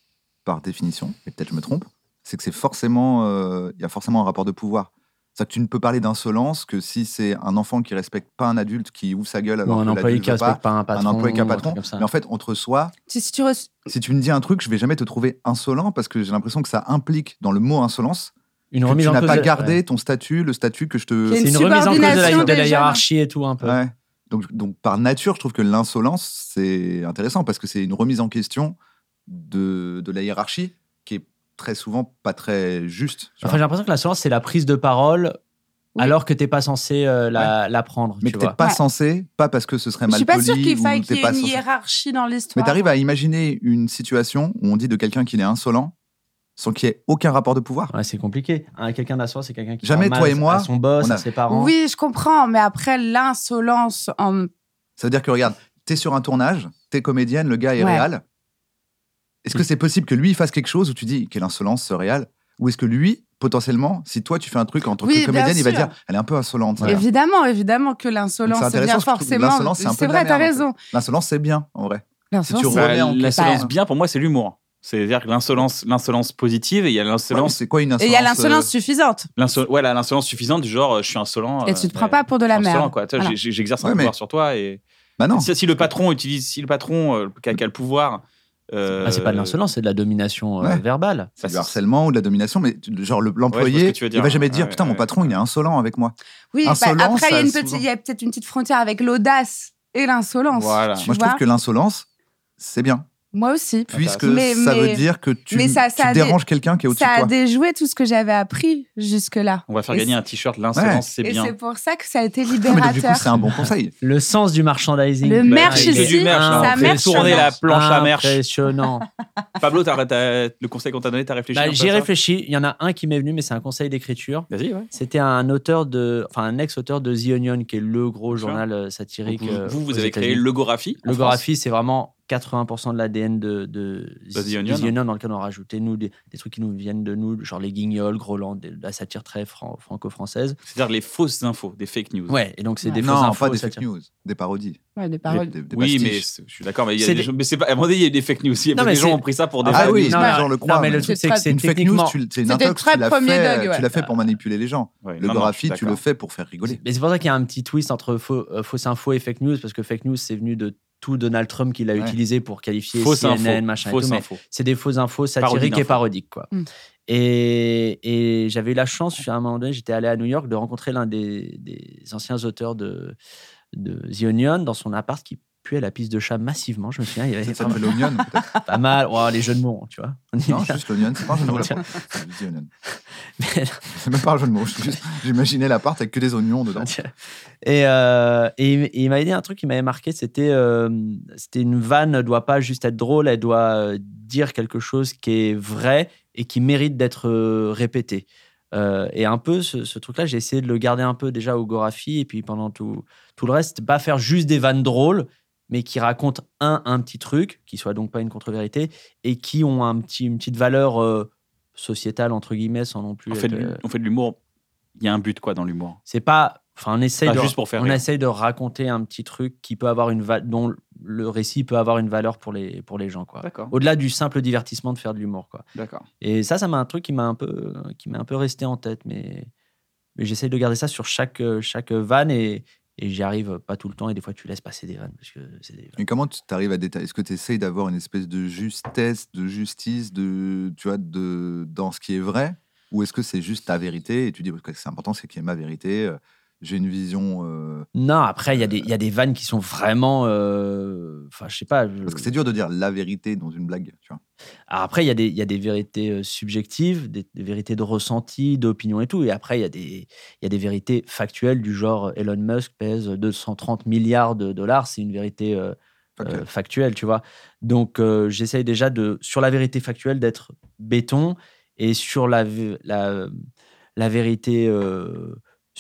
Speaker 2: par définition, et peut-être je me trompe, c'est que c'est forcément, euh, il y a forcément un rapport de pouvoir. C'est-à-dire que tu ne peux parler d'insolence que si c'est un enfant qui respecte pas un adulte qui ouvre sa gueule
Speaker 8: Ou
Speaker 2: alors
Speaker 8: un
Speaker 2: que
Speaker 8: employé
Speaker 2: l'adulte
Speaker 8: qui
Speaker 2: veut pas,
Speaker 8: respecte pas un patron.
Speaker 2: un employé qui a
Speaker 8: ou
Speaker 2: pas
Speaker 8: truc
Speaker 2: patron.
Speaker 8: comme ça.
Speaker 2: Mais en fait, entre soi,
Speaker 5: Si, si tu reçois-
Speaker 2: si tu me dis un truc, je vais jamais te trouver insolent parce que j'ai l'impression que ça implique dans le mot insolence
Speaker 8: Une
Speaker 2: que
Speaker 8: remise
Speaker 2: tu
Speaker 8: en
Speaker 2: n'as
Speaker 8: cause
Speaker 2: pas
Speaker 8: de-
Speaker 2: gardé
Speaker 8: ouais.
Speaker 2: ton statut, le statut que je
Speaker 5: Qui
Speaker 2: te
Speaker 5: est
Speaker 8: C'est
Speaker 5: une
Speaker 8: une remise en cause de la,
Speaker 5: subordination
Speaker 8: de la
Speaker 5: des
Speaker 8: hiérarchie et tout un peu.
Speaker 2: Ouais. Donc, donc par nature, je trouve que l'insolence, c'est intéressant parce que c'est une remise en question de, de la hiérarchie qui est très souvent pas très juste. tu
Speaker 8: Enfin, j'ai
Speaker 2: vois.
Speaker 8: l'impression que l'insolence, c'est la prise de parole
Speaker 5: Oui.
Speaker 8: alors que t'es pas censé euh, la, la prendre.
Speaker 2: mais
Speaker 8: tu
Speaker 2: que t'es
Speaker 8: vois.
Speaker 2: pas
Speaker 5: Ouais.
Speaker 2: censé, pas parce que ce serait
Speaker 5: Je
Speaker 2: mal
Speaker 5: suis pas sûre qu'il
Speaker 2: ou
Speaker 5: faille
Speaker 2: t'es
Speaker 5: qu'il y ait
Speaker 2: pas
Speaker 5: une
Speaker 2: censé-
Speaker 5: hiérarchie dans l'histoire.
Speaker 2: Mais t'arrives à imaginer une situation où on dit de quelqu'un qu'il est insolent sans qu'il y ait aucun rapport de pouvoir.
Speaker 8: Ouais, c'est compliqué.
Speaker 4: Compliqué. Hein, quelqu'un d'insolent, c'est quelqu'un qui
Speaker 2: Jamais
Speaker 4: parle
Speaker 2: toi
Speaker 4: mal
Speaker 2: et moi,
Speaker 4: à son boss,
Speaker 2: on a-
Speaker 4: à ses parents.
Speaker 5: Oui, je comprends, mais après l'insolence en
Speaker 2: Ça veut dire que regarde, t'es sur un tournage, t'es comédienne, le gars est
Speaker 5: Ouais. Mm.
Speaker 2: réel. Est-ce que c'est possible que lui il fasse quelque chose où tu dis quelle insolence ce réel Ou est-ce que lui, potentiellement, si toi tu fais un truc en tant
Speaker 5: Oui,
Speaker 2: que
Speaker 5: bien
Speaker 2: comédienne, il va
Speaker 5: sûr.
Speaker 2: dire elle est un peu insolente. celle-là.
Speaker 5: Évidemment, évidemment que l'insolence
Speaker 2: Donc, c'est
Speaker 5: c'est bien
Speaker 2: intéressant, surtout que
Speaker 5: forcément.
Speaker 2: l'insolence, c'est un peu
Speaker 5: C'est
Speaker 2: de la
Speaker 5: vrai, t'as
Speaker 2: merde, en fait.
Speaker 5: raison.
Speaker 2: L'insolence c'est bien en vrai. Si tu
Speaker 5: L'insolence,
Speaker 2: remets
Speaker 3: Bah,
Speaker 2: en question-
Speaker 3: L'insolence
Speaker 5: Bah.
Speaker 3: bien, pour moi, c'est l'humour. C'est-à-dire que l'insolence, l'insolence positive, et il y a
Speaker 2: Ouais, mais
Speaker 3: l'insolence,
Speaker 2: c'est quoi une insolence
Speaker 5: Et il y a l'insolence
Speaker 2: euh,
Speaker 5: suffisante.
Speaker 3: l'insol- ouais, la- l'insolence suffisante du genre, euh, je suis insolent.
Speaker 5: Et
Speaker 3: euh,
Speaker 5: tu te
Speaker 3: ouais,
Speaker 5: prends pas pour de
Speaker 3: je suis
Speaker 5: la
Speaker 3: insolent,
Speaker 5: merde.
Speaker 3: quoi. Tu vois,
Speaker 5: Voilà.
Speaker 3: j'ai- j'ai- J'exerce un
Speaker 2: Ouais, mais-
Speaker 3: pouvoir sur toi. Et
Speaker 2: Bah non.
Speaker 3: si, si le patron utilise, si le patron euh, qui a, qui a le pouvoir Euh,
Speaker 4: Ah, c'est pas de l'insolence, c'est de la domination euh,
Speaker 2: Ouais.
Speaker 4: verbale.
Speaker 2: C'est
Speaker 3: ça,
Speaker 2: du
Speaker 3: c'est-
Speaker 2: harcèlement ou de la domination, mais tu- genre le-
Speaker 3: Ouais, je vois
Speaker 2: l'employé,
Speaker 3: ce que tu veux
Speaker 2: il
Speaker 3: dire,
Speaker 2: va jamais
Speaker 3: ouais,
Speaker 2: dire
Speaker 3: ouais,
Speaker 2: putain mon
Speaker 3: ouais.
Speaker 2: patron il est insolent avec moi.
Speaker 5: Oui, bah,
Speaker 2: Insolence,
Speaker 5: après, il y a,
Speaker 2: ça,
Speaker 5: une
Speaker 2: souvent.
Speaker 5: petite- il y a peut-être une petite frontière avec l'audace et l'insolence.
Speaker 3: Voilà.
Speaker 5: tu
Speaker 2: moi je
Speaker 5: vois
Speaker 2: trouve que l'insolence c'est bien,
Speaker 5: Moi aussi.
Speaker 2: puisque
Speaker 5: Mais-
Speaker 2: ça
Speaker 5: mais-
Speaker 2: veut dire que tu,
Speaker 5: mais ça-
Speaker 2: tu
Speaker 5: ça a des-
Speaker 2: déranges quelqu'un qui est au-dessus
Speaker 5: Ça
Speaker 2: de
Speaker 5: a
Speaker 2: toi.
Speaker 5: déjoué tout ce que j'avais appris jusque-là.
Speaker 3: On va faire
Speaker 5: Et
Speaker 3: gagner un t-shirt, l'insolence, c'est
Speaker 5: Et
Speaker 3: Eh bien.
Speaker 5: c'est pour ça que ça a été
Speaker 2: Non, mais donc, du coup c'est
Speaker 5: libérateur.
Speaker 2: un bon conseil.
Speaker 4: Le sens du merchandising.
Speaker 5: Le
Speaker 4: Il est
Speaker 5: merch
Speaker 3: c'est
Speaker 5: ici,
Speaker 3: du merch, là.
Speaker 5: ça
Speaker 3: on fait
Speaker 5: merch,
Speaker 3: tourner
Speaker 5: ça
Speaker 3: la
Speaker 5: merch.
Speaker 3: planche à merch.
Speaker 4: Impressionnant.
Speaker 3: Pablo, t'as- t'as- le conseil qu'on t'a donné, t'as réfléchi
Speaker 4: Bah,
Speaker 3: un peu à
Speaker 4: J'ai
Speaker 3: ça
Speaker 4: réfléchi. Il y en a un qui m'est venu, mais c'est un conseil d'écriture.
Speaker 3: Vas-y, ouais.
Speaker 4: C'était un auteur de, enfin un ex-auteur de The Onion, qui est le gros
Speaker 3: sûr.
Speaker 4: journal euh, satirique.
Speaker 3: Vous,
Speaker 4: euh,
Speaker 3: vous, vous
Speaker 4: aux
Speaker 3: avez créé
Speaker 4: États-Unis.
Speaker 3: Logographie. en
Speaker 4: Le
Speaker 3: France.
Speaker 4: graphie, c'est vraiment 80% de l'ADN de, de,
Speaker 3: The
Speaker 4: de
Speaker 3: Onion.
Speaker 4: dans lequel on a rajouté nous, des, des trucs qui nous viennent de nous, genre les guignols, Groland, de la satire très fran- franco-française.
Speaker 3: C'est-à-dire les fausses infos, des fake news.
Speaker 4: Ouais, et donc c'est
Speaker 5: Ouais.
Speaker 4: des
Speaker 2: non,
Speaker 4: fausses infos.
Speaker 2: pas des
Speaker 4: satire-
Speaker 2: fake news, des parodies.
Speaker 5: Ouais, des
Speaker 2: des-
Speaker 5: paroles.
Speaker 2: des- des
Speaker 3: oui, mais
Speaker 2: pastiches.
Speaker 3: c'est- je suis d'accord, mais il y a
Speaker 4: C'est
Speaker 3: des
Speaker 4: des-
Speaker 3: gens- mais c'est pas. À un moment donné, il y a eu des fake news. Il y a
Speaker 4: Non,
Speaker 3: des
Speaker 4: mais
Speaker 3: gens
Speaker 4: c'est-
Speaker 3: ont pris ça pour des.
Speaker 2: Ah
Speaker 3: fake
Speaker 2: oui,
Speaker 3: news.
Speaker 2: non,
Speaker 4: mais-
Speaker 2: les gens le croient,
Speaker 4: Non, mais le
Speaker 2: mais
Speaker 4: truc,
Speaker 5: c'est
Speaker 4: c'est que
Speaker 5: très-
Speaker 4: c'est
Speaker 2: Une fake news,
Speaker 4: techniquement.
Speaker 2: tu l- c'est une
Speaker 5: C'était
Speaker 2: intox,
Speaker 5: très
Speaker 2: tu l'as
Speaker 5: premier
Speaker 2: fait,
Speaker 5: dog, ouais.
Speaker 2: tu l'as fait pour manipuler les gens.
Speaker 3: Ouais,
Speaker 2: Le
Speaker 3: non, non,
Speaker 2: graphie,
Speaker 3: je suis
Speaker 2: tu le
Speaker 3: d'accord.
Speaker 2: fais pour faire rigoler.
Speaker 4: Mais c'est pour ça qu'il y a un petit twist entre faux, euh, fausse info et fake news, parce que fake news, c'est venu de tout Donald Trump qui l'a
Speaker 2: Ouais.
Speaker 4: utilisé pour qualifier
Speaker 3: Fausse
Speaker 4: CNN,
Speaker 3: info.
Speaker 4: machin et
Speaker 3: Fausse
Speaker 4: tout, mais
Speaker 3: info.
Speaker 4: c'est des fausses infos
Speaker 3: Parodie
Speaker 4: satiriques et
Speaker 3: d'infos.
Speaker 4: parodiques. Quoi.
Speaker 5: Mm.
Speaker 4: Et, et j'avais eu la chance, à un moment donné, j'étais allé à New York de rencontrer l'un des, des anciens auteurs de, de The Onion dans son appart qui puait la piste de chat massivement. Je me souviens, il y avait
Speaker 2: Ça s'appelle l'onion, peut-être.
Speaker 4: pas mal. Ouah, les jeux de mots, tu vois. On y
Speaker 2: Non,
Speaker 4: vient.
Speaker 2: juste l'onion, c'est pas un jeu de mot. la
Speaker 4: Tiens.
Speaker 2: part. C'est juste l'onion.
Speaker 4: Mais-
Speaker 2: C'est même pas un jeu de mots. je- juste- J'imaginais l'appart avec que des oignons dedans.
Speaker 4: Et, euh, et, il- et il m'avait dit un truc qui m'avait marqué, c'était euh, c'était une vanne ne doit pas juste être drôle, elle doit euh, dire quelque chose qui est vrai et qui mérite d'être euh, répété. Euh, et un peu ce, ce truc-là, j'ai essayé de le garder un peu déjà au Gorafi et puis pendant tout, tout le reste, pas faire juste des vannes drôles, mais qui racontent un, un petit truc, qui soit donc pas une contre-vérité et qui ont un petit, une petite valeur euh, sociétale entre guillemets sans non plus.
Speaker 3: On fait
Speaker 4: être,
Speaker 3: de l'hu-
Speaker 4: euh,
Speaker 3: on fait de l'humour. Il y a un but quoi dans l'humour.
Speaker 4: c'est pas. Enfin, on essaye
Speaker 3: Pas
Speaker 4: de,
Speaker 3: juste pour faire
Speaker 4: on
Speaker 3: rire.
Speaker 4: essaye de raconter un petit truc qui peut avoir une va- dont le récit peut avoir une valeur pour les pour les gens quoi.
Speaker 3: D'accord.
Speaker 4: Au-delà du simple divertissement de faire de l'humour quoi.
Speaker 3: D'accord.
Speaker 4: Et ça, ça m'a un truc qui m'a un peu qui m'a un peu resté en tête, mais, mais j'essaye de garder ça sur chaque euh, chaque vanne et et j'y arrive pas tout le temps et des fois tu laisses passer des vannes parce que c'est des
Speaker 2: Et comment tu arrives à détailler Est-ce que tu essayes d'avoir une espèce de justesse, de justice, de tu vois, de dans ce qui est vrai, ou est-ce que c'est juste ta vérité et tu dis parce que c'est important, c'est qu'il y ait ma vérité. euh, J'ai une vision. euh,
Speaker 4: Non, après il y a des il y a des vannes qui sont vraiment euh, enfin je sais pas. je-
Speaker 2: Parce que c'est dur de dire la vérité dans une blague, tu vois.
Speaker 4: Alors après, il y, a des- il y a des vérités euh, subjectives, des, des vérités de ressenti, d'opinion et tout. Et après, il y, a des- il y a des vérités factuelles du genre euh, Elon Musk pèse 230 milliards de dollars. C'est une vérité euh,
Speaker 2: Factuelle.
Speaker 4: euh, factuelle, tu vois. Donc, euh, j'essaye déjà de, sur la vérité factuelle, d'être béton et sur la, vé- la, la vérité euh,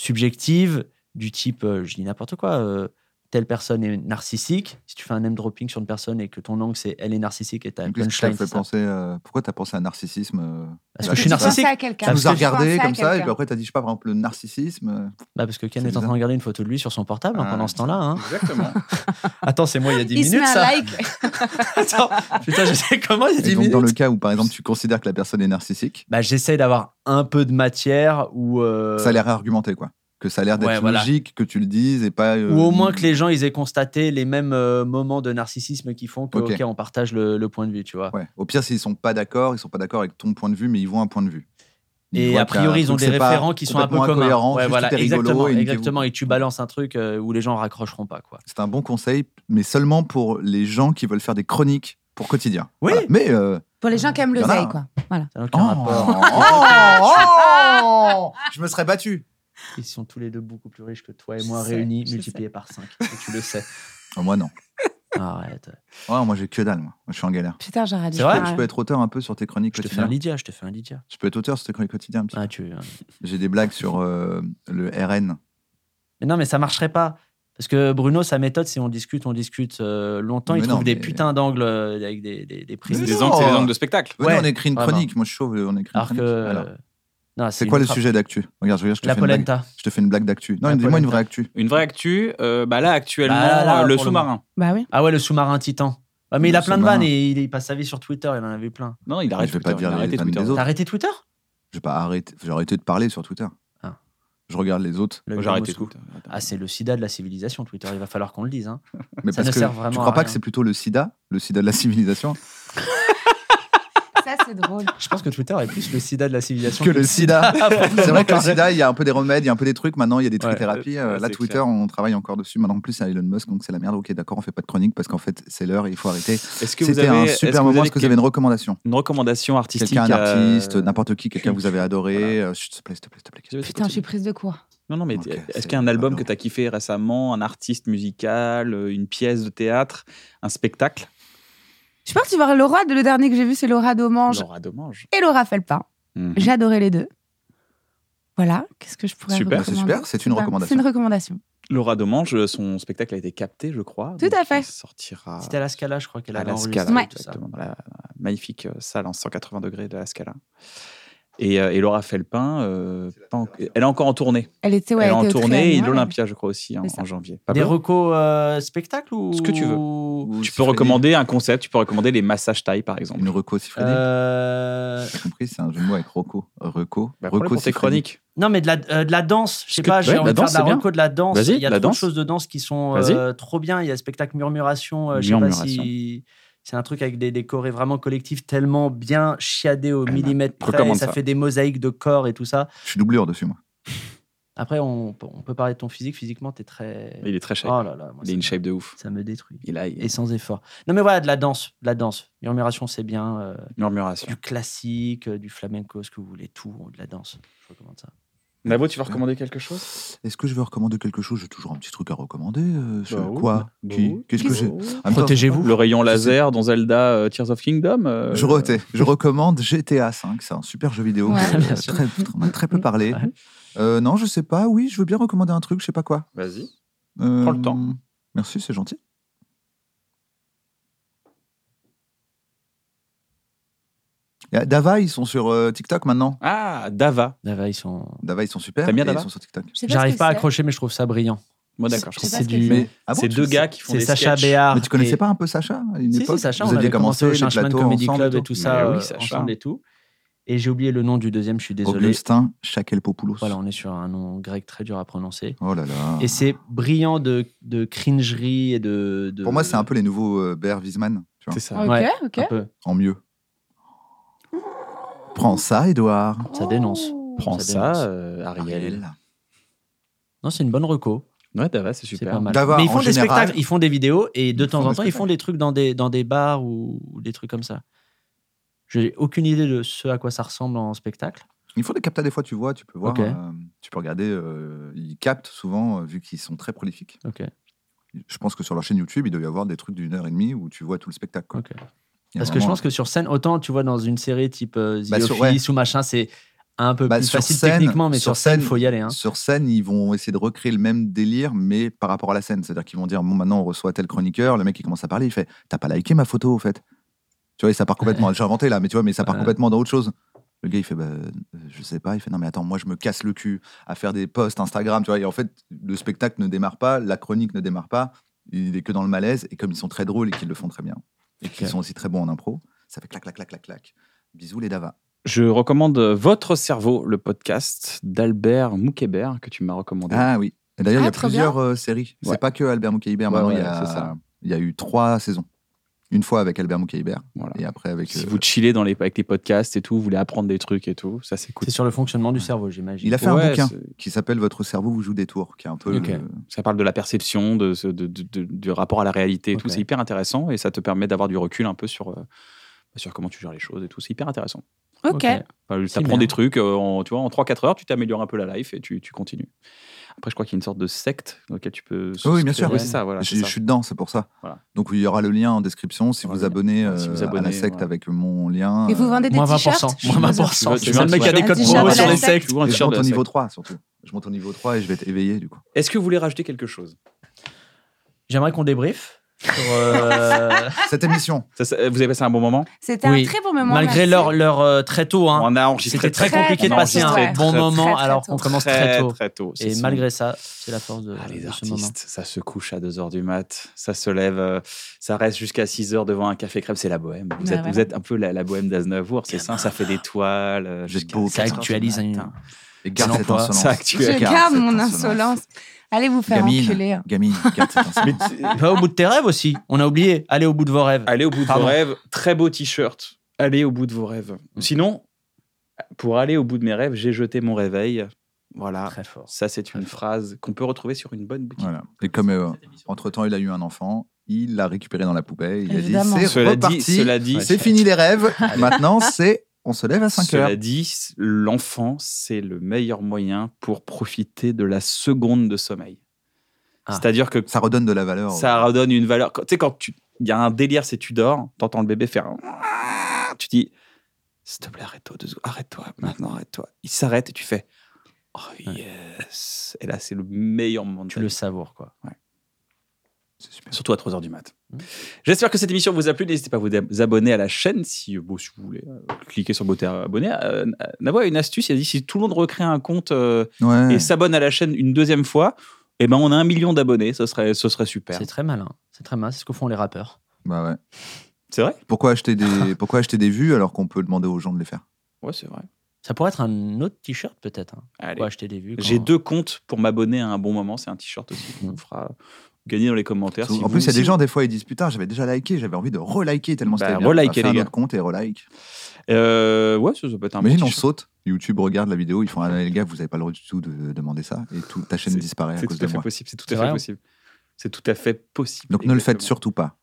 Speaker 4: subjective du type, euh, je dis n'importe quoi, euh, telle personne est narcissique. Si tu fais un name dropping sur une personne et que ton angle c'est elle est narcissique et ta
Speaker 2: Donc, qu'est-ce que t'as
Speaker 4: punchline,
Speaker 2: fait
Speaker 4: c'est ça.
Speaker 2: penser, euh, pourquoi tu as pensé à narcissisme euh,
Speaker 4: Parce
Speaker 2: Ouais,
Speaker 4: que je suis
Speaker 2: tu penses
Speaker 4: narcissique.
Speaker 2: Tu
Speaker 4: Parce
Speaker 2: nous as
Speaker 4: que je
Speaker 2: regardé comme ça, et puis après, tu as dit, je sais pas, par exemple, le narcissisme. euh,
Speaker 4: Bah, parce que Ken
Speaker 2: C'est
Speaker 4: est, en train
Speaker 2: bizarre.
Speaker 4: de regarder une photo de lui sur son portable hein,
Speaker 2: Ah,
Speaker 4: pendant ce temps-là. hein.
Speaker 3: Exactement.
Speaker 4: Attends, c'est moi il y a 10
Speaker 5: Il se met
Speaker 4: minutes
Speaker 5: un
Speaker 4: ça.
Speaker 5: like.
Speaker 4: Attends, putain, je sais comment il y a 10
Speaker 2: Et donc,
Speaker 4: minutes.
Speaker 2: dans le cas où, par exemple, tu considères que la personne est narcissique,
Speaker 4: Bah, j'essaie d'avoir un peu de matière ou euh,
Speaker 2: ça a l'air argumenté, quoi. Que ça a l'air d'être
Speaker 4: Ouais, voilà.
Speaker 2: logique, que tu le dises, et pas. euh,
Speaker 4: ou au moins que les gens ils aient constaté les mêmes euh, moments de narcissisme qui font que
Speaker 2: Ok.
Speaker 4: ok on partage le, le point de vue, tu vois.
Speaker 2: Ouais. Au pire, s'ils sont pas d'accord, ils sont pas d'accord avec ton point de vue, mais ils voient un point de vue.
Speaker 4: Et
Speaker 2: voient
Speaker 4: a
Speaker 2: qu'il y
Speaker 4: priori,
Speaker 2: un
Speaker 4: ils ont
Speaker 2: truc,
Speaker 4: des
Speaker 2: c'est pas
Speaker 4: référents qui sont un peu
Speaker 2: complètement
Speaker 4: communs.
Speaker 2: incohérent,
Speaker 4: Ouais,
Speaker 2: juste
Speaker 4: voilà,
Speaker 2: tout est rigolo,
Speaker 4: exactement,
Speaker 2: et niquez-vous.
Speaker 4: exactement. Et tu balances un truc euh, où les gens raccrocheront pas, quoi.
Speaker 2: C'est un bon conseil, mais seulement pour les gens qui veulent faire des chroniques pour quotidien.
Speaker 4: Oui.
Speaker 2: Voilà. Mais. euh,
Speaker 5: Pour les gens qui aiment le
Speaker 2: Il y en a
Speaker 5: zay,
Speaker 2: un.
Speaker 5: quoi.
Speaker 4: Ça n'a
Speaker 2: oh,
Speaker 4: aucun rapport.
Speaker 2: oh, oh, je me serais battu.
Speaker 4: Ils sont tous les deux beaucoup plus riches que toi et
Speaker 5: Je
Speaker 4: moi
Speaker 5: sais,
Speaker 4: réunis,
Speaker 5: je
Speaker 4: multipliés par 5. Et tu le sais.
Speaker 2: Oh, moi, non.
Speaker 4: Arrête.
Speaker 2: Oh, moi, j'ai que dalle, moi. Moi, Je suis en galère.
Speaker 5: Putain, j'aurais dû
Speaker 4: C'est vrai
Speaker 5: faire,
Speaker 2: Je peux être auteur un peu sur tes chroniques
Speaker 4: Je te fais un
Speaker 2: quotidiennes.
Speaker 4: Lydia, je te fais un Lydia.
Speaker 2: Je peux être auteur sur tes chroniques quotidiennes. un petit
Speaker 4: Ah, tu...
Speaker 2: J'ai des blagues sur euh, le RN.
Speaker 4: Mais non, mais ça marcherait pas. Parce que Bruno, sa méthode, c'est on discute, on discute euh, longtemps. il
Speaker 2: Mais
Speaker 4: trouve
Speaker 2: non,
Speaker 4: des
Speaker 2: mais-
Speaker 4: putains d'angles euh, avec des, des, des prises.
Speaker 3: C'est
Speaker 2: Mais
Speaker 3: des
Speaker 2: non.
Speaker 3: angles, c'est des angles de spectacle.
Speaker 2: Venez,
Speaker 4: Ouais,
Speaker 2: on écrit une
Speaker 4: vraiment.
Speaker 2: chronique. Moi, je suis chauve, on écrit une
Speaker 4: Alors que.
Speaker 2: chronique. Alors,
Speaker 4: euh, non,
Speaker 2: c'est quoi le
Speaker 4: ultra-
Speaker 2: sujet d'actu Regarde, je, regarde, je te
Speaker 4: La
Speaker 2: fais une blague-
Speaker 4: polenta.
Speaker 2: je te fais une blague d'actu. Non,
Speaker 4: La
Speaker 2: dis-moi une
Speaker 4: polenta.
Speaker 2: vraie actu.
Speaker 3: Une vraie actu, euh, bah là actuellement,
Speaker 4: Bah là,
Speaker 3: euh, le
Speaker 4: pour le
Speaker 3: sous-marin.
Speaker 5: Bah oui.
Speaker 4: Ah ouais, le sous-marin titan. Ouais, mais
Speaker 2: Le
Speaker 4: il a plein de
Speaker 2: sous-marin.
Speaker 4: vannes et il, il passe sa vie sur Twitter, il en avait plein.
Speaker 3: Non, il arrête
Speaker 2: vais
Speaker 3: Twitter,
Speaker 2: pas dire
Speaker 3: il a
Speaker 2: les
Speaker 3: arrêté
Speaker 2: vannes des
Speaker 3: Twitter.
Speaker 2: autres.
Speaker 4: T'as arrêté Twitter
Speaker 2: Je vais pas arrêter. J'ai arrêté de parler sur Twitter.
Speaker 4: Ah.
Speaker 2: Je regarde les autres.
Speaker 4: Le
Speaker 3: Moi, J'ai arrêté
Speaker 4: Mossou.
Speaker 3: tout.
Speaker 4: Ah, c'est le sida de la civilisation, Twitter. Il va falloir qu'on le dise. hein.
Speaker 2: Mais
Speaker 4: Ça
Speaker 2: parce
Speaker 4: ne
Speaker 2: que
Speaker 4: sert
Speaker 2: tu
Speaker 4: vraiment
Speaker 2: crois
Speaker 4: à
Speaker 2: pas que
Speaker 4: rien.
Speaker 2: c'est plutôt le sida, le sida de la civilisation
Speaker 5: c'est drôle.
Speaker 4: Je pense que Twitter est plus le Ah, sida de la civilisation
Speaker 2: Que le sida. c'est vrai que le sida, il y a un peu des remèdes, il y a un peu des trucs. Maintenant, il y a des
Speaker 4: Ouais,
Speaker 2: thérapies.
Speaker 3: ouais,
Speaker 2: là,
Speaker 3: c'est
Speaker 2: Twitter,
Speaker 3: clair.
Speaker 2: on travaille encore dessus. Maintenant, en plus, à Elon Musk, donc c'est la merde. Ok, d'accord, on fait pas de chronique parce qu'en fait, c'est l'heure, il faut arrêter.
Speaker 3: Est-ce que vous
Speaker 2: C'était
Speaker 3: avez
Speaker 2: un
Speaker 3: est-ce que
Speaker 2: super
Speaker 3: vous
Speaker 2: moment.
Speaker 3: avez
Speaker 2: Est-ce que vous avez une recommandation
Speaker 3: une recommandation artistique
Speaker 2: Quelqu'un, un
Speaker 3: euh,
Speaker 2: artiste, n'importe qui, quelqu'un que vous avez adoré.
Speaker 3: Voilà.
Speaker 2: euh, S'il te plaît, s'il te plaît, s'il te plaît.
Speaker 5: Putain, je suis prise de court.
Speaker 3: Non, non, mais
Speaker 2: Ok, c'est
Speaker 3: est-ce qu'il y a un album
Speaker 2: pas
Speaker 3: que
Speaker 2: long.
Speaker 3: tu as kiffé récemment, un artiste musical, euh, une pièce de théâtre, un spectacle
Speaker 5: Je suis partie voir Laura. Le dernier que j'ai vu, c'est Laura Domange
Speaker 3: Laura Domange.
Speaker 5: et Laura Felpin.
Speaker 2: Hmm.
Speaker 3: Mhm.
Speaker 5: J'ai adoré les deux. Voilà, qu'est-ce que je pourrais
Speaker 3: Super.
Speaker 2: Bah, c'est
Speaker 5: recommander
Speaker 2: super, c'est une
Speaker 5: Enfin,
Speaker 2: recommandation.
Speaker 5: C'est une recommandation.
Speaker 3: Laura Domange, son spectacle a été capté, je crois.
Speaker 5: Tout
Speaker 3: donc
Speaker 5: à fait.
Speaker 3: il
Speaker 2: Ah.
Speaker 3: sortira
Speaker 4: C'était à la Scala, je crois qu'elle
Speaker 3: à
Speaker 4: avait
Speaker 3: la
Speaker 4: enregistré
Speaker 3: Scala,
Speaker 5: Ouais.
Speaker 4: tout ça.
Speaker 3: exactement, dans la, la magnifique euh, salle en 180 degrés de la Scala. Et, euh, et Laura Felpin, euh, pas en- elle est encore en tournée.
Speaker 5: Elle était, ouais,
Speaker 3: elle est en
Speaker 5: était au
Speaker 3: tournée et
Speaker 5: Trianon,
Speaker 3: l'Olympia, je crois aussi, en,
Speaker 5: C'est ça.
Speaker 3: en janvier.
Speaker 2: Ah
Speaker 3: Pas
Speaker 4: Des
Speaker 3: bon
Speaker 4: recos euh, spectacles ou
Speaker 3: Ce que tu veux.
Speaker 2: Ou
Speaker 3: tu peux
Speaker 2: Sifredi.
Speaker 3: recommander un concept, tu peux recommander les massages taille, par exemple.
Speaker 2: Une reco Sifredi.
Speaker 4: Euh,
Speaker 2: J'ai compris, c'est un jeu de mots avec Rocco. Reco.
Speaker 3: Bah, problème
Speaker 2: Reco
Speaker 3: pour tes
Speaker 2: Sifredi.
Speaker 3: chroniques.
Speaker 4: Non, mais de la, euh, de la danse. Je sais
Speaker 3: Parce que-
Speaker 4: pas, j'ai
Speaker 3: ouais, la
Speaker 4: envie de
Speaker 3: danse,
Speaker 4: faire de
Speaker 3: c'est
Speaker 4: la reco de la danse.
Speaker 3: Vas-y,
Speaker 4: Il y a
Speaker 3: la
Speaker 4: trop de
Speaker 3: danse.
Speaker 4: choses de danse qui sont
Speaker 3: Vas-y.
Speaker 4: euh, trop bien. Il y a le spectacle Murmuration. euh, je sais pas
Speaker 3: Murmuration.
Speaker 4: si c'est un truc avec des, des chorés vraiment collectifs tellement bien chiadés au
Speaker 3: ben,
Speaker 4: millimètre près.
Speaker 3: recommande
Speaker 4: et ça,
Speaker 3: ça.
Speaker 4: fait des mosaïques de corps et tout ça.
Speaker 2: Je suis doublure dessus, moi.
Speaker 4: Après, on, peut- on peut parler de ton physique. Physiquement, t'es très.
Speaker 3: Il est très shape.
Speaker 4: Oh là là, moi,
Speaker 3: il
Speaker 4: ça
Speaker 3: est une
Speaker 4: me-
Speaker 3: shape de ouf.
Speaker 4: Ça me détruit.
Speaker 3: Il a il-
Speaker 4: Et sans effort. Non, mais voilà, de la danse. De la danse. Murmuration, c'est bien. euh,
Speaker 3: murmuration.
Speaker 4: du classique, euh, du flamenco, ce que vous voulez, tout, de la danse. Je recommande ça.
Speaker 3: Navo, tu vas recommander quelque chose
Speaker 2: Est-ce que je veux recommander quelque chose J'ai toujours un petit truc à recommander. euh, je-
Speaker 3: Bah oui.
Speaker 2: Quoi
Speaker 3: Bah
Speaker 2: Qui
Speaker 3: oui.
Speaker 2: Qu'est-ce que j'ai En même temps,
Speaker 4: Protégez-vous.
Speaker 3: Le rayon
Speaker 2: Je
Speaker 3: laser dans Zelda euh, Tears of Kingdom euh,
Speaker 2: Je, re- je recommande GTA 5, c'est un super jeu vidéo.
Speaker 5: Ouais.
Speaker 2: que, euh,
Speaker 4: Bien sûr.
Speaker 2: très, on a très peu parlé.
Speaker 4: Ouais.
Speaker 2: Euh, non, je sais pas. Oui, je veux bien recommander un truc, je sais pas quoi.
Speaker 3: Vas-y.
Speaker 2: Euh,
Speaker 3: Prends le temps.
Speaker 2: Merci, c'est gentil. Et, euh, Dava, ils sont sur euh, TikTok maintenant.
Speaker 3: Ah, Dava.
Speaker 4: Là, ils sont.
Speaker 2: Dava, ils sont super.
Speaker 3: T'aimes bien
Speaker 2: et
Speaker 3: Dava
Speaker 2: ils sont sur TikTok.
Speaker 5: Je sais ce
Speaker 4: J'arrive
Speaker 5: que
Speaker 4: pas à
Speaker 5: c'est.
Speaker 4: accrocher, mais je trouve ça brillant.
Speaker 3: Bon, Oh, d'accord, je
Speaker 5: Je
Speaker 3: comprends.
Speaker 5: sais pas
Speaker 4: C'est
Speaker 5: ce que
Speaker 4: du-
Speaker 5: c'est.
Speaker 2: ah bon,
Speaker 3: C'est
Speaker 2: tu
Speaker 3: deux
Speaker 2: sais-
Speaker 3: gars qui font
Speaker 4: C'est
Speaker 3: des
Speaker 4: Sacha
Speaker 3: sketchs.
Speaker 4: Béard.
Speaker 2: Mais tu connaissais
Speaker 4: et-
Speaker 2: pas un peu Sacha à une
Speaker 4: Si,
Speaker 2: époque
Speaker 4: si, Sacha,
Speaker 2: Vous
Speaker 4: on
Speaker 2: aviez
Speaker 4: avait commencé au
Speaker 2: commencé les
Speaker 4: Changeman
Speaker 2: plateaux
Speaker 4: Comedy
Speaker 2: ensemble
Speaker 4: Club et
Speaker 2: et
Speaker 4: tout
Speaker 2: tout.
Speaker 4: ça,
Speaker 3: Mais oui,
Speaker 4: euh,
Speaker 3: Sacha.
Speaker 4: ensemble et tout. Et j'ai oublié le nom du deuxième, je suis désolé.
Speaker 2: Augustin Chakelpopoulos.
Speaker 4: Voilà, on est sur un nom grec très dur à prononcer.
Speaker 2: Oh là là.
Speaker 4: Et c'est brillant de, de cringerie et de, de-
Speaker 2: Pour moi, c'est un peu les nouveaux euh, Bear Wiesman, tu vois,
Speaker 3: C'est ça.
Speaker 5: Ok,
Speaker 4: Ouais.
Speaker 5: ok.
Speaker 4: un peu.
Speaker 2: en mieux. Prends ça, Edouard.
Speaker 4: Ça dénonce.
Speaker 5: Oh.
Speaker 3: Prends
Speaker 4: Ça
Speaker 3: ça,
Speaker 4: dénonce.
Speaker 3: euh, Ariel.
Speaker 4: Non, c'est une bonne reco.
Speaker 3: Ouais, Dava, c'est
Speaker 4: C'est
Speaker 3: super.
Speaker 4: pas mal.
Speaker 2: D'avoir,
Speaker 4: Mais ils font
Speaker 2: en
Speaker 4: des
Speaker 2: général-
Speaker 4: spectacles, ils font des vidéos et de
Speaker 2: Ils
Speaker 4: temps
Speaker 2: font
Speaker 4: en
Speaker 2: des
Speaker 4: temps, ils font
Speaker 2: spectacles.
Speaker 4: des trucs dans des, dans des bars ou, ou des trucs comme ça. J'ai aucune idée de ce à quoi ça ressemble en spectacle.
Speaker 2: Il faut des captas des fois, tu vois, tu peux voir,
Speaker 4: Ok.
Speaker 2: euh, tu peux regarder. euh, ils captent souvent, euh, vu qu'ils sont très prolifiques.
Speaker 4: Ok.
Speaker 2: Je pense que sur leur chaîne YouTube, il doit y avoir des trucs d'une heure et demie où tu vois tout le spectacle. quoi.
Speaker 4: Ok.
Speaker 2: Il y a
Speaker 4: Parce que je
Speaker 2: vraiment-
Speaker 4: pense que sur scène, autant tu vois dans une série type euh, The
Speaker 2: Bah,
Speaker 4: Office
Speaker 2: sur- ouais.
Speaker 4: ou machin, c'est un peu
Speaker 2: Bah,
Speaker 4: plus
Speaker 2: sur
Speaker 4: facile
Speaker 2: scène-
Speaker 4: techniquement, mais
Speaker 2: sur
Speaker 4: sur scène,
Speaker 2: scène-
Speaker 4: faut y aller. hein.
Speaker 2: Sur scène, ils vont essayer de recréer le même délire, mais par rapport à la scène. C'est-à-dire qu'ils vont dire Bon, maintenant, on reçoit tel chroniqueur. Le mec, il commence à parler. Il fait T'as pas liké ma photo, au fait Tu vois, et ça part complètement. J'ai inventé là, mais tu vois, mais ça part
Speaker 4: Ouais.
Speaker 2: complètement dans autre chose. Le gars, il fait bah, euh, Je sais pas. Il fait Non, mais attends, moi, je me casse le cul à faire des posts Instagram. Tu vois, et en fait, le spectacle ne démarre pas, la chronique ne démarre pas. Il est que dans le malaise. Et comme ils sont très drôles et qu'ils le font très bien, et qu'ils
Speaker 4: Ok.
Speaker 2: sont aussi très bons en impro, ça fait clac, clac, clac, clac, clac. Bisous, les Dava.
Speaker 3: Je recommande euh, Votre cerveau, le podcast d'Albert Moukébert que tu m'as recommandé.
Speaker 2: Ah oui. Et D'ailleurs, il
Speaker 5: Ah,
Speaker 2: y a
Speaker 5: trop
Speaker 2: plusieurs euh, séries.
Speaker 3: Ouais.
Speaker 2: C'est pas que Albert Moukaïber.
Speaker 3: Ouais,
Speaker 2: maintenant,
Speaker 3: ouais,
Speaker 2: il, y
Speaker 3: c'est ça.
Speaker 2: a, il y a eu trois saisons. Une fois avec Albert Moukaïber
Speaker 3: Voilà.
Speaker 2: et après avec.
Speaker 3: Si
Speaker 2: euh,
Speaker 3: vous chillez dans les, avec les podcasts et tout, vous voulez apprendre des trucs et tout, ça c'est cool.
Speaker 4: C'est sur le fonctionnement du cerveau, j'imagine.
Speaker 2: Il a fait un
Speaker 3: Ouais,
Speaker 2: bouquin
Speaker 3: c'est-
Speaker 2: qui s'appelle Votre cerveau vous joue des tours, qui est un peu.
Speaker 4: Ok.
Speaker 2: le-
Speaker 3: Ça parle de la perception, de, ce- de- de- de- du rapport à la réalité et tout.
Speaker 4: Ok.
Speaker 3: C'est hyper intéressant et ça te permet d'avoir du recul un peu sur, euh, sur comment tu gères les choses et tout. C'est hyper intéressant.
Speaker 5: Ok.
Speaker 4: Ok.
Speaker 3: Enfin, tu
Speaker 4: C'est
Speaker 3: apprends des
Speaker 4: bien.
Speaker 3: trucs, euh, en, tu vois, en 3-4 heures, tu t'améliores un peu la life et tu, tu continues. Après, je crois qu'il y a une sorte de secte dans laquelle tu peux.
Speaker 2: Oui, bien sûr.
Speaker 3: Oui, c'est ça, voilà.
Speaker 2: Je
Speaker 3: c'est
Speaker 2: je
Speaker 3: ça.
Speaker 2: suis dedans, c'est pour ça.
Speaker 3: Voilà.
Speaker 2: Donc il y aura le lien en description si
Speaker 3: Ouais,
Speaker 2: vous
Speaker 3: ouais.
Speaker 2: abonnez,
Speaker 3: Ouais, si
Speaker 2: euh,
Speaker 3: vous
Speaker 2: à la
Speaker 3: abonnez,
Speaker 2: secte
Speaker 3: voilà.
Speaker 2: avec mon lien.
Speaker 5: Et vous vendez des
Speaker 4: Moins
Speaker 5: t-shirts
Speaker 4: 20%. Moins
Speaker 5: je
Speaker 4: 20%.
Speaker 5: suppose.
Speaker 3: Tu
Speaker 4: C'est
Speaker 3: vois,
Speaker 4: le mec qui a des
Speaker 5: un
Speaker 4: codes
Speaker 5: petit
Speaker 3: euh,
Speaker 4: promo
Speaker 5: t-shirt
Speaker 4: sur
Speaker 5: à
Speaker 4: les
Speaker 5: la
Speaker 4: sectes.
Speaker 5: secte.
Speaker 3: Tu vois, un
Speaker 2: Et je
Speaker 3: t-shirt de
Speaker 2: monte
Speaker 3: la
Speaker 2: au niveau
Speaker 3: secte.
Speaker 2: 3 surtout. Je monte au niveau 3 et je vais être éveillé du coup.
Speaker 3: Est-ce que vous voulez rajouter quelque chose
Speaker 4: J'aimerais qu'on débriefe. sur, euh,
Speaker 2: Cette émission,
Speaker 3: Ça, ça- Vous avez passé un bon moment
Speaker 5: C'était
Speaker 4: Oui.
Speaker 5: un très bon moment.
Speaker 4: malgré
Speaker 5: merci.
Speaker 4: leur, leur euh, très tôt, hein,
Speaker 3: On a enregistré
Speaker 4: c'était très
Speaker 5: très
Speaker 4: compliqué de
Speaker 5: tôt.
Speaker 4: passer
Speaker 5: Ouais.
Speaker 4: un
Speaker 5: Très,
Speaker 4: bon
Speaker 5: très,
Speaker 4: moment
Speaker 5: très
Speaker 4: alors
Speaker 5: tôt.
Speaker 4: qu'on commence très tôt.
Speaker 3: Très tôt. C'est
Speaker 4: Et
Speaker 3: son-
Speaker 4: malgré ça, c'est la force de,
Speaker 3: Ah, les
Speaker 4: de ce moment.
Speaker 3: artistes, ça se couche à 2h du mat, ça se lève, euh, ça reste jusqu'à 6h devant un café crème, c'est la bohème. Vous,
Speaker 4: Bah
Speaker 5: Ouais,
Speaker 3: êtes,
Speaker 5: voilà.
Speaker 3: vous êtes un peu la, la bohème d'Aznavour, c'est ça, ça fait des toiles. euh,
Speaker 2: J'ai
Speaker 3: jusqu'à
Speaker 2: beau
Speaker 3: 4
Speaker 4: Ça
Speaker 3: heures du
Speaker 4: actualise un-
Speaker 3: matin.
Speaker 2: et garde cette
Speaker 4: l'emploi.
Speaker 2: insolence.
Speaker 3: Ça actualise.
Speaker 5: Je
Speaker 2: Garde
Speaker 5: garde
Speaker 2: cette
Speaker 5: mon insolence. Allez vous faire
Speaker 2: Gamine.
Speaker 5: enculer.
Speaker 2: Gamine, garde cette insolence.
Speaker 4: Bah, au bout de tes rêves aussi. On a oublié. Allez au bout de vos rêves.
Speaker 3: Allez au bout de vos
Speaker 4: Pardon.
Speaker 3: rêves, très beau t-shirt, allez au bout de vos rêves. Sinon, pour aller au bout de mes rêves, j'ai jeté mon réveil. Voilà.
Speaker 4: Très fort.
Speaker 3: Ça, c'est une phrase qu'on peut retrouver sur une bonne boutique.
Speaker 2: Voilà. Et comme euh, entre-temps, il a eu un enfant, il l'a récupéré dans la poubelle. Il
Speaker 5: Évidemment.
Speaker 2: a dit c'est
Speaker 3: Cela dit,
Speaker 2: reparti,
Speaker 3: cela dit,
Speaker 2: c'est fini les rêves. Maintenant, c'est on se lève à 5
Speaker 3: Cela
Speaker 2: heures.
Speaker 3: dit, l'enfant, c'est le meilleur moyen pour profiter de la seconde de sommeil.
Speaker 4: Ah.
Speaker 3: C'est-à-dire que
Speaker 2: Ça redonne de la valeur.
Speaker 3: ça redonne une valeur. Quand- Tu sais, quand tu- il y a un délire, c'est tu dors, t'entends le bébé faire un. Tu dis, s'il te plaît, arrête-toi deux secondes, arrête-toi, maintenant, arrête-toi. Il s'arrête et tu fais, oh yes. Et là, c'est le meilleur moment de
Speaker 4: Tu
Speaker 3: ta
Speaker 4: le
Speaker 3: vie.
Speaker 4: savoures, quoi.
Speaker 2: C'est super.
Speaker 3: Surtout à 3h du mat.
Speaker 4: Mm.
Speaker 3: J'espère que cette émission vous a plu. N'hésitez pas à vous ab- abonner à la chaîne si, euh, bon, si vous voulez. euh, Cliquez sur le bouton abonner. Euh, Navo a une astuce. Il a dit si tout le monde recrée un compte euh,
Speaker 2: Ouais.
Speaker 3: et s'abonne à la chaîne une deuxième fois, eh ben, on a un million d'abonnés. Ce serait, ce serait super.
Speaker 4: C'est très malin. C'est très malin. C'est ce que font les rappeurs.
Speaker 2: Bah ouais.
Speaker 3: C'est vrai
Speaker 2: Pourquoi acheter des pourquoi acheter des vues alors qu'on peut demander aux gens de les faire
Speaker 3: Ouais, c'est vrai.
Speaker 4: Ça pourrait être un autre t-shirt, peut-être. hein.
Speaker 3: Allez.
Speaker 4: Faut acheter des vues. quand-
Speaker 3: J'ai deux comptes pour m'abonner à un bon moment. C'est un t-shirt aussi qu'on
Speaker 4: Mm.
Speaker 3: fera gagner dans les commentaires. si
Speaker 2: En
Speaker 3: vous-
Speaker 2: plus, il y a
Speaker 3: si
Speaker 2: des gens des fois ils disent putain, j'avais déjà liké, j'avais envie de reliker tellement
Speaker 3: Bah,
Speaker 2: c'était bien.
Speaker 3: relikez,
Speaker 2: Faire
Speaker 3: les
Speaker 2: un
Speaker 3: gars.
Speaker 2: autre compte et relike.
Speaker 3: vous- Euh, ouais, ça, ça peut être un bon
Speaker 2: Imagine on
Speaker 3: t-shirt.
Speaker 2: saute, YouTube regarde la vidéo, ils font ah les gars, vous avez pas le droit du tout de demander ça et toute ta chaîne
Speaker 3: C'est-
Speaker 2: disparaît à
Speaker 3: C'est
Speaker 2: cause
Speaker 3: tout
Speaker 2: de
Speaker 3: à fait
Speaker 2: moi.
Speaker 3: possible. C'est tout
Speaker 4: C'est
Speaker 3: à fait
Speaker 4: vrai hein
Speaker 3: possible. C'est tout à fait possible.
Speaker 2: Donc ne le
Speaker 3: exactement.
Speaker 2: faites surtout pas.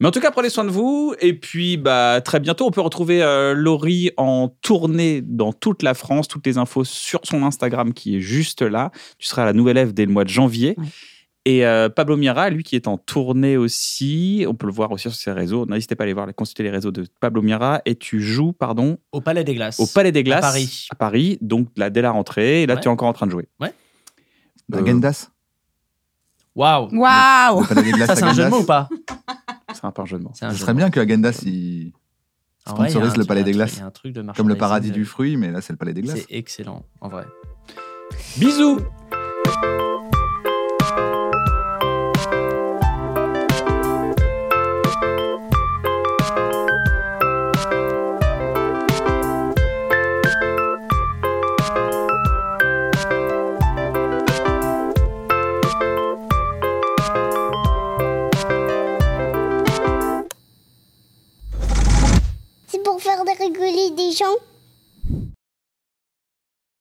Speaker 3: Mais en tout cas, prenez soin de vous. Et puis, bah, très bientôt, on peut retrouver euh, Laurie en tournée dans toute la France. Toutes les infos sur son Instagram qui est juste là. Tu seras à la nouvelle Ève dès le mois de janvier.
Speaker 5: Oui.
Speaker 3: Et euh, Pablo Mira, lui, qui est en tournée aussi. On peut le voir aussi sur ses réseaux. N'hésitez pas à aller voir, à consulter les réseaux de Pablo Mira. Et tu joues, pardon,
Speaker 4: Au Palais des Glaces.
Speaker 3: au Palais des Glaces.
Speaker 4: Paris.
Speaker 3: À Paris. Donc, là, dès la rentrée. Et là,
Speaker 4: Ouais.
Speaker 3: tu es encore en train de jouer.
Speaker 2: La
Speaker 3: Euh,
Speaker 2: Gendas,
Speaker 4: Waouh
Speaker 5: Waouh
Speaker 2: le palais des glaces
Speaker 4: Ça, c'est
Speaker 2: à
Speaker 4: un jeu de
Speaker 2: Gendas.
Speaker 4: mots ou pas
Speaker 3: C'est un peu un jeu de mots.
Speaker 4: C'est un
Speaker 2: Ce
Speaker 4: jeu de
Speaker 2: serait
Speaker 4: mots.
Speaker 2: bien que Agendas
Speaker 4: En
Speaker 2: il
Speaker 4: vrai, il y a
Speaker 2: sponsorise
Speaker 4: un
Speaker 2: le
Speaker 4: truc-
Speaker 2: Palais
Speaker 4: un
Speaker 2: des
Speaker 4: truc-
Speaker 2: Glaces.
Speaker 4: il y a un truc de
Speaker 2: comme le
Speaker 4: merchandising.
Speaker 2: paradis du fruit, mais là c'est le palais des glaces.
Speaker 4: C'est excellent, en vrai.
Speaker 3: Bisous
Speaker 9: C'est pour faire rigoler des gens